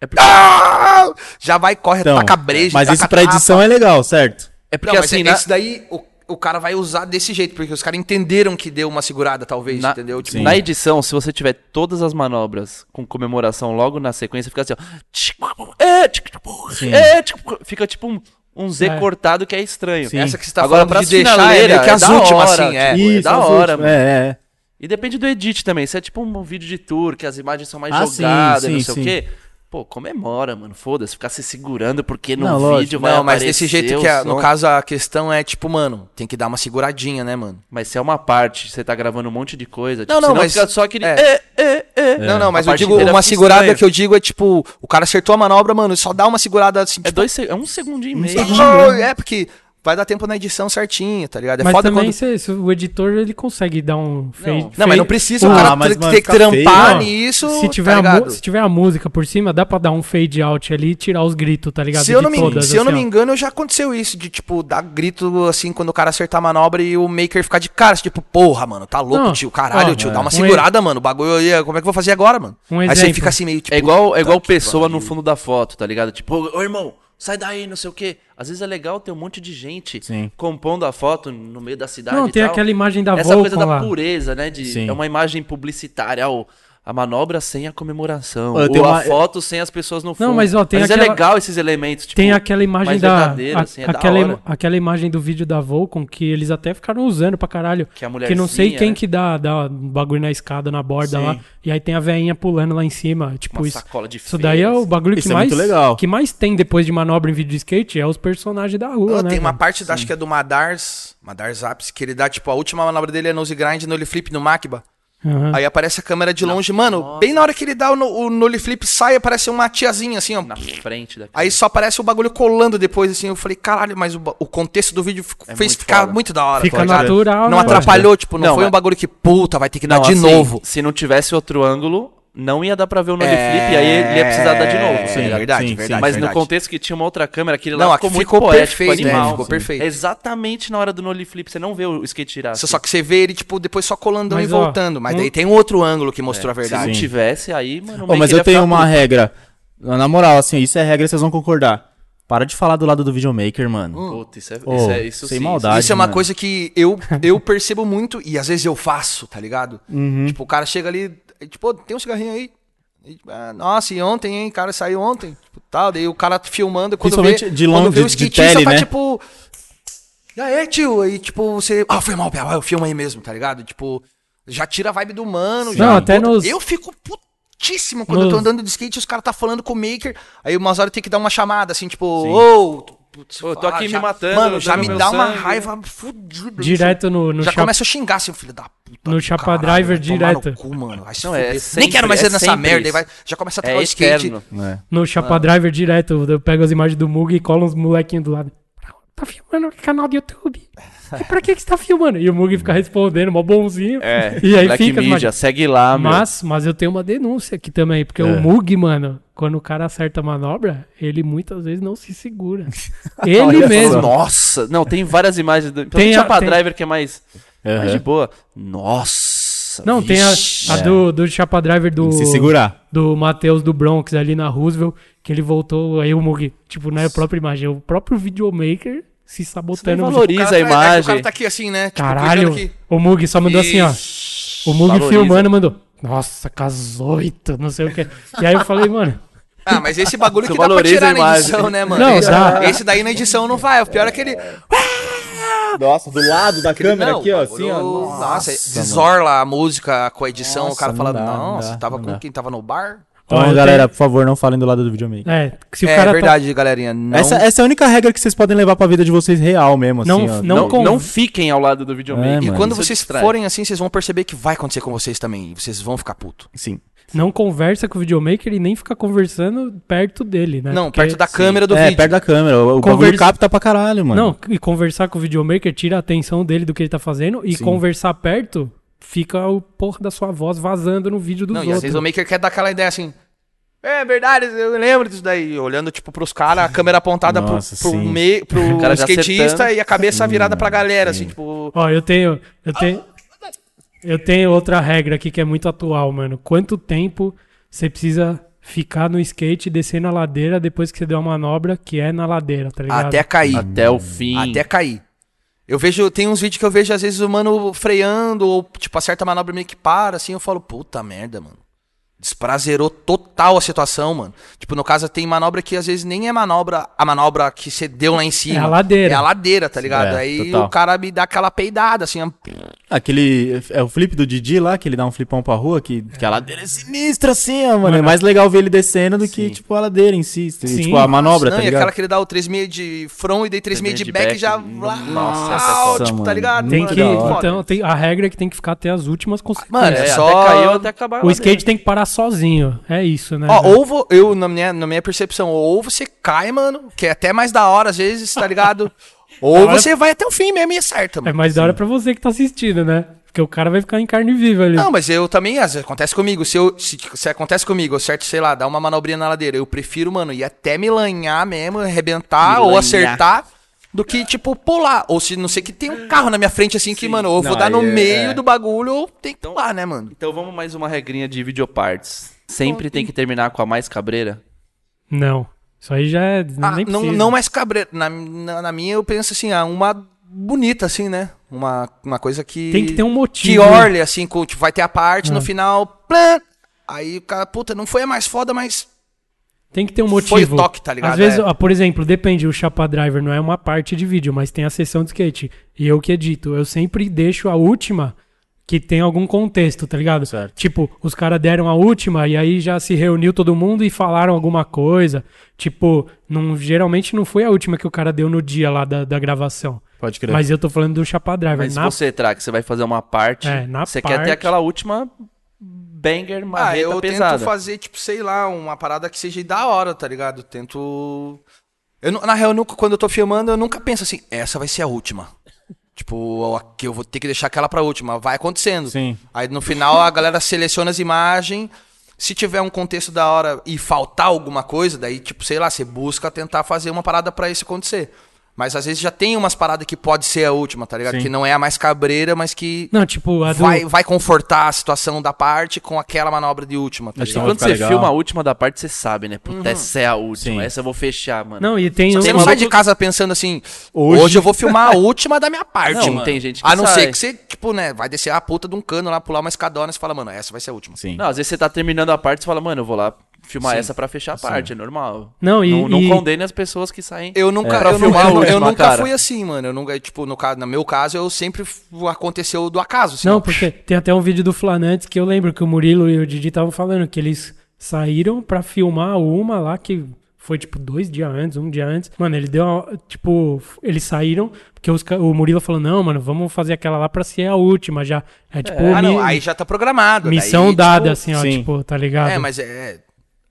[SPEAKER 5] É porque,
[SPEAKER 3] Ah! Já vai, corre,
[SPEAKER 4] Então,
[SPEAKER 3] taca breja,
[SPEAKER 4] mas
[SPEAKER 3] taca
[SPEAKER 4] isso pra
[SPEAKER 3] tapa.
[SPEAKER 4] edição é legal, certo?
[SPEAKER 5] é
[SPEAKER 3] Não,
[SPEAKER 5] porque
[SPEAKER 3] mas
[SPEAKER 5] assim,
[SPEAKER 3] é-
[SPEAKER 5] na-
[SPEAKER 3] esse daí, o, o o cara vai usar desse jeito, porque os caras entenderam que deu uma segurada, talvez,
[SPEAKER 5] Na,
[SPEAKER 3] entendeu? Tipo,
[SPEAKER 4] Sim.
[SPEAKER 5] na edição, se você tiver todas as manobras com comemoração logo na sequência, fica assim, ó. Tchicu, é, tchicu, é, tchicu. Fica tipo um, um Z
[SPEAKER 2] É.
[SPEAKER 5] cortado que é estranho.
[SPEAKER 4] Sim.
[SPEAKER 3] essa que você tá
[SPEAKER 5] Agora,
[SPEAKER 3] falando
[SPEAKER 5] pras
[SPEAKER 3] de deixar é
[SPEAKER 5] finaleiras,
[SPEAKER 3] meio que
[SPEAKER 5] é
[SPEAKER 3] as
[SPEAKER 5] da
[SPEAKER 3] últimas,
[SPEAKER 5] hora,
[SPEAKER 3] assim, é.
[SPEAKER 5] tipo,
[SPEAKER 4] Isso,
[SPEAKER 5] da
[SPEAKER 4] é
[SPEAKER 5] hora,
[SPEAKER 4] último,
[SPEAKER 5] mano.
[SPEAKER 4] É, é.
[SPEAKER 5] E depende do edit também. Se é tipo um vídeo de tour, que as imagens são mais
[SPEAKER 4] Ah, sim,
[SPEAKER 5] jogadas, não
[SPEAKER 4] sim,
[SPEAKER 5] sei
[SPEAKER 4] sim.
[SPEAKER 5] o quê. Pô, comemora, mano. Foda-se, ficar se segurando porque no
[SPEAKER 4] Não,
[SPEAKER 5] vídeo
[SPEAKER 4] lógico.
[SPEAKER 5] vai
[SPEAKER 3] Não, mas
[SPEAKER 5] aparecer
[SPEAKER 3] desse jeito
[SPEAKER 5] o
[SPEAKER 3] que, é, no
[SPEAKER 5] som.
[SPEAKER 3] caso, a questão é, tipo, mano, tem que dar uma seguradinha, né, mano?
[SPEAKER 5] Mas se é uma parte, você tá gravando um monte de coisa.
[SPEAKER 3] não,
[SPEAKER 5] senão
[SPEAKER 3] mas-
[SPEAKER 5] Fica só aquele.
[SPEAKER 3] é.
[SPEAKER 5] "É, é, é".
[SPEAKER 3] Não, não, mas eu
[SPEAKER 5] A parte
[SPEAKER 3] digo,
[SPEAKER 5] inteira
[SPEAKER 3] uma
[SPEAKER 5] fica
[SPEAKER 3] segurada
[SPEAKER 5] estranha.
[SPEAKER 3] que eu digo é, tipo, o cara acertou a manobra, mano, só dá uma segurada, assim,
[SPEAKER 5] É,
[SPEAKER 3] tipo,
[SPEAKER 5] dois, se- é um segundo e meio.
[SPEAKER 3] "Oh", é porque vai dar tempo na edição certinho, tá ligado? É
[SPEAKER 2] mas
[SPEAKER 3] foda
[SPEAKER 2] também
[SPEAKER 3] quando...
[SPEAKER 2] se, se o editor ele consegue dar um fade.
[SPEAKER 3] Não, mas não
[SPEAKER 2] fade-
[SPEAKER 3] precisa, o
[SPEAKER 4] Ah,
[SPEAKER 3] cara
[SPEAKER 4] mas,
[SPEAKER 3] ter
[SPEAKER 4] mano,
[SPEAKER 3] ter que
[SPEAKER 4] fica feio,
[SPEAKER 3] trampar
[SPEAKER 2] tá não.
[SPEAKER 3] nisso,
[SPEAKER 2] se tiver,
[SPEAKER 3] tá
[SPEAKER 2] a mu-
[SPEAKER 3] ligado?
[SPEAKER 2] se tiver a música por cima, dá pra dar um fade out ali e tirar os gritos, tá ligado?
[SPEAKER 3] Se eu,
[SPEAKER 2] De
[SPEAKER 3] não me,
[SPEAKER 2] todas,
[SPEAKER 3] se eu não
[SPEAKER 2] assim,
[SPEAKER 3] me
[SPEAKER 2] ó.
[SPEAKER 3] engano, já aconteceu isso, de tipo, dar grito assim quando o cara acertar a manobra e o maker ficar de cara, assim, tipo, porra, mano, tá louco,
[SPEAKER 2] Não,
[SPEAKER 3] tio, caralho,
[SPEAKER 2] ó,
[SPEAKER 3] tio,
[SPEAKER 2] é.
[SPEAKER 3] dá uma
[SPEAKER 2] Um
[SPEAKER 3] segurada, mano, o bagulho aí, como é que eu vou fazer agora, mano?
[SPEAKER 2] Um
[SPEAKER 3] Aí você
[SPEAKER 2] exemplo.
[SPEAKER 3] fica assim meio tipo.
[SPEAKER 5] É igual, é igual
[SPEAKER 3] "Puta que
[SPEAKER 5] pessoa no
[SPEAKER 3] pariu".
[SPEAKER 5] fundo da foto, tá ligado? Tipo, ô, ô irmão, sai daí, não sei o quê. Às vezes é legal ter um monte de gente
[SPEAKER 4] Sim.
[SPEAKER 5] compondo a foto no meio da cidade.
[SPEAKER 2] Não,
[SPEAKER 5] e
[SPEAKER 2] tem
[SPEAKER 5] tal.
[SPEAKER 2] aquela imagem da
[SPEAKER 5] Essa coisa
[SPEAKER 2] Volcom
[SPEAKER 5] da
[SPEAKER 2] lá.
[SPEAKER 5] pureza, né? De,
[SPEAKER 4] Sim.
[SPEAKER 5] é uma imagem publicitária. ó, a manobra sem a comemoração.
[SPEAKER 4] Ó,
[SPEAKER 5] Ou
[SPEAKER 4] tem
[SPEAKER 5] a
[SPEAKER 4] uma-
[SPEAKER 5] foto sem as pessoas no fundo.
[SPEAKER 2] mas, ó, tem
[SPEAKER 5] Mas é
[SPEAKER 2] aquela-
[SPEAKER 5] legal esses elementos. Tipo,
[SPEAKER 2] Tem aquela imagem
[SPEAKER 5] mais
[SPEAKER 2] da.
[SPEAKER 5] verdadeiro,
[SPEAKER 2] a-
[SPEAKER 5] assim, é da
[SPEAKER 2] aquela, im-
[SPEAKER 5] hora.
[SPEAKER 2] aquela imagem do vídeo da Volcom que eles até ficaram usando pra caralho.
[SPEAKER 5] Que a
[SPEAKER 2] não sei
[SPEAKER 5] mulherzinha,
[SPEAKER 2] quem
[SPEAKER 5] né?
[SPEAKER 2] que dá, dá um bagulho na escada, na borda
[SPEAKER 4] Sim.
[SPEAKER 2] lá. E aí tem a veinha pulando lá em cima. Tipo,
[SPEAKER 5] Uma
[SPEAKER 2] isso.
[SPEAKER 5] sacola de
[SPEAKER 2] Isso daí é
[SPEAKER 5] feiras.
[SPEAKER 2] o bagulho
[SPEAKER 4] Isso
[SPEAKER 2] que
[SPEAKER 4] é
[SPEAKER 2] mais.
[SPEAKER 4] muito legal.
[SPEAKER 2] Que mais tem depois de manobra em vídeo de skate é os personagens da rua,
[SPEAKER 3] Ah,
[SPEAKER 2] né?
[SPEAKER 3] tem uma
[SPEAKER 2] velho?
[SPEAKER 3] parte, da, acho que é do Madars, Madars Apps, que ele dá, tipo, a última manobra dele é nose grind, nole flip no Makiba.
[SPEAKER 2] Aham.
[SPEAKER 3] Aí aparece a câmera de longe, mano, bem na hora que ele dá o, no- o nole flip, sai, aparece uma tiazinha assim, ó.
[SPEAKER 5] Na frente da
[SPEAKER 3] Aí só aparece o bagulho colando depois, assim. Eu falei, caralho, mas o, ba- o contexto do vídeo ficou-
[SPEAKER 5] É
[SPEAKER 3] fez
[SPEAKER 5] muito
[SPEAKER 3] ficar
[SPEAKER 5] foda.
[SPEAKER 3] muito da hora. tá
[SPEAKER 2] Fica
[SPEAKER 3] ligado?
[SPEAKER 2] natural.
[SPEAKER 3] Não
[SPEAKER 2] né, velho?
[SPEAKER 3] atrapalhou, tipo, não,
[SPEAKER 5] Não,
[SPEAKER 3] foi um
[SPEAKER 5] mas-
[SPEAKER 3] bagulho que, puta, vai ter que dar
[SPEAKER 5] Não,
[SPEAKER 3] de
[SPEAKER 5] assim,
[SPEAKER 3] novo. É,
[SPEAKER 5] Se não tivesse outro ângulo, não ia dar pra ver o noliflip flip, e aí ele ia precisar dar de novo. tá
[SPEAKER 3] Sim,
[SPEAKER 5] ligado?
[SPEAKER 3] É verdade,
[SPEAKER 4] Sim,
[SPEAKER 3] verdade.
[SPEAKER 4] sim.
[SPEAKER 5] Mas
[SPEAKER 3] verdade.
[SPEAKER 5] no contexto que tinha uma outra câmera, aquele
[SPEAKER 3] Não,
[SPEAKER 5] lá
[SPEAKER 3] aqui
[SPEAKER 5] ficou muito
[SPEAKER 3] ficou
[SPEAKER 5] poético,
[SPEAKER 3] perfeito,
[SPEAKER 5] animal.
[SPEAKER 3] né? Ficou
[SPEAKER 5] Sim.
[SPEAKER 3] perfeito.
[SPEAKER 5] Exatamente na hora do noliflip, você não vê o skate girar.
[SPEAKER 3] Só
[SPEAKER 5] assim.
[SPEAKER 3] só que você vê ele, tipo, depois só colandão
[SPEAKER 2] Mas,
[SPEAKER 3] e
[SPEAKER 2] ó,
[SPEAKER 3] voltando. Mas
[SPEAKER 2] um-
[SPEAKER 3] daí tem um outro ângulo que mostrou a
[SPEAKER 5] Se não
[SPEAKER 3] verdade.
[SPEAKER 4] Sim.
[SPEAKER 5] tivesse, aí, mano...
[SPEAKER 4] Ô,
[SPEAKER 5] meio
[SPEAKER 4] mas
[SPEAKER 5] que ele
[SPEAKER 4] eu
[SPEAKER 5] ia
[SPEAKER 4] tenho
[SPEAKER 5] ficar
[SPEAKER 4] uma
[SPEAKER 5] puto.
[SPEAKER 4] regra. Na moral, assim, isso é regra, vocês vão concordar. Para de falar do lado do videomaker, mano.
[SPEAKER 5] Puta, isso é
[SPEAKER 4] Ô,
[SPEAKER 5] isso, é, isso
[SPEAKER 4] sem
[SPEAKER 5] sim,
[SPEAKER 4] maldade.
[SPEAKER 3] Isso é uma
[SPEAKER 4] mano.
[SPEAKER 3] coisa que eu, eu percebo muito e às vezes eu faço, tá ligado?
[SPEAKER 4] Uhum.
[SPEAKER 3] Tipo, o cara chega ali, tipo, "Ô, tem um cigarrinho aí. E, tipo, "Ah, nossa, e ontem, hein? O cara saiu ontem. Tipo, tal, daí o cara filmando. Quando
[SPEAKER 4] Principalmente
[SPEAKER 3] vê,
[SPEAKER 4] de
[SPEAKER 3] quando
[SPEAKER 4] longe,
[SPEAKER 3] vê o
[SPEAKER 4] de- de
[SPEAKER 3] skatista,
[SPEAKER 4] tele,
[SPEAKER 3] tá,
[SPEAKER 4] né?
[SPEAKER 3] tipo. Já é, tio. Aí, tipo, você. Ah, foi mal, Pia, vai, eu filmo aí mesmo, tá ligado? Tipo, já tira a vibe do mano.
[SPEAKER 2] Não,
[SPEAKER 3] já-
[SPEAKER 2] até nos-
[SPEAKER 3] Eu fico putíssimo quando eu tô
[SPEAKER 2] Nos-
[SPEAKER 3] andando de skate e os caras tá falando com o maker. Aí umas horas tem que dar uma chamada, assim, tipo, ô. putz,
[SPEAKER 5] Ô, tô aqui me matando,
[SPEAKER 3] Mano, já
[SPEAKER 5] dando
[SPEAKER 3] me
[SPEAKER 5] meu
[SPEAKER 3] dá uma
[SPEAKER 5] sangue.
[SPEAKER 3] raiva fodida.
[SPEAKER 2] Direto no, no
[SPEAKER 3] Já
[SPEAKER 2] chapa-
[SPEAKER 3] começa a xingar, seu filho da puta.
[SPEAKER 2] No
[SPEAKER 3] do
[SPEAKER 2] chapa
[SPEAKER 3] caralho,
[SPEAKER 2] driver
[SPEAKER 3] vai tomar no
[SPEAKER 2] direto.
[SPEAKER 3] cu, mano. Vai se
[SPEAKER 5] Não, é
[SPEAKER 3] fuder.
[SPEAKER 5] sempre-
[SPEAKER 3] Nem quero mais
[SPEAKER 5] é
[SPEAKER 3] ir nessa
[SPEAKER 5] sempre
[SPEAKER 3] merda. e
[SPEAKER 5] isso.
[SPEAKER 3] vai- já começa a
[SPEAKER 5] É
[SPEAKER 3] trocar o skate.
[SPEAKER 5] eterno.
[SPEAKER 4] É.
[SPEAKER 2] No
[SPEAKER 5] Ah.
[SPEAKER 2] Chapa Driver direto, eu pego as imagens do Mug e colo uns molequinhos do lado. Tá filmando o canal do YouTube? E pra que, que você tá filmando? E o Mug fica respondendo, mó bonzinho.
[SPEAKER 5] É,
[SPEAKER 2] e aí
[SPEAKER 5] Black
[SPEAKER 2] fica. as
[SPEAKER 5] Media,
[SPEAKER 2] imagens.
[SPEAKER 5] segue lá, meu.
[SPEAKER 2] Mas, mas eu tenho uma denúncia aqui também, porque
[SPEAKER 5] É.
[SPEAKER 2] o Mug, mano, quando o cara acerta a manobra, ele muitas vezes não se segura. ele
[SPEAKER 5] Olha,
[SPEAKER 2] mesmo.
[SPEAKER 5] Nossa, é não, tem várias imagens. Do... Tem
[SPEAKER 2] a-
[SPEAKER 5] Chapa
[SPEAKER 2] tem-
[SPEAKER 5] Driver que é mais, mais
[SPEAKER 4] Aham.
[SPEAKER 5] de boa. Nossa,
[SPEAKER 2] Não, tem a,
[SPEAKER 5] vixe.
[SPEAKER 2] a do, do Chapa Driver do.
[SPEAKER 4] Se segurar.
[SPEAKER 2] do Matheus do Bronx ali na Roosevelt, que ele voltou, aí o Mug, tipo, na própria imagem, o próprio videomaker se
[SPEAKER 5] Você
[SPEAKER 2] sabotando. no-
[SPEAKER 5] não
[SPEAKER 3] O
[SPEAKER 5] valoriza a
[SPEAKER 3] tá- aí O
[SPEAKER 5] imagem.
[SPEAKER 3] cara tá aqui assim, né? Tipo, puxando
[SPEAKER 2] Caralho,
[SPEAKER 3] aqui.
[SPEAKER 2] o Mug só mandou assim, ó. O Mug
[SPEAKER 5] valoriza.
[SPEAKER 2] filmando mandou, nossa, casoito, não sei o que. E aí eu falei, mano,
[SPEAKER 3] Ah, mas esse bagulho
[SPEAKER 5] Tu
[SPEAKER 3] que dá pra
[SPEAKER 5] valoriza
[SPEAKER 3] tirar
[SPEAKER 5] a
[SPEAKER 3] na
[SPEAKER 5] imagem.
[SPEAKER 3] edição, né, mano?
[SPEAKER 2] Não,
[SPEAKER 3] esse,
[SPEAKER 2] dá.
[SPEAKER 3] esse daí na edição não vai. O pior é aquele.
[SPEAKER 4] Nossa, do lado da
[SPEAKER 3] aquele
[SPEAKER 4] câmera
[SPEAKER 3] não,
[SPEAKER 4] aqui, ó.
[SPEAKER 3] o
[SPEAKER 4] Assim, ó.
[SPEAKER 3] bagulho- Nossa,
[SPEAKER 4] mano.
[SPEAKER 3] desorla a música com a edição. o
[SPEAKER 4] Nossa,
[SPEAKER 3] cara
[SPEAKER 4] não
[SPEAKER 3] fala,
[SPEAKER 4] dá, não
[SPEAKER 3] não, você
[SPEAKER 4] dá,
[SPEAKER 3] tava
[SPEAKER 4] não
[SPEAKER 3] com
[SPEAKER 4] dá.
[SPEAKER 3] quem tava no bar?
[SPEAKER 2] Ó,
[SPEAKER 4] Então,
[SPEAKER 2] tem-
[SPEAKER 4] galera, por favor, não falem do lado do videomaker.
[SPEAKER 2] é, se o
[SPEAKER 3] é
[SPEAKER 2] cara tá-
[SPEAKER 3] verdade, galerinha. Não,
[SPEAKER 4] Essa, essa é a única regra que vocês podem levar pra vida de vocês real mesmo, assim,
[SPEAKER 2] Não- não-
[SPEAKER 4] ó.
[SPEAKER 5] Não,
[SPEAKER 2] com-
[SPEAKER 5] não fiquem ao lado do videomaker.
[SPEAKER 4] É,
[SPEAKER 3] E
[SPEAKER 4] mano.
[SPEAKER 3] quando
[SPEAKER 5] Isso
[SPEAKER 3] vocês
[SPEAKER 5] distrai.
[SPEAKER 3] forem assim, vocês vão perceber que vai acontecer com vocês também. Vocês vão ficar puto.
[SPEAKER 4] Sim.
[SPEAKER 2] não conversa com o videomaker e nem fica conversando perto dele, né?
[SPEAKER 3] Não,
[SPEAKER 2] Porque-
[SPEAKER 3] perto da câmera do
[SPEAKER 4] é,
[SPEAKER 3] vídeo.
[SPEAKER 4] perto da câmera. O, o
[SPEAKER 2] Conversa-
[SPEAKER 4] bagulho capta pra caralho, mano.
[SPEAKER 2] Não, e conversar com o videomaker tira a atenção dele do que ele tá fazendo e
[SPEAKER 4] Sim.
[SPEAKER 2] conversar perto fica o porra da sua voz vazando no vídeo dos
[SPEAKER 3] Não, e às
[SPEAKER 2] outros.
[SPEAKER 3] vezes o maker quer dar aquela ideia assim. É verdade, eu lembro disso daí. Olhando, tipo, pros caras, a câmera apontada
[SPEAKER 4] Nossa,
[SPEAKER 3] pro, pro,
[SPEAKER 4] sim.
[SPEAKER 3] me, pro
[SPEAKER 5] O cara já
[SPEAKER 3] skatista
[SPEAKER 5] acertando.
[SPEAKER 3] e a cabeça virada pra galera, assim, tipo.
[SPEAKER 2] Ó, eu tenho. Eu tenho. Eu tenho outra regra aqui que é muito atual, mano. Quanto tempo você precisa ficar no skate e descer na ladeira depois que você deu a manobra que é na ladeira, tá ligado?
[SPEAKER 3] Até cair.
[SPEAKER 5] Até o fim.
[SPEAKER 3] Até cair. Eu vejo, tem uns vídeos que eu vejo, às vezes, o mano freando, ou, tipo, acerta a manobra meio que para, assim, eu falo, puta merda, mano. Desprazerou total a situação, mano. Tipo, no caso, tem manobra que às vezes nem é manobra, a manobra que você deu lá em cima.
[SPEAKER 2] É a ladeira.
[SPEAKER 3] É a ladeira, tá ligado?
[SPEAKER 4] É,
[SPEAKER 3] Aí
[SPEAKER 4] total.
[SPEAKER 3] o cara me dá aquela peidada, assim,
[SPEAKER 4] Aquele. É o flip do Didi lá, que ele dá um flipão pra rua, que, que a ladeira é sinistra assim, ó, mano. É mais legal ver ele descendo do que, tipo, a ladeira em si.
[SPEAKER 2] Sim.
[SPEAKER 4] Tipo, a manobra,
[SPEAKER 3] não,
[SPEAKER 4] tá
[SPEAKER 3] e
[SPEAKER 4] ligado?
[SPEAKER 3] aquela que ele dá o 3,5 de front e dei 3,5 de,
[SPEAKER 5] de
[SPEAKER 3] back,
[SPEAKER 5] back,
[SPEAKER 3] já.
[SPEAKER 5] no-
[SPEAKER 3] lá,
[SPEAKER 5] nossa,
[SPEAKER 3] ah,
[SPEAKER 4] essa- é
[SPEAKER 3] tipo,
[SPEAKER 4] mano,
[SPEAKER 3] tá ligado?
[SPEAKER 2] Tem
[SPEAKER 3] Mano,
[SPEAKER 2] que,
[SPEAKER 3] é foda.
[SPEAKER 2] então, tem, a regra é que tem que ficar até as últimas consequências.
[SPEAKER 3] Mano, é
[SPEAKER 5] É,
[SPEAKER 3] só-
[SPEAKER 5] até caiu, até acabar. a
[SPEAKER 2] o
[SPEAKER 5] ladeira.
[SPEAKER 2] skate tem que parar sozinho. É isso, né?
[SPEAKER 4] Uhum.
[SPEAKER 3] Ó, ou vo- eu, na minha, na minha percepção, ou você cai, mano, que é até mais da hora às vezes, tá ligado? ou
[SPEAKER 2] Agora-
[SPEAKER 3] você vai até o fim mesmo e acerta,
[SPEAKER 2] É
[SPEAKER 3] mano.
[SPEAKER 2] mais da hora pra você que tá assistindo, né? Porque o cara vai ficar em carne viva ali.
[SPEAKER 3] Não, mas eu também, às vezes, acontece comigo. Se, eu, se, se acontece comigo, eu acerto, sei lá, dar uma manobrinha na ladeira, eu prefiro, mano, ir até me lanhar mesmo, arrebentar ou
[SPEAKER 5] Milanhar.
[SPEAKER 3] acertar, do que, tipo, pular. Ou se não sei que tem um carro na minha frente, assim, que, mano, ou eu vou
[SPEAKER 4] Não,
[SPEAKER 3] dar
[SPEAKER 4] aí
[SPEAKER 3] no
[SPEAKER 4] é-
[SPEAKER 3] meio
[SPEAKER 4] é.
[SPEAKER 3] do bagulho ou tem que pular, né, mano?
[SPEAKER 5] Então vamos mais uma regrinha de videoparts. Sempre tem que terminar com a mais cabreira.
[SPEAKER 2] Não. Isso aí já é.
[SPEAKER 3] Ah,
[SPEAKER 2] nem
[SPEAKER 3] não,
[SPEAKER 2] precisa.
[SPEAKER 3] não mais cabreiro. Na, na, na minha, eu penso assim, ah, uma bonita, assim, né? Uma, uma coisa que.
[SPEAKER 2] Tem que ter um motivo.
[SPEAKER 3] Que orle, assim, com, tipo, vai ter a parte
[SPEAKER 2] Ah.
[SPEAKER 3] no final. Plan, aí o cara, puta, não foi a mais foda, mas.
[SPEAKER 2] Tem que ter um
[SPEAKER 3] Foi
[SPEAKER 2] motivo.
[SPEAKER 3] o toque, tá ligado?
[SPEAKER 2] Às vezes,
[SPEAKER 3] É.
[SPEAKER 2] ó, por exemplo, depende, o Chapa Driver não é uma parte de vídeo, mas tem a sessão de skate. E eu que edito, eu sempre deixo a última que tem algum contexto, tá ligado?
[SPEAKER 4] Certo.
[SPEAKER 2] Tipo, os caras deram a última e aí já se reuniu todo mundo e falaram alguma coisa. Tipo, não, geralmente não foi a última que o cara deu no dia lá da, da gravação.
[SPEAKER 4] Pode crer.
[SPEAKER 2] Mas eu tô falando do Chapa Driver.
[SPEAKER 5] Mas
[SPEAKER 2] Na-
[SPEAKER 5] você, Track, você vai fazer uma parte.
[SPEAKER 2] É, na
[SPEAKER 5] você quer
[SPEAKER 2] parte-
[SPEAKER 5] ter aquela última banger
[SPEAKER 3] Ah,
[SPEAKER 5] marreta
[SPEAKER 3] eu
[SPEAKER 5] pesada.
[SPEAKER 3] tento fazer, tipo, sei lá, uma parada que seja da hora, tá ligado? Tento. Eu, nu- na real, eu nunca, quando eu tô filmando, eu nunca penso assim, essa vai ser a última. tipo, a- que eu vou ter que deixar aquela pra última. Vai acontecendo.
[SPEAKER 4] Sim.
[SPEAKER 3] Aí no final a galera seleciona as imagens. Se tiver um contexto da hora e faltar alguma coisa, daí, tipo, sei lá, você busca tentar fazer uma parada pra isso acontecer. Mas às vezes já tem umas paradas que pode ser a última, tá ligado?
[SPEAKER 4] Sim.
[SPEAKER 3] Que não é a mais cabreira, mas que
[SPEAKER 2] Não, tipo, a do...
[SPEAKER 3] vai, vai confortar a situação da parte com aquela manobra de última, tá
[SPEAKER 4] Acho que
[SPEAKER 3] ligado?
[SPEAKER 4] vai
[SPEAKER 5] Quando
[SPEAKER 4] ficar
[SPEAKER 5] você
[SPEAKER 4] legal.
[SPEAKER 5] filma a última da parte, você sabe, né?
[SPEAKER 3] Uhum.
[SPEAKER 5] Puta, essa é a última.
[SPEAKER 4] Sim.
[SPEAKER 5] Essa eu vou fechar, mano.
[SPEAKER 2] Não, e tem
[SPEAKER 3] Você
[SPEAKER 2] um
[SPEAKER 3] não sai de
[SPEAKER 2] maluco-
[SPEAKER 3] casa pensando assim, hoje,
[SPEAKER 4] Hoje-
[SPEAKER 3] eu vou filmar a última da minha parte,
[SPEAKER 5] Não,
[SPEAKER 3] mano.
[SPEAKER 5] tem gente que
[SPEAKER 3] A não
[SPEAKER 5] sai.
[SPEAKER 3] ser que você, tipo, né, vai descer a puta de um cano lá, pular uma escadona e você fala, mano, essa vai ser a última.
[SPEAKER 4] Sim.
[SPEAKER 5] Não, às vezes você tá terminando a parte e fala, mano, eu vou lá filmar essa pra fechar a parte, é normal.
[SPEAKER 2] Não, e-
[SPEAKER 5] Não, não
[SPEAKER 2] e-
[SPEAKER 5] condene as pessoas que saem.
[SPEAKER 3] Eu nunca,
[SPEAKER 5] pra
[SPEAKER 3] eu,
[SPEAKER 5] filmar
[SPEAKER 3] nunca-
[SPEAKER 5] a
[SPEAKER 3] eu
[SPEAKER 5] última,
[SPEAKER 3] nunca
[SPEAKER 5] cara.
[SPEAKER 3] fui assim, mano. Eu nunca, tipo, no, ca- no meu caso, eu sempre f- aconteceu do acaso. Assim,
[SPEAKER 2] Não,
[SPEAKER 3] ó.
[SPEAKER 2] porque tem até um vídeo do Flanantes que eu lembro que o Murilo e o Didi estavam falando que eles saíram pra filmar uma lá que foi tipo dois dias antes, um dia antes. Mano, ele deu uma, tipo, f- eles saíram porque os ca- o Murilo falou: "Não, mano, vamos fazer aquela lá pra ser a última já". É tipo,
[SPEAKER 3] Ah, não,
[SPEAKER 2] mi-
[SPEAKER 3] aí já tá programado.
[SPEAKER 2] missão
[SPEAKER 3] daí, tipo,
[SPEAKER 2] dada assim, ó,
[SPEAKER 4] sim.
[SPEAKER 2] tipo, tá ligado?
[SPEAKER 3] É, mas é.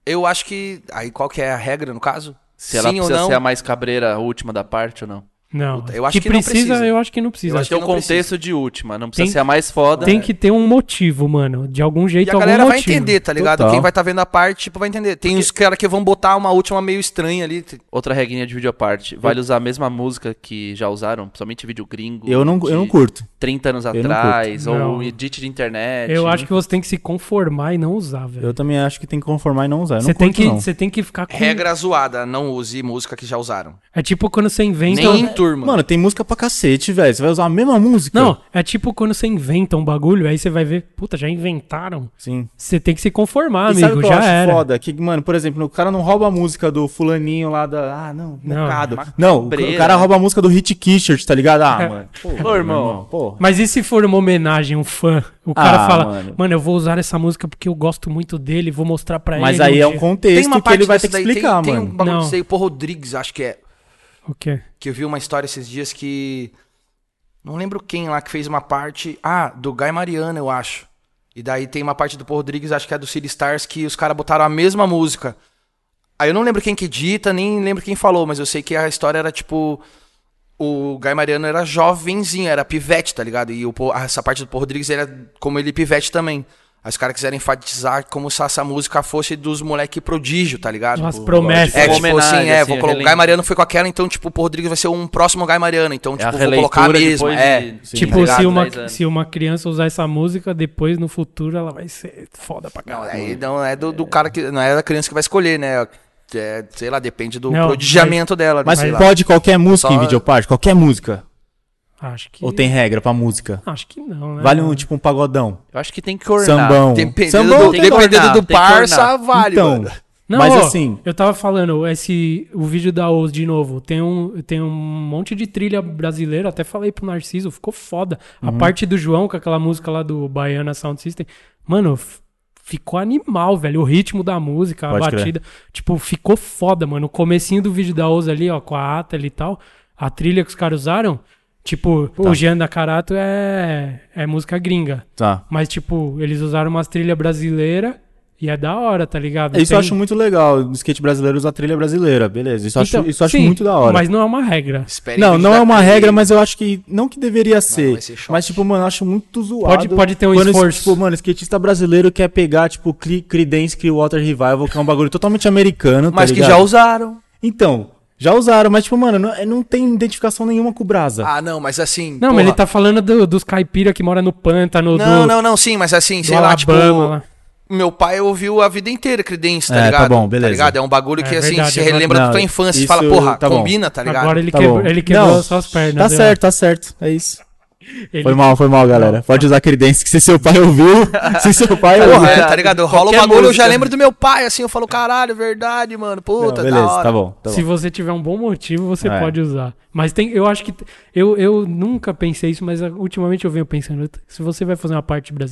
[SPEAKER 3] Eu acho que. Aí qual que é a regra, no caso?
[SPEAKER 5] Se ela
[SPEAKER 3] Sim ou
[SPEAKER 5] precisa
[SPEAKER 3] não?
[SPEAKER 5] ser a mais cabreira, a última da parte ou não.
[SPEAKER 2] Não,
[SPEAKER 3] Puta, eu acho que não precisa.
[SPEAKER 2] eu acho que não precisa.
[SPEAKER 3] Eu
[SPEAKER 5] Vai
[SPEAKER 3] acho
[SPEAKER 5] ter o
[SPEAKER 3] que não
[SPEAKER 5] contexto
[SPEAKER 3] precisa.
[SPEAKER 5] de última, não precisa
[SPEAKER 2] Tem-
[SPEAKER 5] ser a mais foda. né?
[SPEAKER 2] Tem que ter um motivo, mano, de algum jeito
[SPEAKER 3] E a
[SPEAKER 2] algum
[SPEAKER 3] galera vai
[SPEAKER 2] motivo.
[SPEAKER 3] entender, tá ligado?
[SPEAKER 4] Total.
[SPEAKER 3] Quem vai tá vendo a parte, tipo, vai entender. Tem uns caras que vão botar uma última meio estranha ali.
[SPEAKER 4] Hum.
[SPEAKER 5] Outra regrinha de vídeo à parte. Vale usar a mesma música que já usaram, principalmente vídeo gringo.
[SPEAKER 4] Eu não,
[SPEAKER 5] de
[SPEAKER 4] eu não curto.
[SPEAKER 5] 30 anos
[SPEAKER 4] não curto.
[SPEAKER 5] atrás,
[SPEAKER 2] Não.
[SPEAKER 5] ou edit de internet.
[SPEAKER 3] né, tipo,
[SPEAKER 2] Eu acho que você tem que se conformar e não usar, velho.
[SPEAKER 4] Eu também acho que tem que conformar e não usar. Eu
[SPEAKER 2] Você
[SPEAKER 4] não
[SPEAKER 2] tem
[SPEAKER 4] curto,
[SPEAKER 2] que,
[SPEAKER 4] não.
[SPEAKER 2] você tem que ficar com
[SPEAKER 3] Regra zoada, não use música que já usaram.
[SPEAKER 2] É tipo quando você inventa.
[SPEAKER 3] Nem em turma.
[SPEAKER 4] Então, Mano, tem música pra cacete, velho. Você vai usar a mesma música?
[SPEAKER 2] Não, é tipo quando você inventa um bagulho, aí você vai ver, puta, já inventaram.
[SPEAKER 4] Sim.
[SPEAKER 2] Você tem que se conformar,
[SPEAKER 4] e sabe o
[SPEAKER 2] amigo,
[SPEAKER 4] que eu
[SPEAKER 2] já
[SPEAKER 4] acho
[SPEAKER 2] era.
[SPEAKER 4] foda? Que, mano, por exemplo, o cara não rouba a música do fulaninho lá da. Ah, não,
[SPEAKER 2] Não,
[SPEAKER 4] mercado. Não, o
[SPEAKER 5] cabreira,
[SPEAKER 4] o cara
[SPEAKER 5] né?
[SPEAKER 4] rouba a música do Hit Kishert, tá ligado? Ah, mano.
[SPEAKER 5] Ô, irmão.
[SPEAKER 4] Porra.
[SPEAKER 2] Mas e se for uma homenagem, um fã? O cara
[SPEAKER 4] Ah,
[SPEAKER 2] fala, mano.
[SPEAKER 4] mano.
[SPEAKER 2] eu vou usar essa música porque eu gosto muito dele, vou mostrar pra
[SPEAKER 4] Mas
[SPEAKER 2] ele.
[SPEAKER 4] aí é um
[SPEAKER 2] dia."
[SPEAKER 4] contexto que ele vai
[SPEAKER 3] disso
[SPEAKER 4] ter que
[SPEAKER 3] daí,
[SPEAKER 4] explicar,
[SPEAKER 3] tem,
[SPEAKER 4] mano.
[SPEAKER 3] Tem um bagulho
[SPEAKER 2] Não.
[SPEAKER 3] disso aí, pô, Rodrigues, acho que é.
[SPEAKER 2] O quê?
[SPEAKER 3] que eu vi uma história esses dias que. Não lembro quem lá que fez uma parte. Ah, do Guy Mariano, eu acho. E daí tem uma parte do Paul Rodrigues, acho que é do City Stars, que os caras botaram a mesma música. Aí eu não lembro quem que edita, nem lembro quem falou, mas eu sei que a história era tipo. O Guy Mariano era jovenzinho, era pivete, tá ligado? E o Paul- essa parte do Paul Rodrigues era como ele pivete também. Aí os caras quiseram enfatizar como se essa música fosse dos moleque prodígio, tá ligado?
[SPEAKER 2] Umas promessas.
[SPEAKER 3] É,
[SPEAKER 5] Uma
[SPEAKER 3] tipo
[SPEAKER 5] homenagem,
[SPEAKER 3] assim, é,
[SPEAKER 5] assim,
[SPEAKER 3] vou colocar. O
[SPEAKER 5] relembra.
[SPEAKER 3] Guy Mariano foi com aquela, então, tipo, o Paul Rodrigues vai ser um próximo Guy Mariano. Então,
[SPEAKER 5] É a
[SPEAKER 3] tipo, vou colocar a
[SPEAKER 5] releitura
[SPEAKER 3] mesma.
[SPEAKER 5] depois
[SPEAKER 3] É.
[SPEAKER 5] de-
[SPEAKER 3] Sim.
[SPEAKER 2] tipo,
[SPEAKER 3] tá ligado?
[SPEAKER 2] se, uma,
[SPEAKER 5] Dez anos.
[SPEAKER 2] se uma criança usar essa música, depois no futuro ela vai ser foda pra
[SPEAKER 3] Não,
[SPEAKER 2] caralho.
[SPEAKER 3] aí não é do, do cara que. Não é da criança que vai escolher, né? É, sei lá, depende do
[SPEAKER 2] Não,
[SPEAKER 3] prodigiamento dela. né?
[SPEAKER 4] Mas
[SPEAKER 3] sei lá.
[SPEAKER 4] pode qualquer música
[SPEAKER 3] Só-
[SPEAKER 4] em videoparte? Qualquer música.
[SPEAKER 2] Acho que.
[SPEAKER 4] Ou tem regra pra música?
[SPEAKER 2] Acho que não, né?
[SPEAKER 4] Vale
[SPEAKER 2] mano?
[SPEAKER 4] um, tipo, um pagodão.
[SPEAKER 5] Eu acho que tem que ornar.
[SPEAKER 4] Sambão.
[SPEAKER 3] Dependendo
[SPEAKER 4] Sambão
[SPEAKER 3] do,
[SPEAKER 4] tem
[SPEAKER 5] que
[SPEAKER 4] como.
[SPEAKER 5] ornar,
[SPEAKER 3] dependendo do
[SPEAKER 5] tem que ornar.
[SPEAKER 3] parça, vale.
[SPEAKER 4] Então,
[SPEAKER 3] mano.
[SPEAKER 2] Não,
[SPEAKER 4] mas
[SPEAKER 2] ó,
[SPEAKER 4] assim...
[SPEAKER 2] Eu tava falando, esse, o vídeo da Oz de novo, tem um, tem um monte de trilha brasileira, até falei pro Narciso, ficou foda.
[SPEAKER 4] Uhum.
[SPEAKER 2] A parte do João com aquela música lá do Baiana Sound System, mano, f- ficou animal, velho. O ritmo da música, a
[SPEAKER 4] Pode crer.
[SPEAKER 2] batida, tipo, ficou foda, mano. O comecinho do vídeo da Oz ali, ó, com a Atali e tal, a trilha que os caras usaram, tipo, o Jean da Carato é, é música gringa.
[SPEAKER 4] Tá.
[SPEAKER 2] Mas, tipo, eles usaram umas trilhas brasileiras e é da hora, tá ligado?
[SPEAKER 4] Isso eu
[SPEAKER 2] Tem-
[SPEAKER 4] acho muito legal. O skate brasileiro usa a trilha brasileira, beleza. Isso eu acho,
[SPEAKER 2] então,
[SPEAKER 4] isso eu acho
[SPEAKER 2] sim,
[SPEAKER 4] muito da hora.
[SPEAKER 2] Mas não é uma regra.
[SPEAKER 3] Espere
[SPEAKER 4] Não,
[SPEAKER 3] vídeo
[SPEAKER 4] não
[SPEAKER 3] da
[SPEAKER 4] é uma
[SPEAKER 3] Cleide.
[SPEAKER 4] regra, mas eu acho que não que deveria ser.
[SPEAKER 3] tá vai ser choque.
[SPEAKER 4] mas, tipo, mano, eu acho muito zoado.
[SPEAKER 2] Pode- pode ter um
[SPEAKER 4] quando, esse-
[SPEAKER 2] esforço.
[SPEAKER 4] Tipo, mano, skatista brasileiro quer pegar, tipo, Cre- Creedence Clearwater Revival, que é um bagulho totalmente americano, tá
[SPEAKER 5] Mas que
[SPEAKER 4] ligado?
[SPEAKER 5] já usaram.
[SPEAKER 4] Então, já usaram, mas, tipo, mano, não, não tem identificação nenhuma com o Brasa.
[SPEAKER 5] Tá.
[SPEAKER 3] Ah, não, mas assim.
[SPEAKER 2] Não,
[SPEAKER 3] porra.
[SPEAKER 2] mas ele tá falando do- dos caipira que mora no pântano,
[SPEAKER 3] Não,
[SPEAKER 2] do,
[SPEAKER 3] não, não, sim, mas assim,
[SPEAKER 2] do
[SPEAKER 3] sei lá, tipo.
[SPEAKER 2] Alabama. lá.
[SPEAKER 3] Meu pai ouviu a vida inteira Creedence, tá
[SPEAKER 4] É, tá
[SPEAKER 3] ligado?
[SPEAKER 4] bom, beleza.
[SPEAKER 3] ligado? É um bagulho
[SPEAKER 2] É
[SPEAKER 3] que, assim,
[SPEAKER 2] verdade,
[SPEAKER 3] você
[SPEAKER 2] agora-
[SPEAKER 3] relembra da tua
[SPEAKER 4] Não,
[SPEAKER 3] infância e
[SPEAKER 4] isso
[SPEAKER 3] fala, porra,
[SPEAKER 4] tá bom.
[SPEAKER 3] combina, tá ligado?
[SPEAKER 2] Agora ele,
[SPEAKER 4] Tá
[SPEAKER 2] quebrou,
[SPEAKER 4] bom.
[SPEAKER 2] ele quebrou
[SPEAKER 4] Não,
[SPEAKER 2] só as pernas. né?
[SPEAKER 4] Tá certo, tá certo. É isso.
[SPEAKER 2] Ele-
[SPEAKER 4] Foi mal, foi mal, galera. Pode usar Creedence que se seu pai ouviu, se seu pai ouviu.
[SPEAKER 3] Porra, é,
[SPEAKER 5] Exato.
[SPEAKER 3] tá ligado? Rola o
[SPEAKER 5] Qualquer
[SPEAKER 3] bagulho, eu já
[SPEAKER 5] música.
[SPEAKER 3] lembro do meu pai, assim, eu falo, caralho, verdade, mano,
[SPEAKER 4] Não,
[SPEAKER 3] puta, da
[SPEAKER 4] beleza,
[SPEAKER 3] hora.
[SPEAKER 4] tá bom, tá bom.
[SPEAKER 2] Se você tiver um bom motivo, você
[SPEAKER 4] É.
[SPEAKER 2] pode usar. Mas tem, eu acho que. t- Eu, eu nunca pensei isso, mas ah, ultimamente eu venho pensando. Se você vai fazer uma parte brasileira,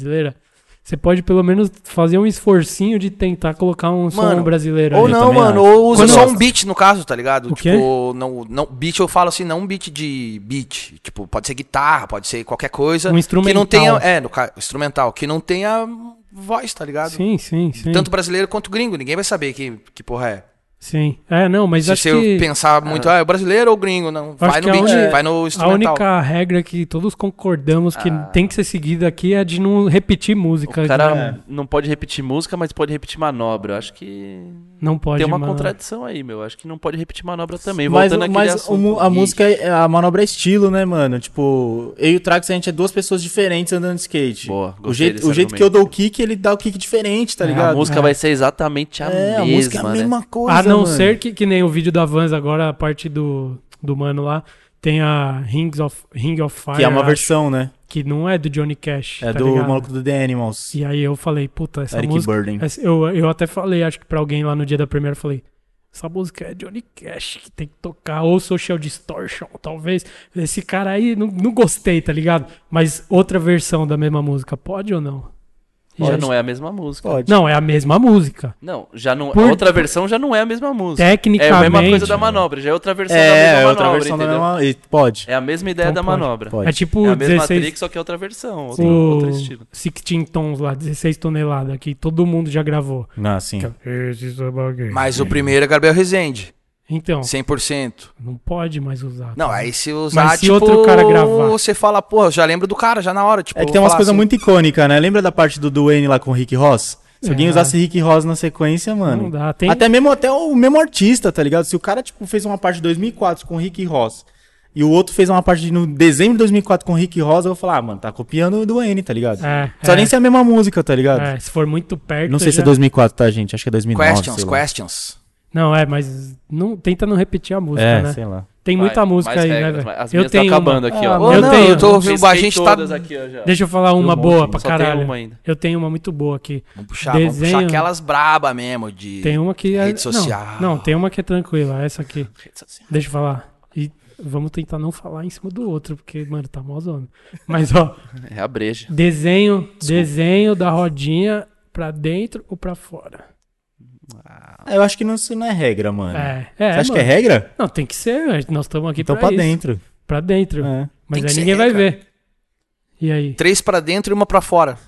[SPEAKER 2] você pode pelo menos fazer um esforcinho de tentar colocar um som
[SPEAKER 3] Mano,
[SPEAKER 2] brasileiro.
[SPEAKER 3] Ou
[SPEAKER 2] ali.
[SPEAKER 3] não,
[SPEAKER 4] também
[SPEAKER 3] mano,
[SPEAKER 4] acho.
[SPEAKER 3] ou usa
[SPEAKER 2] Quando-
[SPEAKER 3] só um beat no caso, tá ligado?
[SPEAKER 2] O quê?
[SPEAKER 3] tipo, não, não, beat eu falo assim, não um beat de beat, tipo, pode ser guitarra, pode ser qualquer coisa.
[SPEAKER 2] Um
[SPEAKER 3] Que não
[SPEAKER 2] instrumental.
[SPEAKER 3] tenha, é, no caso, instrumental, que não tenha voz, tá ligado?
[SPEAKER 2] Sim, sim, sim.
[SPEAKER 3] Tanto brasileiro quanto gringo, ninguém vai saber que, que porra é.
[SPEAKER 2] Sim. É, não, mas
[SPEAKER 3] Se
[SPEAKER 2] acho
[SPEAKER 3] você
[SPEAKER 2] que.
[SPEAKER 3] pensar muito, ah, é brasileiro ou gringo? Não, vai
[SPEAKER 2] que
[SPEAKER 3] no
[SPEAKER 2] a
[SPEAKER 3] beat,
[SPEAKER 2] uni-
[SPEAKER 3] vai no
[SPEAKER 2] A
[SPEAKER 3] instrumental. Ah.
[SPEAKER 2] única regra que todos concordamos que tem que ser seguida aqui é de não repetir música.
[SPEAKER 5] O cara
[SPEAKER 2] né?
[SPEAKER 5] não pode repetir música, mas pode repetir manobra. Eu acho que
[SPEAKER 2] não pode.
[SPEAKER 5] tem uma
[SPEAKER 2] mano.
[SPEAKER 5] contradição aí, meu. Eu Acho que não pode repetir manobra também.
[SPEAKER 4] Mas,
[SPEAKER 5] Voltando àquele
[SPEAKER 4] mas o
[SPEAKER 5] assunto.
[SPEAKER 4] mu- a música, é- a manobra é estilo, né, mano? Tipo, eu e o Trax, a gente é duas pessoas diferentes andando de skate.
[SPEAKER 5] Boa,
[SPEAKER 4] o
[SPEAKER 5] gostei
[SPEAKER 4] jeito,
[SPEAKER 5] desse
[SPEAKER 4] o jeito que eu dou
[SPEAKER 5] argumento.
[SPEAKER 4] o kick, ele dá o kick diferente, tá
[SPEAKER 2] É, a
[SPEAKER 5] A
[SPEAKER 4] ligado?
[SPEAKER 5] música
[SPEAKER 2] É.
[SPEAKER 5] vai ser exatamente a
[SPEAKER 4] é,
[SPEAKER 5] mesma,
[SPEAKER 4] a música é a
[SPEAKER 5] né?
[SPEAKER 4] mesma coisa,
[SPEAKER 2] A não
[SPEAKER 4] mano.
[SPEAKER 2] ser que, que nem o vídeo da Vans agora, a parte do, do mano lá, tem a Rings of, Ring of Fire.
[SPEAKER 4] Que é uma
[SPEAKER 2] acho,
[SPEAKER 4] versão, né?
[SPEAKER 2] que não é do Johnny Cash.
[SPEAKER 4] É
[SPEAKER 2] tá
[SPEAKER 4] do
[SPEAKER 2] ligado?
[SPEAKER 4] maluco do The Animals.
[SPEAKER 2] E aí eu falei, puta, essa
[SPEAKER 4] Eric
[SPEAKER 2] música.
[SPEAKER 4] Burden.
[SPEAKER 2] essa- eu, eu até falei, acho que pra alguém lá no dia da primeira, eu falei. Essa música é Johnny Cash que tem que tocar, ou Social Distortion, talvez. Esse cara aí, não, não gostei, tá ligado? Mas outra versão da mesma música, pode ou não?
[SPEAKER 5] Já não é a mesma música.
[SPEAKER 4] Pode.
[SPEAKER 2] Não, é a mesma música.
[SPEAKER 5] Não, já não.
[SPEAKER 2] Por-
[SPEAKER 5] A outra versão já não é a mesma música.
[SPEAKER 2] Tecnicamente.
[SPEAKER 5] É a mesma coisa da manobra, já é outra versão da mesma
[SPEAKER 4] é, é
[SPEAKER 5] manobra,
[SPEAKER 4] outra versão
[SPEAKER 5] entendeu?
[SPEAKER 4] da mesma. e- Pode.
[SPEAKER 5] É a mesma ideia
[SPEAKER 2] Então
[SPEAKER 5] da
[SPEAKER 2] pode,
[SPEAKER 5] manobra.
[SPEAKER 4] pode.
[SPEAKER 2] É tipo
[SPEAKER 5] É a mesma
[SPEAKER 2] 16
[SPEAKER 5] trick, só que é outra versão, outro,
[SPEAKER 2] o
[SPEAKER 5] outro estilo.
[SPEAKER 2] 16 tons lá, 16 toneladas, que todo mundo já gravou.
[SPEAKER 3] É.
[SPEAKER 4] Não, sim.
[SPEAKER 3] Mas o primeiro é Gabriel Rezende,
[SPEAKER 2] Então,
[SPEAKER 3] 100%.
[SPEAKER 2] não pode mais usar.
[SPEAKER 3] Não,
[SPEAKER 2] tá?
[SPEAKER 3] aí se usar,
[SPEAKER 2] Mas se
[SPEAKER 3] tipo,
[SPEAKER 2] outro cara gravar?
[SPEAKER 3] você fala, porra, eu já lembro do cara, já na hora, tipo...
[SPEAKER 4] É que tem
[SPEAKER 3] eu
[SPEAKER 4] umas
[SPEAKER 3] falar
[SPEAKER 4] coisas
[SPEAKER 3] assim,
[SPEAKER 4] muito icônicas, né? Lembra da parte do Duane lá com o Rick Ross? Se alguém
[SPEAKER 2] É.
[SPEAKER 4] usasse Rick Ross na sequência, mano.
[SPEAKER 2] Não dá. Tem,
[SPEAKER 4] Até mesmo até o mesmo artista, tá ligado? Se o cara tipo fez uma parte de 2004 com o Rick Ross e o outro fez uma parte de- no dezembro de 2004 com o Rick Ross, eu vou falar, ah, mano, tá copiando do N, tá ligado?
[SPEAKER 2] é,
[SPEAKER 4] Só
[SPEAKER 2] é,
[SPEAKER 4] nem se é a mesma música, tá ligado?
[SPEAKER 2] é, se for muito perto.
[SPEAKER 4] Não sei se
[SPEAKER 2] já-
[SPEAKER 4] é 2004, tá, gente? Acho que é 2009,
[SPEAKER 3] Questions,
[SPEAKER 4] sei lá.
[SPEAKER 3] questions.
[SPEAKER 2] Não, é, mas não, tenta não repetir a música,
[SPEAKER 4] É,
[SPEAKER 2] né?
[SPEAKER 4] sei lá.
[SPEAKER 2] Tem muita
[SPEAKER 5] Vai,
[SPEAKER 2] música
[SPEAKER 5] mais
[SPEAKER 2] aí,
[SPEAKER 5] regras,
[SPEAKER 2] né,
[SPEAKER 5] vai.
[SPEAKER 2] velho?
[SPEAKER 5] As minhas estão
[SPEAKER 2] uma.
[SPEAKER 5] acabando aqui,
[SPEAKER 4] Ah,
[SPEAKER 5] ó.
[SPEAKER 3] Ô,
[SPEAKER 2] eu
[SPEAKER 3] não,
[SPEAKER 2] tenho-
[SPEAKER 3] eu tô ouvindo, a
[SPEAKER 5] Risquei
[SPEAKER 3] gente tá...
[SPEAKER 5] todas aqui, ó, já.
[SPEAKER 2] Deixa eu falar uma
[SPEAKER 4] monte,
[SPEAKER 2] boa
[SPEAKER 4] hein?
[SPEAKER 2] pra
[SPEAKER 5] Só tem
[SPEAKER 2] caralho.
[SPEAKER 5] uma ainda.
[SPEAKER 2] Eu tenho uma muito boa aqui.
[SPEAKER 3] Vamos puxar, vamos puxar
[SPEAKER 2] Desenho.
[SPEAKER 3] aquelas braba mesmo de...
[SPEAKER 2] Tem uma que é.
[SPEAKER 3] Rede
[SPEAKER 2] não,
[SPEAKER 3] social.
[SPEAKER 2] Não, tem uma que é tranquila, essa aqui.
[SPEAKER 5] Rede social.
[SPEAKER 2] Deixa eu falar. E vamos tentar não falar em cima do outro, porque, mano, tá mó zona. Mas, ó,
[SPEAKER 5] É a breja.
[SPEAKER 2] desenho, desenho da rodinha pra dentro ou pra fora.
[SPEAKER 4] Ah, eu acho que não, isso não é regra, mano.
[SPEAKER 2] É, é.
[SPEAKER 4] Você acha que
[SPEAKER 2] mano.
[SPEAKER 4] é regra?
[SPEAKER 2] Não, tem que ser, velho. Nós estamos aqui
[SPEAKER 4] Então
[SPEAKER 2] pra,
[SPEAKER 4] pra
[SPEAKER 2] isso.
[SPEAKER 4] dentro.
[SPEAKER 2] Pra dentro.
[SPEAKER 4] É.
[SPEAKER 2] Mas
[SPEAKER 3] Tem que
[SPEAKER 2] aí
[SPEAKER 3] ser,
[SPEAKER 2] ninguém vai
[SPEAKER 3] cara.
[SPEAKER 2] ver. E aí?
[SPEAKER 3] Três pra dentro e uma pra fora.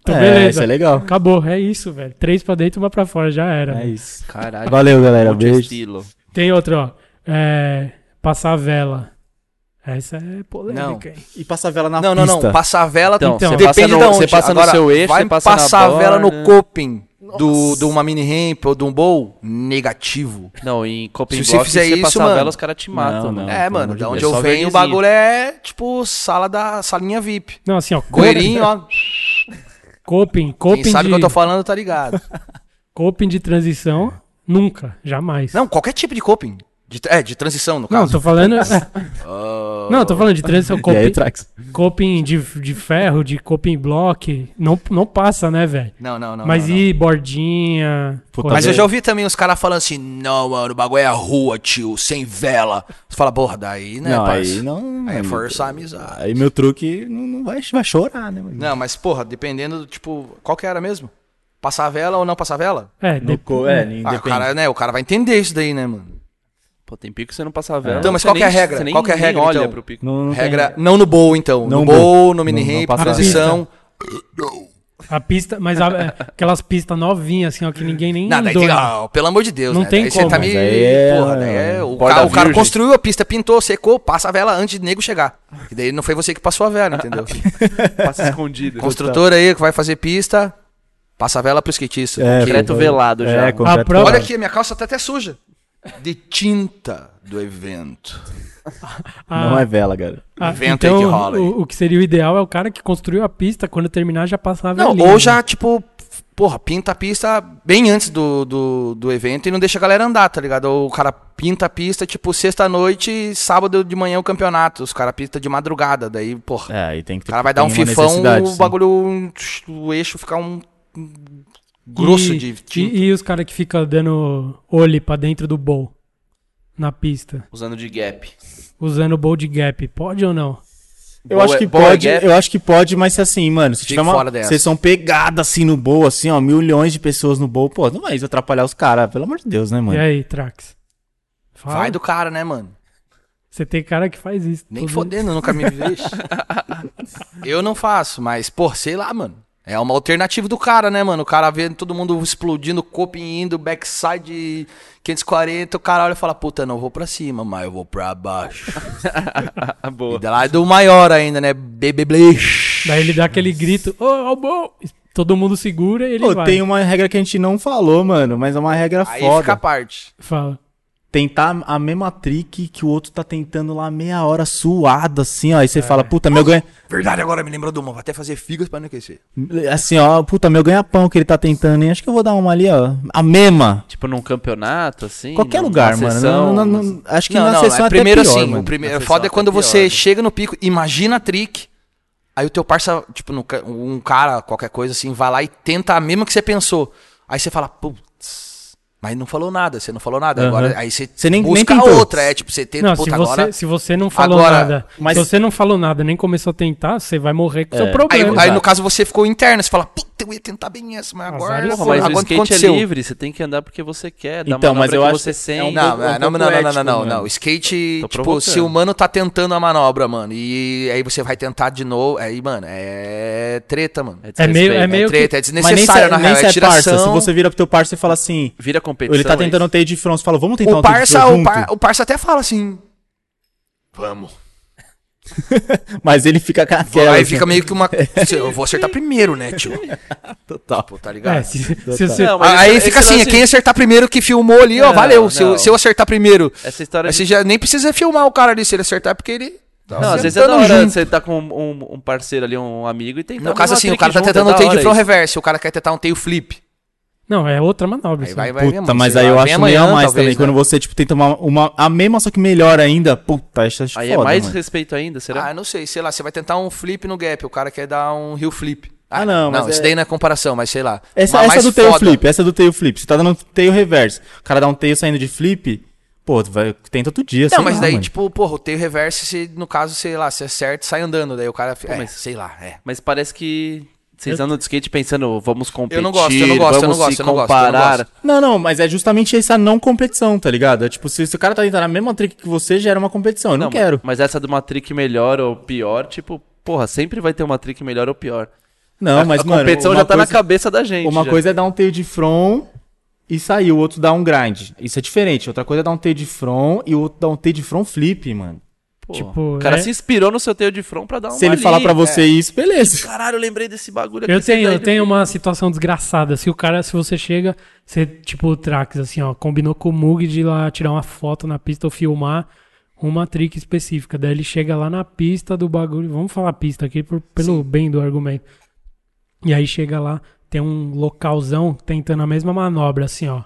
[SPEAKER 2] Então,
[SPEAKER 4] É,
[SPEAKER 2] beleza.
[SPEAKER 4] isso é legal.
[SPEAKER 2] Acabou, é isso, velho. Três pra dentro, uma pra fora, já era.
[SPEAKER 4] É
[SPEAKER 2] velho.
[SPEAKER 4] isso.
[SPEAKER 5] Caralho.
[SPEAKER 4] Valeu, galera.
[SPEAKER 5] Monte de
[SPEAKER 4] Beijo.
[SPEAKER 5] estilo.
[SPEAKER 2] Tem outra, ó. É, passar a vela. Essa é polêmica, hein?
[SPEAKER 4] E passa a vela na
[SPEAKER 3] não, não,
[SPEAKER 4] pista.
[SPEAKER 3] não, passar a vela...
[SPEAKER 5] Então,
[SPEAKER 2] Então,
[SPEAKER 5] você
[SPEAKER 3] Depende
[SPEAKER 5] passa no,
[SPEAKER 3] de onde.
[SPEAKER 5] você passa no
[SPEAKER 3] Agora,
[SPEAKER 5] seu eixo,
[SPEAKER 3] vai
[SPEAKER 5] você passa
[SPEAKER 3] passar
[SPEAKER 5] na
[SPEAKER 3] a vela
[SPEAKER 5] borda.
[SPEAKER 3] no coping do, de uma mini ramp ou de um bowl, negativo.
[SPEAKER 5] Não, em Copen
[SPEAKER 3] Se você
[SPEAKER 5] Block,
[SPEAKER 3] fizer
[SPEAKER 5] você
[SPEAKER 3] isso,
[SPEAKER 5] passa a
[SPEAKER 3] mano-
[SPEAKER 5] vela, os caras te matam,
[SPEAKER 4] Não,
[SPEAKER 5] mano.
[SPEAKER 4] não.
[SPEAKER 3] é,
[SPEAKER 4] pelo
[SPEAKER 3] mano,
[SPEAKER 4] amor de
[SPEAKER 3] da onde
[SPEAKER 5] Deus.
[SPEAKER 3] eu
[SPEAKER 5] Só
[SPEAKER 3] venho,
[SPEAKER 5] vernizinho.
[SPEAKER 3] o bagulho é, tipo, sala da salinha VIP.
[SPEAKER 2] Não, assim, ó.
[SPEAKER 3] Goeirinho, ó.
[SPEAKER 2] Coping,
[SPEAKER 3] Quem
[SPEAKER 2] coping
[SPEAKER 3] sabe o
[SPEAKER 2] de,
[SPEAKER 3] que eu tô falando tá ligado.
[SPEAKER 2] coping de transição, nunca, jamais.
[SPEAKER 3] Não, Oh. qualquer tipo de coping. De- é, de transição, no
[SPEAKER 2] Não,
[SPEAKER 3] caso.
[SPEAKER 2] tô falando.
[SPEAKER 5] ó.
[SPEAKER 2] Não, eu tô falando de transição.
[SPEAKER 4] E aí,
[SPEAKER 2] Coping,
[SPEAKER 4] Trax?
[SPEAKER 2] coping de, de ferro, de coping block. Não, não passa, né, velho?
[SPEAKER 3] Não, não, não.
[SPEAKER 2] Mas
[SPEAKER 3] não,
[SPEAKER 2] e bordinha?
[SPEAKER 4] Puta,
[SPEAKER 3] Mas
[SPEAKER 2] corrida?
[SPEAKER 3] eu já ouvi também os caras falando assim, não, mano, o bagulho é a rua, tio, sem vela. Você fala, porra, daí, né,
[SPEAKER 4] não,
[SPEAKER 3] parça?
[SPEAKER 4] aí não.
[SPEAKER 3] Aí é
[SPEAKER 4] mano.
[SPEAKER 3] forçar a amizade.
[SPEAKER 4] Aí meu truque não, não vai, vai chorar, né, mano?
[SPEAKER 3] Não, mas, porra, dependendo do tipo, qual que era mesmo? Passar vela ou não passar vela?
[SPEAKER 2] É,
[SPEAKER 4] No
[SPEAKER 2] de-
[SPEAKER 4] co- é,
[SPEAKER 3] Ah,
[SPEAKER 4] independe.
[SPEAKER 3] o cara, né, o cara vai entender isso daí, né, mano?
[SPEAKER 5] Pô, tem pico que você não passa a vela.
[SPEAKER 3] Então, mas
[SPEAKER 5] você
[SPEAKER 3] qual que é a
[SPEAKER 5] nem-
[SPEAKER 3] regra?
[SPEAKER 5] Você nem,
[SPEAKER 3] Qual que é a
[SPEAKER 5] nem
[SPEAKER 3] regra,
[SPEAKER 5] olha
[SPEAKER 3] então?
[SPEAKER 5] pro pico.
[SPEAKER 4] Não, não tem-
[SPEAKER 3] Regra, não no bowl, então.
[SPEAKER 4] Não
[SPEAKER 3] no
[SPEAKER 4] no
[SPEAKER 3] bowl, no mini
[SPEAKER 4] Não- não
[SPEAKER 3] ramp,
[SPEAKER 4] passa
[SPEAKER 3] transição.
[SPEAKER 2] a pista, mas a- é, aquelas pistas novinhas, assim, ó, que ninguém nem
[SPEAKER 3] Nada, aí
[SPEAKER 2] andou.
[SPEAKER 3] tem, ah, pelo amor de Deus,
[SPEAKER 2] Não
[SPEAKER 3] né?
[SPEAKER 2] tem
[SPEAKER 3] Daí
[SPEAKER 2] como.
[SPEAKER 3] Você tá me...
[SPEAKER 4] Mas aí é-
[SPEAKER 3] Porra, daí é... O,
[SPEAKER 5] Borda
[SPEAKER 3] cara, o cara
[SPEAKER 5] virgem.
[SPEAKER 3] construiu a pista, pintou, secou, passa a vela antes de nego chegar. E daí não foi você que passou a vela, entendeu?
[SPEAKER 5] Passa escondido.
[SPEAKER 3] Construtor aí que vai fazer pista, passa a vela pro skatista.
[SPEAKER 4] É,
[SPEAKER 3] Que-
[SPEAKER 5] Concreto
[SPEAKER 4] foi-
[SPEAKER 5] velado já.
[SPEAKER 4] É, concreto
[SPEAKER 2] A prova-
[SPEAKER 3] Olha
[SPEAKER 4] velado.
[SPEAKER 3] aqui, minha calça tá até suja. De tinta do evento.
[SPEAKER 2] Ah,
[SPEAKER 4] Não é vela, cara.
[SPEAKER 2] ah,
[SPEAKER 3] inventa aí que rola aí.
[SPEAKER 2] O, o que seria o ideal é o cara que construiu a pista, quando terminar já passar a
[SPEAKER 3] Não,
[SPEAKER 2] velinha,
[SPEAKER 3] ou
[SPEAKER 2] né?
[SPEAKER 3] já, tipo, porra, pinta a pista bem antes do, do, do evento e não deixa a galera andar, tá ligado? Ou o cara pinta a pista, tipo, sexta-noite, sábado de manhã o campeonato. Os caras pintam de madrugada, daí, porra.
[SPEAKER 4] É, aí tem que
[SPEAKER 3] o cara vai dar um
[SPEAKER 4] tem uma
[SPEAKER 3] fifão,
[SPEAKER 4] necessidade,
[SPEAKER 3] o
[SPEAKER 4] sim.
[SPEAKER 3] bagulho, um- o eixo ficar um um grosso
[SPEAKER 2] E-
[SPEAKER 3] de tinta.
[SPEAKER 2] E, e os caras que ficam dando olho pra dentro do bowl na pista,
[SPEAKER 5] Usando de gap.
[SPEAKER 2] usando o bowl de gap, pode ou não?
[SPEAKER 4] Eu acho
[SPEAKER 5] Boa-
[SPEAKER 3] é
[SPEAKER 4] que
[SPEAKER 5] boa
[SPEAKER 4] pode,
[SPEAKER 5] gap.
[SPEAKER 4] eu acho que pode, mas se assim, mano, se
[SPEAKER 3] Fique
[SPEAKER 4] tiver uma
[SPEAKER 3] fora dessa.
[SPEAKER 4] sessão pegada assim no bowl, assim, ó, milhões de pessoas no bowl, pô, não vai isso atrapalhar os caras, pelo amor de Deus, né,
[SPEAKER 2] E
[SPEAKER 4] mano?
[SPEAKER 2] aí, Trax? Fala.
[SPEAKER 3] Vai do cara, né, mano?
[SPEAKER 2] Você tem cara que faz isso.
[SPEAKER 3] Nem
[SPEAKER 2] Todo-
[SPEAKER 3] fodendo, eu nunca me vi. eu não faço, mas, pô, sei lá, mano. É uma alternativa do cara, né, mano? O cara vendo todo mundo explodindo, coping indo, backside 540, o cara olha e fala, puta, não vou pra cima, mas eu vou pra baixo.
[SPEAKER 5] Boa.
[SPEAKER 3] e daí lá é do maior ainda, né? Baby Blish.
[SPEAKER 2] Daí ele dá aquele grito, ô, ô, bowl! Todo mundo segura e ele
[SPEAKER 4] Pô,
[SPEAKER 2] vai.
[SPEAKER 3] um
[SPEAKER 4] tem uma regra que a gente não falou, mano, mas é uma regra
[SPEAKER 3] Aí
[SPEAKER 4] foda.
[SPEAKER 3] fica a parte.
[SPEAKER 2] Fala.
[SPEAKER 4] Tentar a mesma trick que o outro tá tentando lá meia hora suado, assim, ó. Aí
[SPEAKER 2] É.
[SPEAKER 4] você fala, puta, meu ganha.
[SPEAKER 3] Verdade, agora me lembrou de uma. Vou até fazer figas pra não aquecer.
[SPEAKER 4] Assim, ó, puta, meu ganha-pão que ele tá tentando, hein? Acho que eu vou dar uma ali, ó. A mesma.
[SPEAKER 5] Tipo num campeonato, assim.
[SPEAKER 4] Qualquer
[SPEAKER 5] num-
[SPEAKER 4] lugar,
[SPEAKER 5] numa
[SPEAKER 4] mano.
[SPEAKER 5] sessão,
[SPEAKER 4] Não, não,
[SPEAKER 5] mas-
[SPEAKER 4] não, acho que
[SPEAKER 3] não,
[SPEAKER 4] na
[SPEAKER 3] não,
[SPEAKER 4] sessão
[SPEAKER 3] é
[SPEAKER 4] é
[SPEAKER 3] primeiro
[SPEAKER 4] até pior,
[SPEAKER 3] assim,
[SPEAKER 4] mano.
[SPEAKER 3] o primeiro,
[SPEAKER 5] Na
[SPEAKER 3] é
[SPEAKER 5] sessão
[SPEAKER 3] foda é
[SPEAKER 5] até
[SPEAKER 3] quando
[SPEAKER 5] pior,
[SPEAKER 3] você
[SPEAKER 5] né?
[SPEAKER 3] chega no pico, imagina a trick, aí o teu parça, tipo, no ca- um cara, qualquer coisa assim, vai lá e tenta a mesma que você pensou. Aí você fala, putz, mas não falou nada, você não falou nada.
[SPEAKER 4] Aham.
[SPEAKER 3] Agora, aí você,
[SPEAKER 4] Você nem- nem
[SPEAKER 3] busca
[SPEAKER 4] tentou.
[SPEAKER 3] outra, é tipo, você tenta,
[SPEAKER 2] Não,
[SPEAKER 3] puta,
[SPEAKER 2] se você,
[SPEAKER 3] agora...
[SPEAKER 2] se você não falou
[SPEAKER 3] Agora,
[SPEAKER 2] nada,
[SPEAKER 4] mas-
[SPEAKER 2] se você não falou nada, nem começou a tentar, você vai morrer com o seu
[SPEAKER 3] Aí,
[SPEAKER 2] problema.
[SPEAKER 3] aí, no
[SPEAKER 4] Exato.
[SPEAKER 3] caso você ficou interno, você fala, puta, eu ia tentar bem essa, mas
[SPEAKER 2] Azar
[SPEAKER 4] Ah,
[SPEAKER 3] agora...
[SPEAKER 2] é
[SPEAKER 5] Porra,
[SPEAKER 2] seu.
[SPEAKER 5] mas
[SPEAKER 3] agora
[SPEAKER 5] o skate é livre, você tem que andar porque você quer. Dá
[SPEAKER 4] Então,
[SPEAKER 5] manobra
[SPEAKER 4] mas eu
[SPEAKER 5] que
[SPEAKER 4] acho
[SPEAKER 5] você
[SPEAKER 4] que é
[SPEAKER 5] sente.
[SPEAKER 4] um
[SPEAKER 3] Não,
[SPEAKER 4] pouco- um
[SPEAKER 3] não, não,
[SPEAKER 4] pouco
[SPEAKER 3] não, não,
[SPEAKER 4] ético, né?
[SPEAKER 3] não, não,
[SPEAKER 4] mano.
[SPEAKER 3] não. O skate,
[SPEAKER 5] Tô
[SPEAKER 3] tipo,
[SPEAKER 5] provocando.
[SPEAKER 3] se o mano tá tentando a manobra, mano, e aí você vai tentar de novo, aí, mano, é treta, mano.
[SPEAKER 2] É meio- é meio-
[SPEAKER 3] É
[SPEAKER 2] que-
[SPEAKER 3] treta, é
[SPEAKER 4] Mas nem se,
[SPEAKER 3] desnecessário, na
[SPEAKER 4] nem
[SPEAKER 3] real,
[SPEAKER 4] se
[SPEAKER 3] é
[SPEAKER 4] é parça. Se
[SPEAKER 3] tiração.
[SPEAKER 4] você vira pro teu parça e fala assim,
[SPEAKER 5] Vira competição.
[SPEAKER 4] ele tá
[SPEAKER 5] é
[SPEAKER 4] tentando um take de front, você fala, vamos tentar
[SPEAKER 3] O
[SPEAKER 4] um take de
[SPEAKER 3] parça,
[SPEAKER 4] front
[SPEAKER 3] o,
[SPEAKER 4] junto?
[SPEAKER 3] par, o parça até fala assim. Vamos.
[SPEAKER 4] Mas ele fica com aquela,
[SPEAKER 3] aí
[SPEAKER 4] assim,
[SPEAKER 3] fica meio que uma. Eu vou acertar primeiro, né, tio?
[SPEAKER 4] total.
[SPEAKER 3] Pô, tá ligado?
[SPEAKER 2] É, se, se
[SPEAKER 4] Tá.
[SPEAKER 2] você-
[SPEAKER 5] Não, mas
[SPEAKER 3] aí
[SPEAKER 5] esse-
[SPEAKER 3] fica
[SPEAKER 5] esse
[SPEAKER 3] assim, é
[SPEAKER 5] lance-
[SPEAKER 3] quem acertar primeiro que filmou ali, ó,
[SPEAKER 5] Não,
[SPEAKER 3] valeu. Se, eu-
[SPEAKER 5] não.
[SPEAKER 3] se eu acertar primeiro.
[SPEAKER 5] Essa história
[SPEAKER 3] Aí
[SPEAKER 5] de-
[SPEAKER 3] você já nem precisa filmar o cara ali, se ele acertar, é porque ele. tá
[SPEAKER 5] Não, às vezes é da
[SPEAKER 3] acertando
[SPEAKER 5] hora
[SPEAKER 3] junto.
[SPEAKER 5] você tá com um, um parceiro ali, um amigo, e tem
[SPEAKER 4] Então,
[SPEAKER 3] No caso assim, o cara tá
[SPEAKER 5] é
[SPEAKER 3] tentando um take from reverse, o cara quer tentar um tail flip.
[SPEAKER 2] não, é outra manobra.
[SPEAKER 3] Aí
[SPEAKER 2] assim.
[SPEAKER 3] vai, vai
[SPEAKER 4] Puta,
[SPEAKER 3] mesmo,
[SPEAKER 4] mas
[SPEAKER 3] sei
[SPEAKER 4] aí
[SPEAKER 3] lá,
[SPEAKER 4] eu
[SPEAKER 3] vem
[SPEAKER 4] acho meio a
[SPEAKER 3] amanhã,
[SPEAKER 4] mais
[SPEAKER 3] talvez,
[SPEAKER 4] também.
[SPEAKER 3] né?
[SPEAKER 4] Quando você, tipo, tenta uma, uma, a mesma, só que melhor ainda. Puta, isso é
[SPEAKER 5] Aí
[SPEAKER 4] foda,
[SPEAKER 5] é mais
[SPEAKER 4] mano.
[SPEAKER 5] respeito ainda, será?
[SPEAKER 3] Ah, não sei, sei lá, você vai tentar um flip no gap, o cara quer dar um heel flip.
[SPEAKER 4] Ah, não, mas
[SPEAKER 3] Não, isso
[SPEAKER 4] é-
[SPEAKER 3] daí não é comparação, mas sei lá.
[SPEAKER 4] Essa,
[SPEAKER 3] Uma
[SPEAKER 4] essa
[SPEAKER 3] mais
[SPEAKER 4] do tail
[SPEAKER 3] foda.
[SPEAKER 4] flip, essa do tail flip. Você tá dando um tail reverso. O cara dá um tail saindo de flip, pô, tu vai, tenta outro dia,
[SPEAKER 3] Não,
[SPEAKER 4] sei
[SPEAKER 3] mas
[SPEAKER 4] lá,
[SPEAKER 3] daí,
[SPEAKER 4] mano.
[SPEAKER 3] tipo, porra, o tail reverse, se, no caso, sei lá, se acerta, sai andando. Daí o cara fica. É,
[SPEAKER 5] mas-
[SPEAKER 3] sei lá, é.
[SPEAKER 5] Mas parece que vocês andam de skate pensando, vamos competir,
[SPEAKER 3] Eu não gosto, eu não gosto, eu
[SPEAKER 5] vamos
[SPEAKER 3] não
[SPEAKER 5] se
[SPEAKER 3] gosto, eu não gosto, eu não
[SPEAKER 5] comparar.
[SPEAKER 3] gosto.
[SPEAKER 4] Não, não, mas é justamente essa não competição, tá ligado? É tipo, se, se o cara tá tentando a mesma trick que você, gera uma competição. Eu não,
[SPEAKER 5] Não, mas-
[SPEAKER 4] quero.
[SPEAKER 5] Mas essa de uma trick melhor ou pior, tipo, porra, sempre vai ter uma trick melhor ou pior.
[SPEAKER 4] Não, mas,
[SPEAKER 5] a
[SPEAKER 4] mano,
[SPEAKER 5] competição
[SPEAKER 4] uma
[SPEAKER 5] já tá na
[SPEAKER 4] coisa-
[SPEAKER 5] cabeça da gente.
[SPEAKER 4] Uma
[SPEAKER 5] já.
[SPEAKER 4] coisa é dar um tail de front e sair, o outro dá um grind. Isso é diferente. Outra coisa é dar um tail de front e o outro dá um tail de front flip, mano.
[SPEAKER 5] Pô,
[SPEAKER 2] Tipo,
[SPEAKER 5] o cara
[SPEAKER 2] é-
[SPEAKER 5] se inspirou no seu teio de front pra dar uma
[SPEAKER 4] Se ele
[SPEAKER 5] ali.
[SPEAKER 4] falar pra você
[SPEAKER 3] é.
[SPEAKER 4] isso, beleza.
[SPEAKER 5] Caralho, eu lembrei desse bagulho aqui.
[SPEAKER 2] Eu
[SPEAKER 5] esse
[SPEAKER 2] tenho,
[SPEAKER 5] daí
[SPEAKER 2] eu
[SPEAKER 5] de-
[SPEAKER 2] tenho uma situação desgraçada. Se o cara, se você chega, você, tipo, o Trax, assim, ó, combinou com o Mug de ir lá tirar uma foto na pista ou filmar uma trick específica. Daí ele chega lá na pista do bagulho. Vamos falar pista aqui por- pelo bem do argumento. E aí chega lá, tem um localzão tentando a mesma manobra, assim, ó.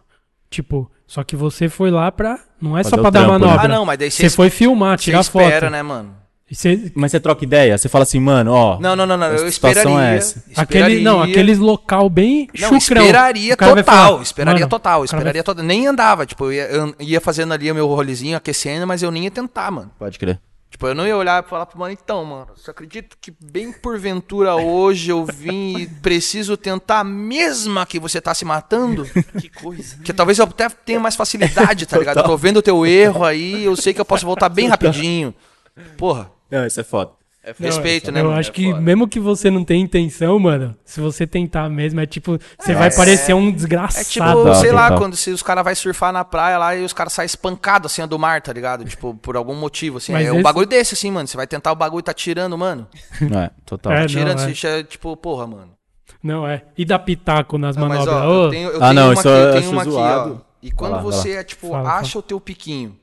[SPEAKER 2] Tipo, só que você foi lá pra. Não é
[SPEAKER 4] Fazer
[SPEAKER 2] só
[SPEAKER 4] o
[SPEAKER 2] pra dar
[SPEAKER 4] trampo, né?
[SPEAKER 2] manobra.
[SPEAKER 3] Ah, não, mas daí
[SPEAKER 2] Você
[SPEAKER 3] você
[SPEAKER 2] foi filmar,
[SPEAKER 3] Você
[SPEAKER 2] tirar foto.
[SPEAKER 3] espera, né, mano?
[SPEAKER 2] E cê-
[SPEAKER 4] Mas você troca ideia? Você fala assim, mano, ó.
[SPEAKER 3] Não, não, não, não.
[SPEAKER 4] Essa
[SPEAKER 3] Eu
[SPEAKER 4] situação
[SPEAKER 3] esperaria.
[SPEAKER 4] é essa.
[SPEAKER 2] aquele, não,
[SPEAKER 3] esperaria.
[SPEAKER 2] aqueles local bem
[SPEAKER 3] Não,
[SPEAKER 2] chucrão.
[SPEAKER 3] esperaria
[SPEAKER 2] O cara vai
[SPEAKER 3] total,
[SPEAKER 2] falar,
[SPEAKER 3] esperaria
[SPEAKER 2] "Mano,
[SPEAKER 3] total,
[SPEAKER 2] o cara
[SPEAKER 3] esperaria total. Nem andava, tipo, eu ia, eu ia fazendo ali o meu rolezinho, aquecendo, mas eu nem ia tentar, mano.
[SPEAKER 4] Pode crer.
[SPEAKER 3] Tipo, eu não ia olhar e falar pro mano, então, mano, você acredita que bem porventura hoje eu vim e preciso tentar a mesma que você tá se matando?
[SPEAKER 5] Que coisa.
[SPEAKER 3] Que talvez eu até tenha mais facilidade, tá ligado? Eu tô vendo o teu erro aí, eu sei que eu posso voltar bem rapidinho. Porra,
[SPEAKER 4] Não, isso é foda.
[SPEAKER 5] É foda.
[SPEAKER 3] respeito, né,
[SPEAKER 2] Eu
[SPEAKER 3] mano?
[SPEAKER 2] acho
[SPEAKER 5] É
[SPEAKER 2] que
[SPEAKER 5] foda.
[SPEAKER 2] mesmo que você não tenha intenção, mano, se você tentar mesmo, é tipo, você vai
[SPEAKER 3] é-
[SPEAKER 2] parecer um
[SPEAKER 3] É
[SPEAKER 2] desgraçado.
[SPEAKER 3] tipo,
[SPEAKER 4] Total,
[SPEAKER 3] sei lá,
[SPEAKER 2] então.
[SPEAKER 4] total.
[SPEAKER 3] quando se os caras vão surfar na praia lá e os caras saem espancados assim do mar, tá ligado? Tipo, por algum motivo, assim.
[SPEAKER 2] É. Mas
[SPEAKER 3] é um
[SPEAKER 2] esse-
[SPEAKER 3] bagulho desse, assim, mano. Você vai tentar o bagulho e tá tirando, mano.
[SPEAKER 4] Não é, total.
[SPEAKER 2] É,
[SPEAKER 3] Tirando,
[SPEAKER 2] não,
[SPEAKER 3] você é. tipo, porra, mano.
[SPEAKER 2] Não é. E dar pitaco nas
[SPEAKER 3] Ah,
[SPEAKER 2] manobras.
[SPEAKER 3] mas ó,
[SPEAKER 2] Ô,
[SPEAKER 3] eu tenho, eu
[SPEAKER 4] Ah,
[SPEAKER 3] tenho
[SPEAKER 4] não,
[SPEAKER 3] uma
[SPEAKER 4] isso
[SPEAKER 3] aqui,
[SPEAKER 4] eu
[SPEAKER 3] eu tenho
[SPEAKER 4] acho
[SPEAKER 3] uma aqui, ó.
[SPEAKER 4] zoado.
[SPEAKER 3] E quando
[SPEAKER 4] lá, vai
[SPEAKER 3] você é, tipo,
[SPEAKER 2] Fala, fala.
[SPEAKER 3] acha o teu piquinho.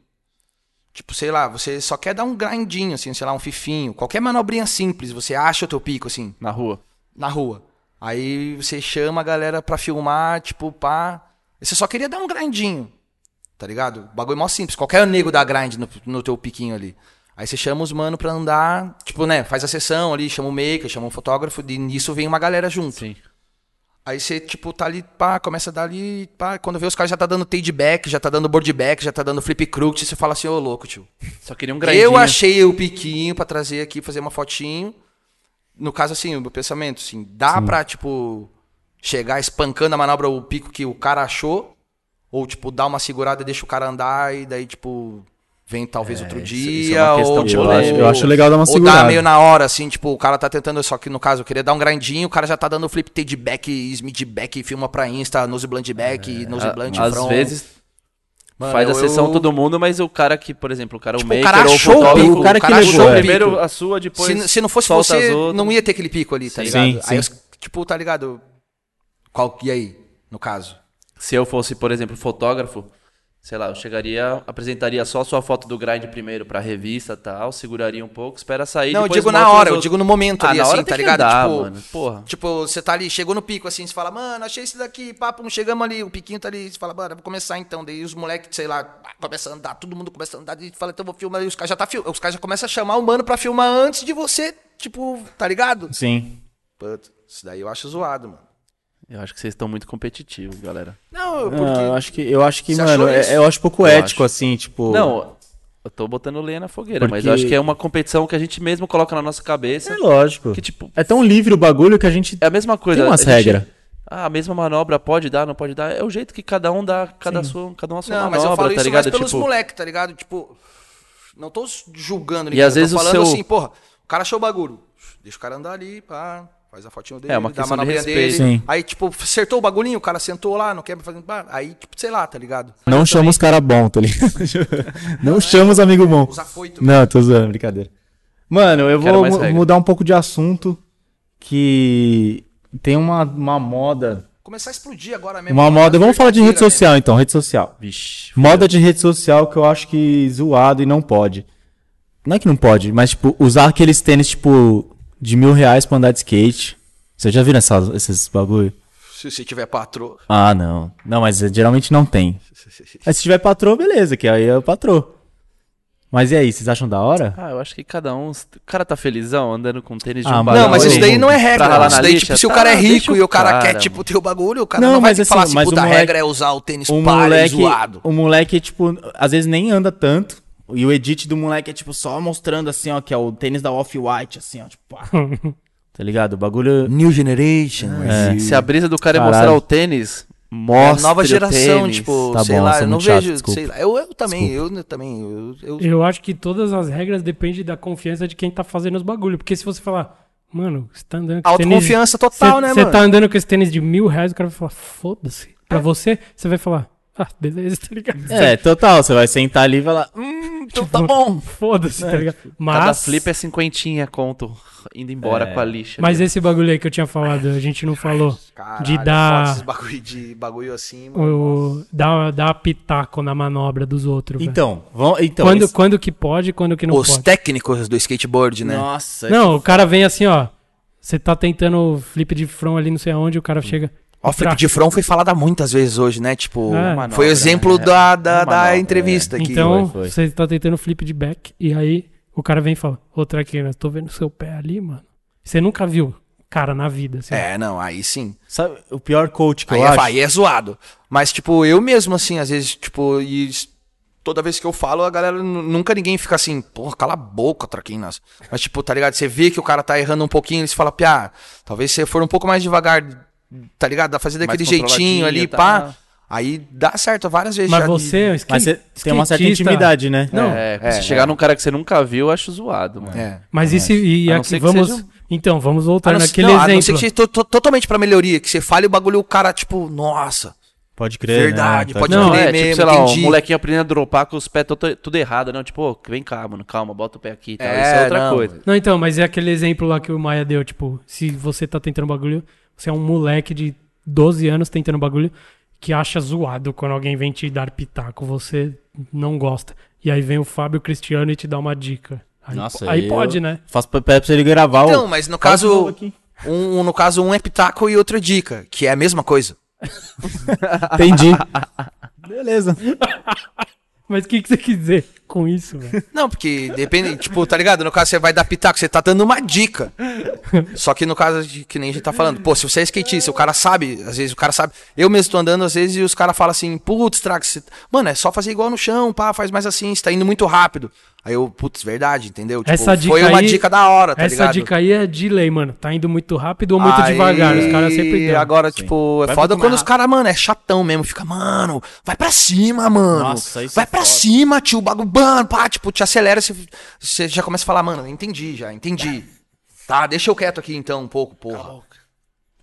[SPEAKER 3] Tipo, sei lá, você só quer dar um grindinho, assim, sei lá, um fifinho. Qualquer manobrinha simples, você acha o teu pico, assim.
[SPEAKER 5] Na rua.
[SPEAKER 3] na rua. Aí você chama a galera pra filmar, tipo, pá. E Você só queria dar um grindinho, tá ligado? Bagulho mó simples. Qualquer nego dá grind no, no teu piquinho ali. Aí você chama os mano pra andar, tipo, né? Faz a sessão ali, chama o maker, chama o fotógrafo, e nisso vem uma galera junto.
[SPEAKER 5] Sim.
[SPEAKER 3] Aí você, tipo, tá ali, pá, começa a dar ali, pá. Quando vê os caras já tá dando tade back, já tá dando board back, já tá dando flip crook, você fala assim, ô louco, tio.
[SPEAKER 5] Só queria um grandinho.
[SPEAKER 3] Eu achei o piquinho pra trazer aqui, fazer uma fotinho. No caso, assim, o meu pensamento, assim, dá pra, tipo, chegar espancando a manobra, o pico que o cara achou? Ou, tipo, dar uma segurada e deixa o cara andar e daí, tipo, vem talvez outro
[SPEAKER 5] isso-
[SPEAKER 3] dia?
[SPEAKER 5] isso é uma questão
[SPEAKER 3] ou,
[SPEAKER 5] de
[SPEAKER 3] tipo,
[SPEAKER 5] lógica.
[SPEAKER 4] Eu acho legal dar uma
[SPEAKER 3] ou
[SPEAKER 4] segurada.
[SPEAKER 3] dá meio na hora, assim, tipo, o cara tá tentando, só que no caso, eu queria dar um grindinho, o cara já tá dando flip take back, smith back, filma pra Insta, nose blunt back, nose
[SPEAKER 5] É, A-
[SPEAKER 3] blunt
[SPEAKER 5] Ah, Às
[SPEAKER 3] front.
[SPEAKER 5] vezes
[SPEAKER 3] Mano,
[SPEAKER 5] faz a
[SPEAKER 3] eu-
[SPEAKER 5] sessão
[SPEAKER 3] eu-
[SPEAKER 5] todo mundo, mas o cara que, por exemplo, o cara,
[SPEAKER 3] Tipo,
[SPEAKER 5] o
[SPEAKER 3] o
[SPEAKER 5] maker
[SPEAKER 3] cara
[SPEAKER 5] ou o
[SPEAKER 3] achou o
[SPEAKER 5] fotógrafo,
[SPEAKER 3] pico,
[SPEAKER 4] o cara que
[SPEAKER 5] achou
[SPEAKER 4] levou, é.
[SPEAKER 5] primeiro a sua, depois
[SPEAKER 3] Se, se não fosse
[SPEAKER 5] solta
[SPEAKER 3] você,
[SPEAKER 5] as outras.
[SPEAKER 3] não ia ter aquele pico ali, tá
[SPEAKER 4] Sim.
[SPEAKER 3] ligado?
[SPEAKER 4] Sim,
[SPEAKER 3] Aí,
[SPEAKER 4] sim.
[SPEAKER 3] os- tipo, tá ligado? Qual, e aí, no caso?
[SPEAKER 5] Se eu fosse, por exemplo, fotógrafo, sei lá, eu chegaria, apresentaria só a sua foto do grind primeiro pra revista e tal, seguraria um pouco, espera sair.
[SPEAKER 3] não, eu
[SPEAKER 5] depois
[SPEAKER 3] digo na
[SPEAKER 5] mostra os
[SPEAKER 3] hora, eu
[SPEAKER 5] outros.
[SPEAKER 3] digo no momento
[SPEAKER 5] Ah,
[SPEAKER 3] ali,
[SPEAKER 5] na
[SPEAKER 3] assim,
[SPEAKER 5] hora tem
[SPEAKER 3] tá
[SPEAKER 5] que
[SPEAKER 3] ligado?
[SPEAKER 5] andar,
[SPEAKER 3] tipo,
[SPEAKER 5] mano, porra.
[SPEAKER 3] tipo, você tá ali, chegou no pico, assim, você fala, mano, achei esse daqui, papo, chegamos ali, o piquinho tá ali, você fala, mano, vou começar então. Daí os moleques, sei lá, começa a andar, todo mundo começa a andar, e fala, então vou filmar, e os caras já tá fil- os caras já começam a chamar o mano pra filmar antes de você, tipo, tá ligado?
[SPEAKER 4] Sim.
[SPEAKER 3] Puta, isso daí eu acho zoado, mano.
[SPEAKER 5] Eu acho que vocês estão muito competitivos, galera.
[SPEAKER 3] Não, porque...
[SPEAKER 4] Não, eu acho que, eu acho que
[SPEAKER 3] Você
[SPEAKER 4] mano,
[SPEAKER 3] achou
[SPEAKER 4] é-
[SPEAKER 3] isso?
[SPEAKER 4] eu acho pouco
[SPEAKER 5] Eu
[SPEAKER 4] ético,
[SPEAKER 5] acho.
[SPEAKER 4] assim, tipo.
[SPEAKER 5] Não, eu tô botando lenha na fogueira, mas
[SPEAKER 4] Porque-
[SPEAKER 5] eu acho que é uma competição que a gente mesmo coloca na nossa cabeça.
[SPEAKER 4] É lógico.
[SPEAKER 5] Que, tipo,
[SPEAKER 4] É tão livre o bagulho que a gente.
[SPEAKER 5] É a mesma coisa.
[SPEAKER 4] Tem umas
[SPEAKER 5] a gente-
[SPEAKER 4] regra.
[SPEAKER 5] Ah, a mesma manobra pode dar, não pode dar. É o jeito que cada um dá, cada, sua, cada um a sua
[SPEAKER 3] Não,
[SPEAKER 5] manobra,
[SPEAKER 3] mas eu falo
[SPEAKER 5] tá
[SPEAKER 3] isso mais
[SPEAKER 5] ligado?
[SPEAKER 3] pelos
[SPEAKER 5] tipo,
[SPEAKER 3] moleque, tá ligado? Tipo, não tô julgando
[SPEAKER 5] E
[SPEAKER 3] ninguém.
[SPEAKER 5] às
[SPEAKER 3] eu tô
[SPEAKER 5] vezes o
[SPEAKER 3] falando
[SPEAKER 5] seu-
[SPEAKER 3] assim, porra, o cara achou o bagulho. Deixa o cara andar ali, pá, faz a fotinho dele,
[SPEAKER 5] É, uma
[SPEAKER 3] dá a
[SPEAKER 5] questão de
[SPEAKER 3] manobrinha dele.
[SPEAKER 5] respeito.
[SPEAKER 4] Sim.
[SPEAKER 3] Aí, tipo, acertou o bagulhinho, o cara sentou lá, não quer fazer. pá, Aí, tipo, sei lá, tá ligado?
[SPEAKER 4] Não chama os cara bom, tá ligado? Não chama os amigos bom.
[SPEAKER 3] é. Os afoitos.
[SPEAKER 4] Não, tô zoando, brincadeira. Mano, eu
[SPEAKER 5] Quero
[SPEAKER 4] vou
[SPEAKER 5] mais
[SPEAKER 4] mu-
[SPEAKER 5] regra.
[SPEAKER 4] mudar um pouco de assunto. Que tem uma, uma moda.
[SPEAKER 3] Começar a explodir agora mesmo. né?
[SPEAKER 4] Uma moda.
[SPEAKER 3] As
[SPEAKER 4] Vamos falar de rede
[SPEAKER 3] doideiras
[SPEAKER 4] social, então, rede social.
[SPEAKER 5] Vixe.
[SPEAKER 4] Moda de rede social que eu acho que zoado e não pode. Não é que não pode, mas, tipo, usar aqueles tênis, tipo, de mil reais pra andar de skate. Você já viu essas, esses bagulho?
[SPEAKER 3] mesmo. Se você tiver patrô.
[SPEAKER 4] Ah, não. Não, mas eh, geralmente não tem. Aí se tiver patrô, beleza, que aí é o patrô. Mas e aí, vocês acham da hora?
[SPEAKER 5] Ah, eu acho que cada um. O cara tá felizão andando com tênis de
[SPEAKER 4] Ah,
[SPEAKER 5] um
[SPEAKER 4] mano,
[SPEAKER 3] Não, mas
[SPEAKER 4] Olha
[SPEAKER 3] isso
[SPEAKER 4] aí.
[SPEAKER 3] daí não é
[SPEAKER 5] Pra
[SPEAKER 3] regra.
[SPEAKER 5] ralar
[SPEAKER 3] Não. Isso
[SPEAKER 5] na
[SPEAKER 3] daí,
[SPEAKER 5] lixa?
[SPEAKER 3] tipo, se o
[SPEAKER 5] Tá,
[SPEAKER 3] cara é
[SPEAKER 5] deixa
[SPEAKER 3] rico
[SPEAKER 5] o
[SPEAKER 3] e o cara,
[SPEAKER 5] cara,
[SPEAKER 3] quer,
[SPEAKER 5] mano.
[SPEAKER 3] tipo, ter o bagulho, o cara
[SPEAKER 4] Não,
[SPEAKER 3] não, vai
[SPEAKER 4] mas
[SPEAKER 3] ter que falar
[SPEAKER 4] assim,
[SPEAKER 3] assim,
[SPEAKER 4] mas o
[SPEAKER 3] puta, a
[SPEAKER 4] moleque-
[SPEAKER 3] regra é usar o tênis
[SPEAKER 4] O
[SPEAKER 3] palha e
[SPEAKER 4] moleque,
[SPEAKER 3] zoado.
[SPEAKER 4] o moleque, tipo, às vezes nem anda tanto. E o edit do moleque é, tipo, só mostrando, assim, ó, que é o tênis da Off-White, assim, ó, tipo, pá. Tá ligado? O bagulho...
[SPEAKER 3] New Generation. É.
[SPEAKER 5] Se a brisa do cara é
[SPEAKER 4] Caralho.
[SPEAKER 5] mostrar o tênis,
[SPEAKER 3] É
[SPEAKER 5] mostra.
[SPEAKER 3] nova
[SPEAKER 5] o
[SPEAKER 3] geração,
[SPEAKER 5] tênis.
[SPEAKER 3] tipo,
[SPEAKER 4] Tá
[SPEAKER 3] sei
[SPEAKER 4] bom,
[SPEAKER 3] lá,
[SPEAKER 4] sou
[SPEAKER 3] eu não
[SPEAKER 4] muito chato,
[SPEAKER 3] vejo,
[SPEAKER 4] desculpa.
[SPEAKER 3] sei lá. Eu, eu também, eu também, eu, eu-
[SPEAKER 2] Eu acho que todas as regras dependem da confiança de quem tá fazendo os bagulho. Porque se você falar, mano, você tá andando com esse tênis.
[SPEAKER 3] Autoconfiança total, né,
[SPEAKER 2] Você
[SPEAKER 3] mano? É.
[SPEAKER 2] tá andando com esse tênis de mil reais, o cara vai falar, foda-se. Pra você, você vai falar, ah, beleza, tá ligado?
[SPEAKER 4] É, total, você vai sentar ali e vai lá, hum, então
[SPEAKER 2] Tipo,
[SPEAKER 4] tá bom.
[SPEAKER 2] Foda-se, tá ligado?
[SPEAKER 4] tipo,
[SPEAKER 5] Cada
[SPEAKER 2] Mas.
[SPEAKER 5] flip é cinquentinha, conto. Indo embora
[SPEAKER 3] É.
[SPEAKER 5] com a lixa.
[SPEAKER 2] Mas esse bagulho aí que eu tinha falado, a gente não falou.
[SPEAKER 3] Caralho,
[SPEAKER 2] de dar-
[SPEAKER 3] foda esses bagulho de bagulho assim, mano.
[SPEAKER 2] O, dar, dar pitaco na manobra dos outros, velho.
[SPEAKER 4] Então, vamos... Então,
[SPEAKER 2] quando,
[SPEAKER 4] esse-
[SPEAKER 2] quando que pode, quando que não
[SPEAKER 3] Os
[SPEAKER 2] pode.
[SPEAKER 3] técnicos do skateboard, né?
[SPEAKER 4] Nossa,
[SPEAKER 2] Não, o cara vem assim, ó. Você tá tentando flip de front ali, não sei aonde, o
[SPEAKER 4] Hum.
[SPEAKER 2] cara chega.
[SPEAKER 3] Ó, flip de front foi falada muitas vezes hoje, né? Tipo,
[SPEAKER 2] É.
[SPEAKER 3] foi
[SPEAKER 5] Manobra,
[SPEAKER 3] o exemplo
[SPEAKER 5] né?
[SPEAKER 3] da, da, da
[SPEAKER 5] Manobra,
[SPEAKER 3] é. entrevista aqui.
[SPEAKER 2] Então,
[SPEAKER 4] Foi, foi.
[SPEAKER 2] você tá tentando flip de back, e aí O cara vem e fala, ô traqueira, tô vendo seu pé ali, mano. Você nunca viu cara na vida, assim.
[SPEAKER 3] É, não, aí sim.
[SPEAKER 4] Sabe, o pior coach que
[SPEAKER 3] Aí
[SPEAKER 4] eu
[SPEAKER 3] é,
[SPEAKER 4] acho.
[SPEAKER 3] aí é zoado. Mas, tipo, eu mesmo, assim, às vezes, tipo, e s- toda vez que eu falo, a galera, nu- nunca ninguém fica assim, porra, cala a boca, Traquinas. Mas, tipo, tá ligado? Você vê que o cara tá errando um pouquinho, eles falam, piá, talvez você for um pouco mais devagar, tá ligado? Dá fazer daquele jeitinho
[SPEAKER 5] controladinho,
[SPEAKER 3] ali,
[SPEAKER 5] tá?
[SPEAKER 3] pá. Aí dá certo várias vezes.
[SPEAKER 2] Mas
[SPEAKER 3] já-
[SPEAKER 2] você é um skate,
[SPEAKER 4] Mas você tem uma certa
[SPEAKER 2] skatista.
[SPEAKER 4] intimidade, né?
[SPEAKER 2] Não,
[SPEAKER 5] é,
[SPEAKER 3] é,
[SPEAKER 5] se chegar num cara que você nunca viu, eu acho zoado, mano.
[SPEAKER 3] É.
[SPEAKER 2] mas isso e, e
[SPEAKER 5] A não
[SPEAKER 2] aqui
[SPEAKER 5] ser que
[SPEAKER 2] vamos.
[SPEAKER 5] seja
[SPEAKER 2] Então, vamos voltar
[SPEAKER 3] um- A não, ser-
[SPEAKER 2] naquele
[SPEAKER 3] não, a não ser
[SPEAKER 2] exemplo.
[SPEAKER 3] que seja to- to- totalmente pra melhoria, que você fale o bagulho, o cara, tipo, nossa,
[SPEAKER 4] Pode crer.
[SPEAKER 3] Verdade,
[SPEAKER 4] né?
[SPEAKER 3] pode
[SPEAKER 2] Não,
[SPEAKER 3] crer
[SPEAKER 5] É, tipo,
[SPEAKER 3] mesmo,
[SPEAKER 5] sei lá,
[SPEAKER 3] entendi.
[SPEAKER 5] um molequinho aprendendo a dropar com os pés todo- tudo errado, não. Tipo, ô, vem cá, mano, calma, bota o pé aqui e tal.
[SPEAKER 3] É,
[SPEAKER 5] Isso é outra
[SPEAKER 3] não.
[SPEAKER 5] coisa.
[SPEAKER 2] Não, então, mas é aquele exemplo lá que o Maia deu, tipo, se você tá tentando bagulho, você é um moleque de 12 anos tentando bagulho que acha zoado quando alguém vem te dar pitaco, você não gosta. E aí vem o Fábio Cristiano e te dá uma dica. Aí,
[SPEAKER 4] Nossa,
[SPEAKER 2] aí
[SPEAKER 4] eu
[SPEAKER 2] pode, né?
[SPEAKER 4] Faço pra, pra ele gravar
[SPEAKER 3] Então,
[SPEAKER 4] o...
[SPEAKER 3] mas no
[SPEAKER 4] Fala de
[SPEAKER 3] caso,
[SPEAKER 4] novo aqui.
[SPEAKER 3] um, um- no caso, um é pitaco e outro é dica, que é a mesma coisa.
[SPEAKER 4] Entendi. Beleza.
[SPEAKER 2] Mas o que, que você quis dizer com isso, velho?
[SPEAKER 3] Não, porque depende, tipo, tá ligado? No caso, você vai dar pitaco, você tá dando uma dica. Só que no caso, de, que nem a gente tá falando, pô, se você é skatista, o cara sabe, às vezes o cara sabe. Eu mesmo tô andando, às vezes, e os caras falam assim, putz, Trax, você- mano, é só fazer igual no chão, pá, faz mais assim, você tá indo muito rápido. Aí eu, putz, verdade, entendeu? Tipo,
[SPEAKER 2] Essa dica
[SPEAKER 3] foi uma
[SPEAKER 2] aí-
[SPEAKER 3] dica da hora, tá
[SPEAKER 2] Essa
[SPEAKER 3] ligado?
[SPEAKER 2] dica aí é de lei, mano. Tá indo muito rápido ou muito
[SPEAKER 3] Aí,
[SPEAKER 2] devagar. Os caras sempre dão.
[SPEAKER 3] Agora, tipo, é
[SPEAKER 4] Vai
[SPEAKER 3] foda
[SPEAKER 4] muito
[SPEAKER 3] quando
[SPEAKER 4] mais
[SPEAKER 3] os caras, mano, é chatão mesmo. Fica, mano, vai pra cima, mano.
[SPEAKER 4] Nossa, isso
[SPEAKER 3] vai
[SPEAKER 4] é
[SPEAKER 3] pra
[SPEAKER 4] foda.
[SPEAKER 3] cima, tio. O bagulho, bam, pá, tipo, te acelera. Você, você já começa a falar, mano, entendi já, entendi. Tá, deixa eu quieto aqui então um pouco, porra.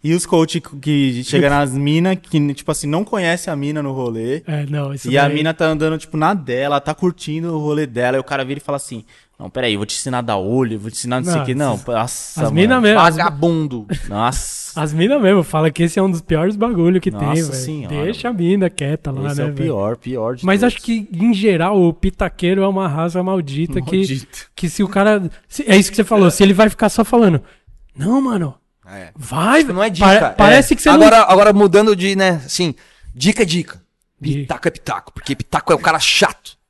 [SPEAKER 4] E os coach que chega nas minas, que, tipo assim, não conhece a mina no rolê.
[SPEAKER 2] É, não, isso
[SPEAKER 4] E a
[SPEAKER 2] daí-
[SPEAKER 4] mina tá andando, tipo, na dela, tá curtindo o rolê dela. E o cara vira e fala assim: Não, peraí, eu vou te ensinar a dar olho, eu vou te ensinar não sei
[SPEAKER 2] Não,
[SPEAKER 4] o que. Não, nossa.
[SPEAKER 2] As minas
[SPEAKER 4] mano.
[SPEAKER 2] mesmo. As,
[SPEAKER 3] Vagabundo. Tipo,
[SPEAKER 4] Nossa.
[SPEAKER 2] as mina mesmo. Fala que esse é um dos piores bagulho que
[SPEAKER 4] Nossa
[SPEAKER 2] tem, velho.
[SPEAKER 4] senhora,
[SPEAKER 2] Deixa a mina quieta lá,
[SPEAKER 4] Esse
[SPEAKER 2] né,
[SPEAKER 4] é o
[SPEAKER 2] velho?
[SPEAKER 4] pior, pior de
[SPEAKER 2] Mas
[SPEAKER 4] todos.
[SPEAKER 2] acho que, em geral, o pitaqueiro é uma raça maldita que,
[SPEAKER 4] Maldito.
[SPEAKER 2] que se o cara. se- é isso que você falou, se ele vai ficar só falando. Não, mano,
[SPEAKER 3] É.
[SPEAKER 2] vai.
[SPEAKER 3] Tipo, não é dica.
[SPEAKER 2] pare-
[SPEAKER 3] é.
[SPEAKER 2] Parece que você
[SPEAKER 3] agora, Agora mudando de, né, assim, dica é dica. Pitaco é pitaco, porque pitaco é o cara chato.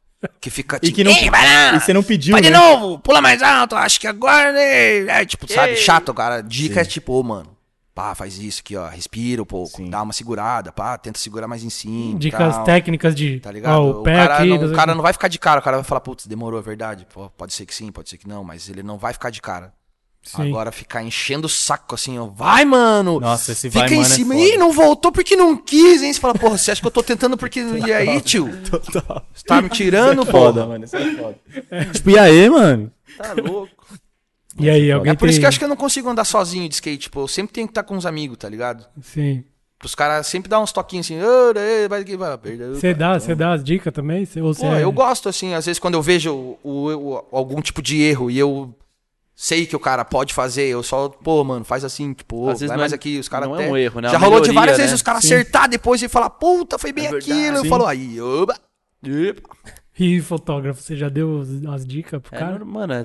[SPEAKER 3] Que fica
[SPEAKER 4] E
[SPEAKER 3] tipo,
[SPEAKER 4] que não-
[SPEAKER 3] "Ei, vai lá,
[SPEAKER 4] e você não pediu,
[SPEAKER 3] Vai de
[SPEAKER 4] né?"
[SPEAKER 3] novo, pula mais alto, acho que agora, né? É, tipo, sabe, chato, cara. Dica é tipo, ô, mano, pá, faz isso aqui, ó, respira um pouco,
[SPEAKER 4] Sim.
[SPEAKER 3] dá uma segurada, pá, tenta segurar mais em cima.
[SPEAKER 2] não.
[SPEAKER 3] e
[SPEAKER 2] Dicas
[SPEAKER 3] tal,
[SPEAKER 2] técnicas de.
[SPEAKER 3] Tá ligado?
[SPEAKER 2] ó, o
[SPEAKER 3] o,
[SPEAKER 2] pé
[SPEAKER 3] cara
[SPEAKER 2] aqui.
[SPEAKER 3] não,
[SPEAKER 2] das-
[SPEAKER 3] o cara não vai ficar de cara, o cara vai falar, putz, demorou, é verdade. Pô, pode ser que sim, pode ser que não, mas ele não vai ficar de cara.
[SPEAKER 2] Sim.
[SPEAKER 3] Agora ficar enchendo o saco assim, ó. Vai, mano!
[SPEAKER 4] Nossa, esse
[SPEAKER 3] Fica
[SPEAKER 4] vai,
[SPEAKER 3] em
[SPEAKER 4] mano, é
[SPEAKER 3] cima.
[SPEAKER 4] foda.
[SPEAKER 3] Ih, não voltou porque não quis, hein? Você fala, porra, você acha que eu tô tentando porque. E é aí, tio?
[SPEAKER 4] Total.
[SPEAKER 3] Você tá me tirando,
[SPEAKER 4] Então Foda,
[SPEAKER 3] porra.
[SPEAKER 4] mano. Isso é foda. Tipo, e aí, mano?
[SPEAKER 5] Tá louco.
[SPEAKER 2] E aí, alguém.
[SPEAKER 3] É por isso
[SPEAKER 2] tem-
[SPEAKER 3] que eu acho que eu não consigo andar sozinho de skate, tipo, eu sempre tenho que estar com uns amigos, tá ligado?
[SPEAKER 2] Sim.
[SPEAKER 3] Os caras sempre dão uns toquinhos assim, "Ô, daí, vai que vai, perdeu".
[SPEAKER 2] Você dá, você dá as dicas também? Cê- ou cê
[SPEAKER 3] Pô,
[SPEAKER 2] é-
[SPEAKER 3] eu gosto, assim, às vezes quando eu vejo o- o- o- algum tipo de erro e eu sei que o cara pode fazer, eu só, pô, mano, faz assim, tipo, ô,
[SPEAKER 5] Às vezes
[SPEAKER 3] vai
[SPEAKER 5] não
[SPEAKER 3] mais
[SPEAKER 5] é-
[SPEAKER 3] aqui, os caras
[SPEAKER 5] não é
[SPEAKER 3] até...
[SPEAKER 5] um erro, né? É
[SPEAKER 3] Já
[SPEAKER 5] uma
[SPEAKER 3] rolou de
[SPEAKER 5] melhoria,
[SPEAKER 3] várias
[SPEAKER 5] né?
[SPEAKER 3] vezes os caras
[SPEAKER 2] Sim.
[SPEAKER 3] acertar depois e falar, puta, foi bem
[SPEAKER 5] É verdade,
[SPEAKER 3] aquilo.
[SPEAKER 4] sim.
[SPEAKER 3] Eu falo, aí, oba.
[SPEAKER 2] E fotógrafo, você já deu as- as dicas pro
[SPEAKER 5] É,
[SPEAKER 2] cara?
[SPEAKER 5] nor- mano, é-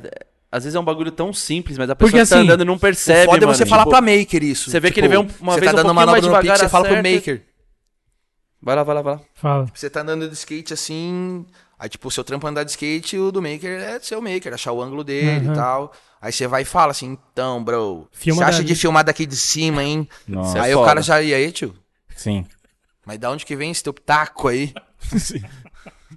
[SPEAKER 5] às vezes é um bagulho tão simples, mas a pessoa
[SPEAKER 2] Porque,
[SPEAKER 5] que tá
[SPEAKER 2] assim,
[SPEAKER 5] andando e não percebe,
[SPEAKER 3] o foda
[SPEAKER 5] mano.
[SPEAKER 3] é você falar
[SPEAKER 5] Tipo,
[SPEAKER 3] pra maker isso.
[SPEAKER 5] você vê que ele vem um- uma
[SPEAKER 3] você
[SPEAKER 5] vez um
[SPEAKER 3] tá dando
[SPEAKER 5] pouquinho
[SPEAKER 3] manobra
[SPEAKER 5] mais
[SPEAKER 3] no pique,
[SPEAKER 5] devagar,
[SPEAKER 3] você fala pro
[SPEAKER 5] acerta.
[SPEAKER 3] maker.
[SPEAKER 5] Vai lá, vai lá, vai lá.
[SPEAKER 2] Fala.
[SPEAKER 3] Você tá andando de skate assim. Aí, tipo, o seu trampo é andar de skate, o do maker é seu maker, achar o ângulo dele
[SPEAKER 2] Aham.
[SPEAKER 3] e tal. Aí você vai e fala assim, então, bro,
[SPEAKER 2] Uhum. Filma
[SPEAKER 3] você acha
[SPEAKER 2] dali."
[SPEAKER 3] de filmar daqui de cima, hein?
[SPEAKER 4] Nossa.
[SPEAKER 3] aí
[SPEAKER 5] é
[SPEAKER 3] o
[SPEAKER 5] foda.
[SPEAKER 3] cara já, e aí, tio?
[SPEAKER 4] Sim.
[SPEAKER 3] Mas da onde que vem esse teu taco aí?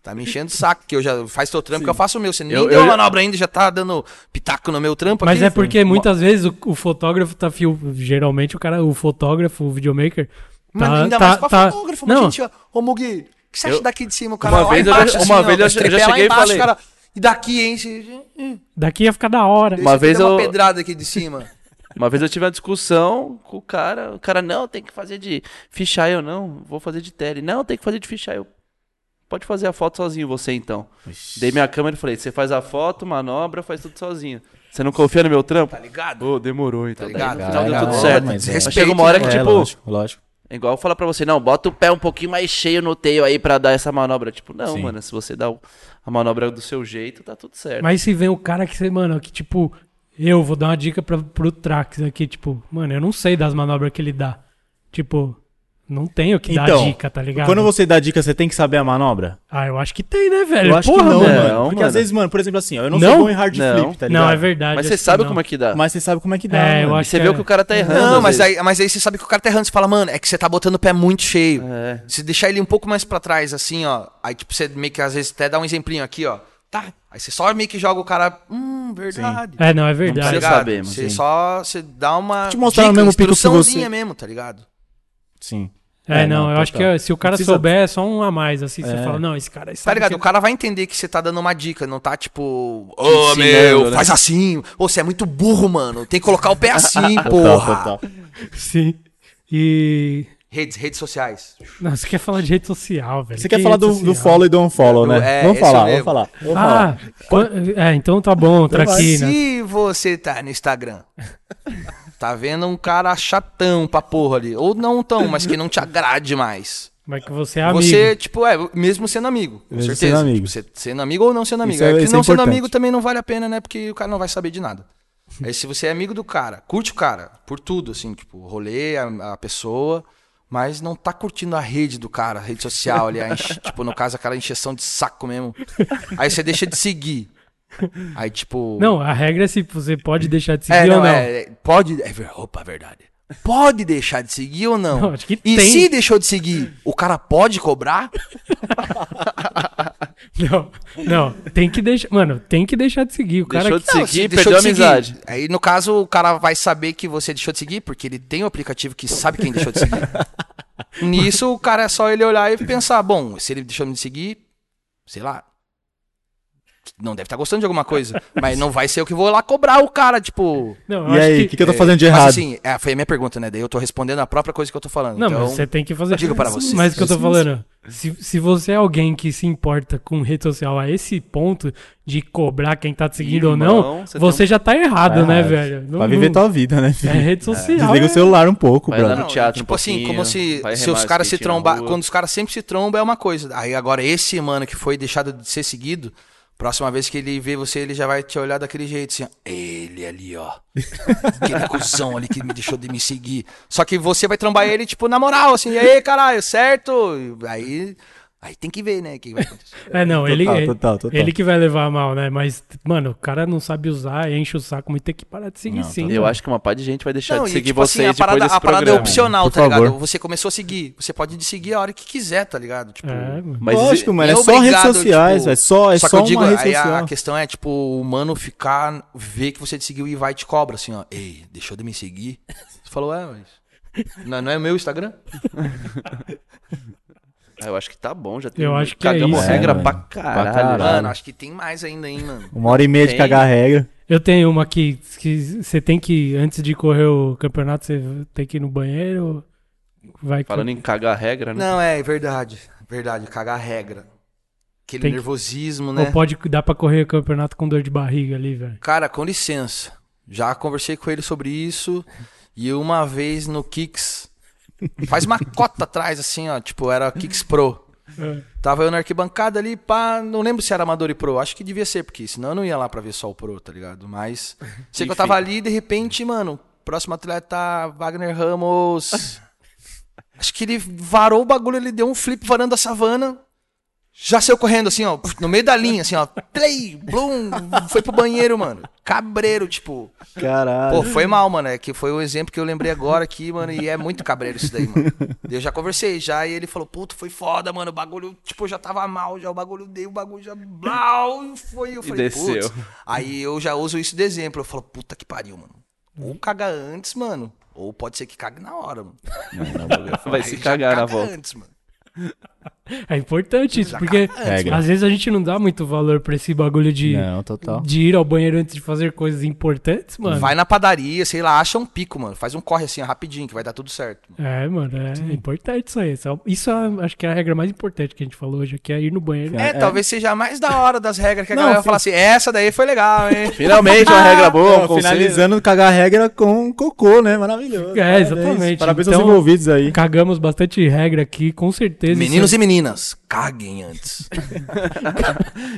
[SPEAKER 3] Tá me enchendo o saco, que eu já faz teu trampo, que eu faço o meu. Você nem
[SPEAKER 5] Eu-
[SPEAKER 3] deu
[SPEAKER 5] eu-
[SPEAKER 3] manobra ainda, já tá dando pitaco no meu trampo
[SPEAKER 2] Mas
[SPEAKER 3] aqui.
[SPEAKER 2] é porque muitas vezes o, o fotógrafo tá fil... Geralmente o cara, o fotógrafo, o videomaker.
[SPEAKER 3] Mano,
[SPEAKER 2] tá-
[SPEAKER 3] ainda
[SPEAKER 2] tá-
[SPEAKER 3] mais pra
[SPEAKER 2] tá-
[SPEAKER 3] fotógrafo,
[SPEAKER 2] não,
[SPEAKER 3] mas gente, ó, ô Mugi, o que você acha
[SPEAKER 5] Eu-
[SPEAKER 3] daqui de cima, o cara?
[SPEAKER 5] Uma
[SPEAKER 3] lá
[SPEAKER 5] vez eu
[SPEAKER 3] embaixo,
[SPEAKER 5] já- uma
[SPEAKER 3] ó,
[SPEAKER 5] vez eu
[SPEAKER 3] os
[SPEAKER 5] já- eu já
[SPEAKER 3] tripé lá
[SPEAKER 5] cheguei e
[SPEAKER 3] embaixo,
[SPEAKER 5] falei.
[SPEAKER 3] cara, e daqui, hein? Você... Hum.
[SPEAKER 2] Daqui ia ficar da hora.
[SPEAKER 5] Uma vez
[SPEAKER 3] deu
[SPEAKER 5] eu-
[SPEAKER 3] uma pedrada aqui de cima. tá
[SPEAKER 5] Uma vez eu tive uma discussão com o cara. O cara, não, tem que fazer de fisheye eu não, vou fazer de tele. Não, tem que fazer de fisheye. Eu, Pode fazer a foto sozinho, você então. Dei minha câmera e falei: você faz a foto, manobra, faz tudo sozinho. Você não confia no meu trampo?
[SPEAKER 3] Tá ligado?
[SPEAKER 5] Ô, demorou então.
[SPEAKER 3] Tá
[SPEAKER 5] Daí, no
[SPEAKER 3] ligado?
[SPEAKER 5] final deu
[SPEAKER 4] Legal,
[SPEAKER 5] tudo certo.
[SPEAKER 4] mas é.
[SPEAKER 5] Mas chega uma hora que,
[SPEAKER 4] É,
[SPEAKER 5] tipo,
[SPEAKER 4] lógico, lógico.
[SPEAKER 5] é igual eu falar pra você, não, bota o pé um pouquinho mais cheio no teio aí pra dar essa manobra. Tipo, não,
[SPEAKER 4] Sim.
[SPEAKER 5] mano, se você dá o- a manobra do seu jeito, tá tudo certo.
[SPEAKER 2] Mas se vem o cara que você, mano, que tipo, eu vou dar uma dica pra, pro Trax aqui, tipo, mano, eu não sei das manobras que ele dá. Tipo, Não tenho que dar
[SPEAKER 4] Então,
[SPEAKER 2] dica, tá ligado?
[SPEAKER 4] Quando você dá dica, você tem que saber a manobra?
[SPEAKER 2] Ah, eu acho que tem, né, velho?
[SPEAKER 4] Eu acho
[SPEAKER 2] Porra,
[SPEAKER 4] que não,
[SPEAKER 5] mano.
[SPEAKER 4] mano.
[SPEAKER 5] Não,
[SPEAKER 4] Porque
[SPEAKER 5] mano.
[SPEAKER 4] às vezes, mano, por exemplo assim, ó, eu não,
[SPEAKER 2] Não?
[SPEAKER 4] sou bom em hard
[SPEAKER 5] Não.
[SPEAKER 4] flip, tá ligado?
[SPEAKER 2] Não, é verdade.
[SPEAKER 5] Mas você sabe como é que dá.
[SPEAKER 4] Mas você sabe como é que dá.
[SPEAKER 2] É, eu
[SPEAKER 4] mano.
[SPEAKER 5] E
[SPEAKER 2] acho
[SPEAKER 5] você
[SPEAKER 2] que
[SPEAKER 5] vê
[SPEAKER 2] é.
[SPEAKER 5] o que o cara tá errando.
[SPEAKER 3] Não,
[SPEAKER 5] às
[SPEAKER 3] mas
[SPEAKER 5] vezes.
[SPEAKER 3] aí, mas aí você sabe que o cara tá errando. Você fala, mano, é que você tá botando o pé muito cheio.
[SPEAKER 5] É.
[SPEAKER 3] Se deixar ele um pouco mais pra trás, assim, ó. Aí, tipo, você meio que às vezes até dá um exemplinho aqui, ó. Tá. Aí você só meio que joga o cara. Hum, verdade.
[SPEAKER 2] É, não, é
[SPEAKER 3] Tá
[SPEAKER 5] precisa
[SPEAKER 2] verdade.
[SPEAKER 3] ligado?
[SPEAKER 5] saber, mano,
[SPEAKER 3] Você
[SPEAKER 5] sim.
[SPEAKER 3] só. Você dá uma.
[SPEAKER 4] Te mostrar
[SPEAKER 3] dica,
[SPEAKER 4] no mesmo pico que
[SPEAKER 3] instruçãozinha
[SPEAKER 4] você.
[SPEAKER 3] mesmo, tá ligado?
[SPEAKER 4] Sim.
[SPEAKER 2] É, não, eu acho que
[SPEAKER 4] total.
[SPEAKER 2] é, se o cara
[SPEAKER 4] Precisa-
[SPEAKER 2] souber, é só um a mais, assim. Você fala, não, esse cara...
[SPEAKER 3] Tá
[SPEAKER 2] sabe
[SPEAKER 3] ligado?
[SPEAKER 2] que-
[SPEAKER 3] O cara vai entender que você tá dando uma dica, não tá tipo, ô meu,
[SPEAKER 5] né?
[SPEAKER 3] faz assim. Ô, você é muito burro, mano. Tem que colocar o pé assim,
[SPEAKER 5] Tá,
[SPEAKER 4] Total,
[SPEAKER 3] porra.
[SPEAKER 4] total.
[SPEAKER 2] Sim. E...
[SPEAKER 3] Redes, redes sociais.
[SPEAKER 2] Não, você quer falar de rede social, velho.
[SPEAKER 4] Você quer
[SPEAKER 2] Que
[SPEAKER 4] falar
[SPEAKER 2] rede
[SPEAKER 4] do, do
[SPEAKER 2] social?
[SPEAKER 4] follow e do unfollow, né?
[SPEAKER 3] É,
[SPEAKER 4] vamos
[SPEAKER 3] esse
[SPEAKER 4] falar,
[SPEAKER 3] mesmo.
[SPEAKER 4] vamos falar. Vamos falar.
[SPEAKER 2] Ah, quan- é, então tá bom, traquina.
[SPEAKER 3] Se você tá no Instagram, tá vendo um cara chatão pra porra ali. Ou não tão, mas que não te agrade mais.
[SPEAKER 2] Mas que você é amigo.
[SPEAKER 3] Você, tipo, é, mesmo sendo amigo, com
[SPEAKER 4] Mesmo
[SPEAKER 3] certeza.
[SPEAKER 4] sendo amigo.
[SPEAKER 3] Tipo, você- sendo amigo ou não sendo amigo.
[SPEAKER 4] Isso é-
[SPEAKER 3] é, que
[SPEAKER 4] isso é
[SPEAKER 3] não sendo
[SPEAKER 4] importante.
[SPEAKER 3] amigo também não vale a pena, né? Porque o cara não vai saber de nada. Aí se você é amigo do cara, curte o cara, por tudo, assim, tipo, rolê, a, a pessoa, mas não tá curtindo a rede do cara, a rede social ali, a enche- tipo, no caso, aquela encheção de saco mesmo. Aí você deixa de seguir. Aí, tipo.
[SPEAKER 2] Não, a regra é se você pode deixar de seguir
[SPEAKER 3] É, não,
[SPEAKER 2] ou não.
[SPEAKER 3] É, é, pode. É, ver- opa, verdade. Pode deixar de seguir ou não?
[SPEAKER 2] Não, acho que
[SPEAKER 3] e
[SPEAKER 2] tem.
[SPEAKER 3] se deixou de seguir, o cara pode cobrar?
[SPEAKER 2] Não, não, tem que deixar. Mano, tem que deixar de seguir. O cara
[SPEAKER 5] Deixou
[SPEAKER 2] que-
[SPEAKER 5] de
[SPEAKER 3] Não,
[SPEAKER 5] seguir,
[SPEAKER 3] se deixou
[SPEAKER 5] perdeu a
[SPEAKER 3] de seguir.
[SPEAKER 5] amizade.
[SPEAKER 3] Aí, no caso, o cara vai saber que você deixou de seguir, porque ele tem o aplicativo que sabe quem deixou de seguir. Nisso, o cara é só ele olhar e pensar: bom, se ele deixou de me seguir, sei lá. Não deve estar gostando de alguma coisa. Mas não vai ser eu que vou lá cobrar o cara, tipo.
[SPEAKER 2] Não, eu
[SPEAKER 4] E
[SPEAKER 2] acho
[SPEAKER 4] aí, o que...
[SPEAKER 2] que.
[SPEAKER 4] que eu tô fazendo de
[SPEAKER 3] Mas
[SPEAKER 4] errado?
[SPEAKER 3] assim, é, foi a minha pergunta, né? Daí eu tô respondendo a própria coisa que eu tô falando.
[SPEAKER 2] Não,
[SPEAKER 3] então,
[SPEAKER 2] mas você tem que fazer.
[SPEAKER 3] diga para vocês.
[SPEAKER 2] Mas o que eu tô falando, se, se você é alguém que se importa com rede social a esse ponto de cobrar quem tá te seguindo ou
[SPEAKER 5] Irmão,
[SPEAKER 2] não,
[SPEAKER 5] você
[SPEAKER 2] você,
[SPEAKER 5] tem
[SPEAKER 2] já tá errado,
[SPEAKER 4] Tá
[SPEAKER 2] né,
[SPEAKER 4] errado.
[SPEAKER 2] velho? Não-
[SPEAKER 4] Vai viver
[SPEAKER 2] não-
[SPEAKER 4] tua vida, né,
[SPEAKER 2] É
[SPEAKER 4] filho?
[SPEAKER 2] rede social.
[SPEAKER 4] Desliga
[SPEAKER 2] é-
[SPEAKER 4] o celular um pouco,
[SPEAKER 5] Vai lá
[SPEAKER 4] brother.
[SPEAKER 5] no teatro um
[SPEAKER 3] tipo assim,
[SPEAKER 5] pouquinho,
[SPEAKER 3] como se,
[SPEAKER 5] vai
[SPEAKER 3] se
[SPEAKER 5] remar
[SPEAKER 3] os
[SPEAKER 5] o
[SPEAKER 3] caras se
[SPEAKER 5] skate na
[SPEAKER 3] trombar,
[SPEAKER 5] rua.
[SPEAKER 3] quando os caras sempre se trombam é uma coisa. Aí agora esse mano que foi deixado de ser seguido, próxima vez que ele vê você, ele já vai te olhar daquele jeito assim, ó, ele ali, ó. Aquele cuzão ali que me deixou de me seguir. Só que você vai trombar ele tipo na moral, assim, e aí, caralho, certo? Aí aí tem que ver, né, o que vai acontecer.
[SPEAKER 2] É, não, ele,
[SPEAKER 4] Total,
[SPEAKER 2] ele-
[SPEAKER 4] total, total.
[SPEAKER 2] ele que vai levar a mal, né? Mas, mano, o cara não sabe usar, enche o saco, mas tem que parar de seguir sim. né?
[SPEAKER 5] Eu
[SPEAKER 2] mano.
[SPEAKER 5] acho que uma pá de gente vai deixar
[SPEAKER 3] Não,
[SPEAKER 5] de
[SPEAKER 3] e,
[SPEAKER 5] seguir
[SPEAKER 3] tipo assim,
[SPEAKER 5] vocês
[SPEAKER 3] a parada,
[SPEAKER 5] depois desse
[SPEAKER 3] a parada é
[SPEAKER 5] programa.
[SPEAKER 3] opcional,
[SPEAKER 4] Por
[SPEAKER 3] tá ligado?
[SPEAKER 4] favor.
[SPEAKER 3] Você começou a seguir, você pode seguir a hora que quiser, tá ligado? Tipo,
[SPEAKER 2] É, mano.
[SPEAKER 5] Mas
[SPEAKER 4] Lógico, mano, é
[SPEAKER 3] Nem
[SPEAKER 4] só redes
[SPEAKER 3] obrigado,
[SPEAKER 4] sociais,
[SPEAKER 3] tipo,
[SPEAKER 4] é só, é só,
[SPEAKER 3] que eu digo,
[SPEAKER 4] uma rede
[SPEAKER 3] aí a-
[SPEAKER 4] social.
[SPEAKER 3] a questão é, tipo, o humano ficar, ver que você te seguiu e vai e te cobra, assim, ó. Ei, deixou de me seguir? Você falou, é, mas... Não, não é o meu Instagram?
[SPEAKER 5] Ah, eu acho que tá bom, já
[SPEAKER 2] Eu acho que é
[SPEAKER 5] cagamos
[SPEAKER 2] isso,
[SPEAKER 5] regra
[SPEAKER 4] né,
[SPEAKER 5] pra
[SPEAKER 4] mano?
[SPEAKER 5] caralho.
[SPEAKER 4] Pra caralho.
[SPEAKER 3] Mano, acho que tem mais ainda, hein, mano.
[SPEAKER 4] Uma hora e meia de
[SPEAKER 5] Tem.
[SPEAKER 4] cagar a regra.
[SPEAKER 2] Eu tenho uma que que você tem que, antes de correr o campeonato, você tem que ir no banheiro. Vai
[SPEAKER 5] Falando em cagar regra, né?
[SPEAKER 3] Não, é, verdade. Verdade, cagar a regra. Aquele
[SPEAKER 2] Tem que-
[SPEAKER 3] nervosismo,
[SPEAKER 2] Ou
[SPEAKER 3] né?
[SPEAKER 2] pode dar pra correr o campeonato com dor de barriga ali, velho.
[SPEAKER 3] Cara, com licença. Já conversei com ele sobre isso. E uma vez no Kicks. Faz uma cota atrás, assim, ó. Tipo, era Kicks Pro.
[SPEAKER 2] É.
[SPEAKER 3] Tava eu na arquibancada ali, pá. Não lembro se era amador e pro. Acho que devia ser, porque senão eu não ia lá pra ver só o pro, tá ligado? Mas. Sei que eu tava ali e de repente, mano. Próximo atleta, Wagner Ramos. Acho que ele varou o bagulho, ele deu um flip varando a savana. Já saiu correndo, assim, ó, no meio da linha, assim, ó. Play, blum, foi pro banheiro, mano. Cabreiro, tipo.
[SPEAKER 4] Caralho.
[SPEAKER 3] Pô, foi mal, mano. É que foi o exemplo que eu lembrei agora aqui, mano. E é muito cabreiro isso daí, mano. Eu já conversei já e ele falou, puto, foi foda, mano. O bagulho, tipo, eu já tava mal, já o bagulho deu, o bagulho já. Blau, e foi. Eu falei,
[SPEAKER 5] desceu.
[SPEAKER 3] putz. Aí eu já uso isso de exemplo. Eu falo, puta que pariu, mano. Ou caga antes, mano. Ou pode ser que cague na hora, mano.
[SPEAKER 5] vai
[SPEAKER 3] Aí
[SPEAKER 5] se
[SPEAKER 3] já
[SPEAKER 5] cagar na
[SPEAKER 3] caga
[SPEAKER 5] volta.
[SPEAKER 3] Antes, mano.
[SPEAKER 2] É importante isso, porque
[SPEAKER 4] Regra.
[SPEAKER 2] às vezes a gente não dá muito valor pra esse bagulho de,
[SPEAKER 4] Não, total.
[SPEAKER 2] de ir ao banheiro antes de fazer coisas importantes, mano.
[SPEAKER 3] Vai na padaria, sei lá, acha um pico, mano. Faz um corre assim, ó, rapidinho, que vai dar tudo certo. mano.
[SPEAKER 2] É, mano, é importante isso aí. Isso, é- isso é- acho que é a regra mais importante que a gente falou hoje, que é ir no banheiro.
[SPEAKER 3] É, talvez seja a mais da hora das regras que a
[SPEAKER 4] Não,
[SPEAKER 3] galera
[SPEAKER 4] fi-
[SPEAKER 3] fala assim, essa daí foi legal, hein?
[SPEAKER 5] Finalmente uma regra boa, um
[SPEAKER 4] Então,
[SPEAKER 5] conselho.
[SPEAKER 4] finalizando cagar a regra com cocô, né? Maravilhoso.
[SPEAKER 2] É, exatamente.
[SPEAKER 4] Parabéns aos
[SPEAKER 2] Então-
[SPEAKER 4] envolvidos aí.
[SPEAKER 2] Cagamos bastante regra aqui, com certeza. é-
[SPEAKER 3] Meninos e meninas, caguem antes.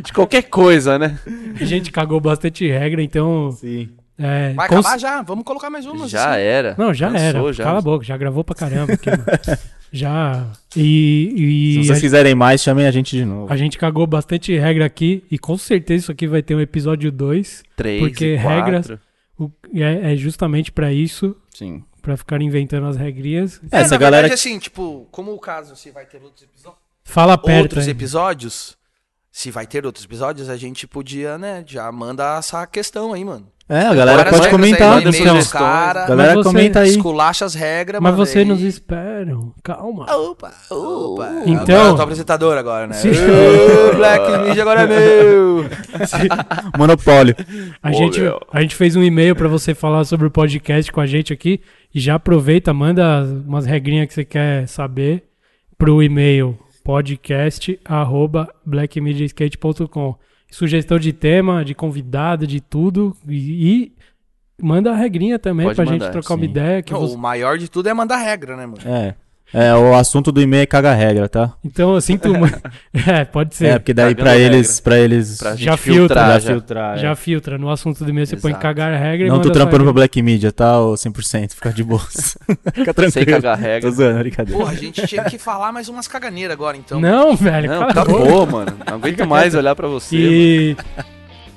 [SPEAKER 5] De qualquer coisa, né?
[SPEAKER 2] A gente cagou bastante regra, então.
[SPEAKER 4] Sim.
[SPEAKER 2] É,
[SPEAKER 3] Vai
[SPEAKER 2] com-
[SPEAKER 3] acabar já, vamos colocar mais umas.
[SPEAKER 5] Já é.
[SPEAKER 3] assim.
[SPEAKER 5] era.
[SPEAKER 2] Não, já
[SPEAKER 5] Cansou,
[SPEAKER 2] era.
[SPEAKER 5] já.
[SPEAKER 2] Cala a boca, já gravou pra caramba aqui, mano. Já. E.
[SPEAKER 4] Se
[SPEAKER 2] e
[SPEAKER 4] vocês quiserem mais, chamem a gente de novo.
[SPEAKER 2] a, a gente cagou bastante regra aqui. E com certeza isso aqui vai ter um episódio 2.
[SPEAKER 5] Três,
[SPEAKER 2] Porque
[SPEAKER 5] e quatro.
[SPEAKER 2] regras- É, é justamente pra isso.
[SPEAKER 4] Sim.
[SPEAKER 2] Pra ficar inventando as regrinhas.
[SPEAKER 4] É, essa
[SPEAKER 3] na
[SPEAKER 4] galera.
[SPEAKER 3] verdade, assim, tipo, como o caso se vai ter outros episódios,
[SPEAKER 2] Fala perto.
[SPEAKER 3] outros
[SPEAKER 2] aí.
[SPEAKER 3] episódios, se vai ter outros episódios, a gente podia, né, já manda essa questão aí, mano.
[SPEAKER 4] É, a galera
[SPEAKER 3] Várias
[SPEAKER 4] pode
[SPEAKER 3] regras aí,
[SPEAKER 4] comentar.
[SPEAKER 3] manda e-mail
[SPEAKER 5] Então,
[SPEAKER 3] dos cara,
[SPEAKER 4] galera
[SPEAKER 2] Mas você-
[SPEAKER 4] comenta aí.
[SPEAKER 3] esculacha as regras,
[SPEAKER 2] Mas
[SPEAKER 3] mano,
[SPEAKER 2] vocês
[SPEAKER 3] e-
[SPEAKER 2] nos esperam. Calma.
[SPEAKER 3] Opa, opa.
[SPEAKER 2] Então-
[SPEAKER 3] Agora eu tô apresentador agora, né?
[SPEAKER 2] Sim.
[SPEAKER 3] Ô, Black Ninja agora é meu.
[SPEAKER 4] Monopólio.
[SPEAKER 2] A, gente,
[SPEAKER 5] meu.
[SPEAKER 2] a gente fez um e-mail pra você falar sobre o podcast com a gente aqui. E já aproveita, manda umas regrinhas que você quer saber pro e-mail podcast.blackmediaskate.com. Sugestão de tema, de convidado, de tudo. E, e manda a regrinha também
[SPEAKER 5] Pode
[SPEAKER 2] pra gente
[SPEAKER 5] mandar,
[SPEAKER 2] trocar uma
[SPEAKER 4] sim.
[SPEAKER 2] ideia. Que
[SPEAKER 3] Não,
[SPEAKER 2] você-
[SPEAKER 3] O maior de tudo é mandar regra, né, mano?
[SPEAKER 4] É. É, o assunto do e-mail é caga regra, tá?
[SPEAKER 2] Então eu sinto. mu- é, pode ser.
[SPEAKER 4] É, porque daí
[SPEAKER 5] Cagando
[SPEAKER 4] pra
[SPEAKER 5] regra.
[SPEAKER 4] eles, pra eles.
[SPEAKER 5] Pra gente
[SPEAKER 2] Já
[SPEAKER 5] filtrar,
[SPEAKER 4] pra
[SPEAKER 5] já.
[SPEAKER 4] filtrar. é.
[SPEAKER 2] Já filtra. No assunto do e-mail você põe
[SPEAKER 5] Exato.
[SPEAKER 2] cagar a regra e
[SPEAKER 4] Não
[SPEAKER 2] manda
[SPEAKER 4] tô
[SPEAKER 2] essa
[SPEAKER 4] trampando pra
[SPEAKER 2] regra.
[SPEAKER 4] Black Media, tá? Ô, 100%, fica de boas. fica tranquilo.
[SPEAKER 5] Sem cagar
[SPEAKER 4] Tô
[SPEAKER 5] regra.
[SPEAKER 4] zoando, brincadeira.
[SPEAKER 3] Porra, a gente tinha que falar mais umas caganeiras agora, então.
[SPEAKER 2] Não, velho.
[SPEAKER 5] Não, tá
[SPEAKER 2] cala a boca.
[SPEAKER 5] acabou, mano. Não aguento mais olhar pra você. mano.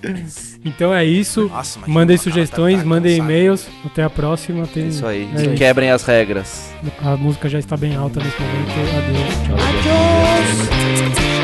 [SPEAKER 2] E... então é isso.
[SPEAKER 3] Nossa, mas
[SPEAKER 2] Mandem
[SPEAKER 3] o cara tá-
[SPEAKER 2] sugestões,
[SPEAKER 3] tá
[SPEAKER 2] mandem
[SPEAKER 3] cansado.
[SPEAKER 2] e-mails. Até a próxima. Tem...
[SPEAKER 5] É Isso aí.
[SPEAKER 2] É isso.
[SPEAKER 5] Quebrem as regras.
[SPEAKER 2] A música já está bem alta nesse momento. Adeus. Tchau.
[SPEAKER 1] Adiós.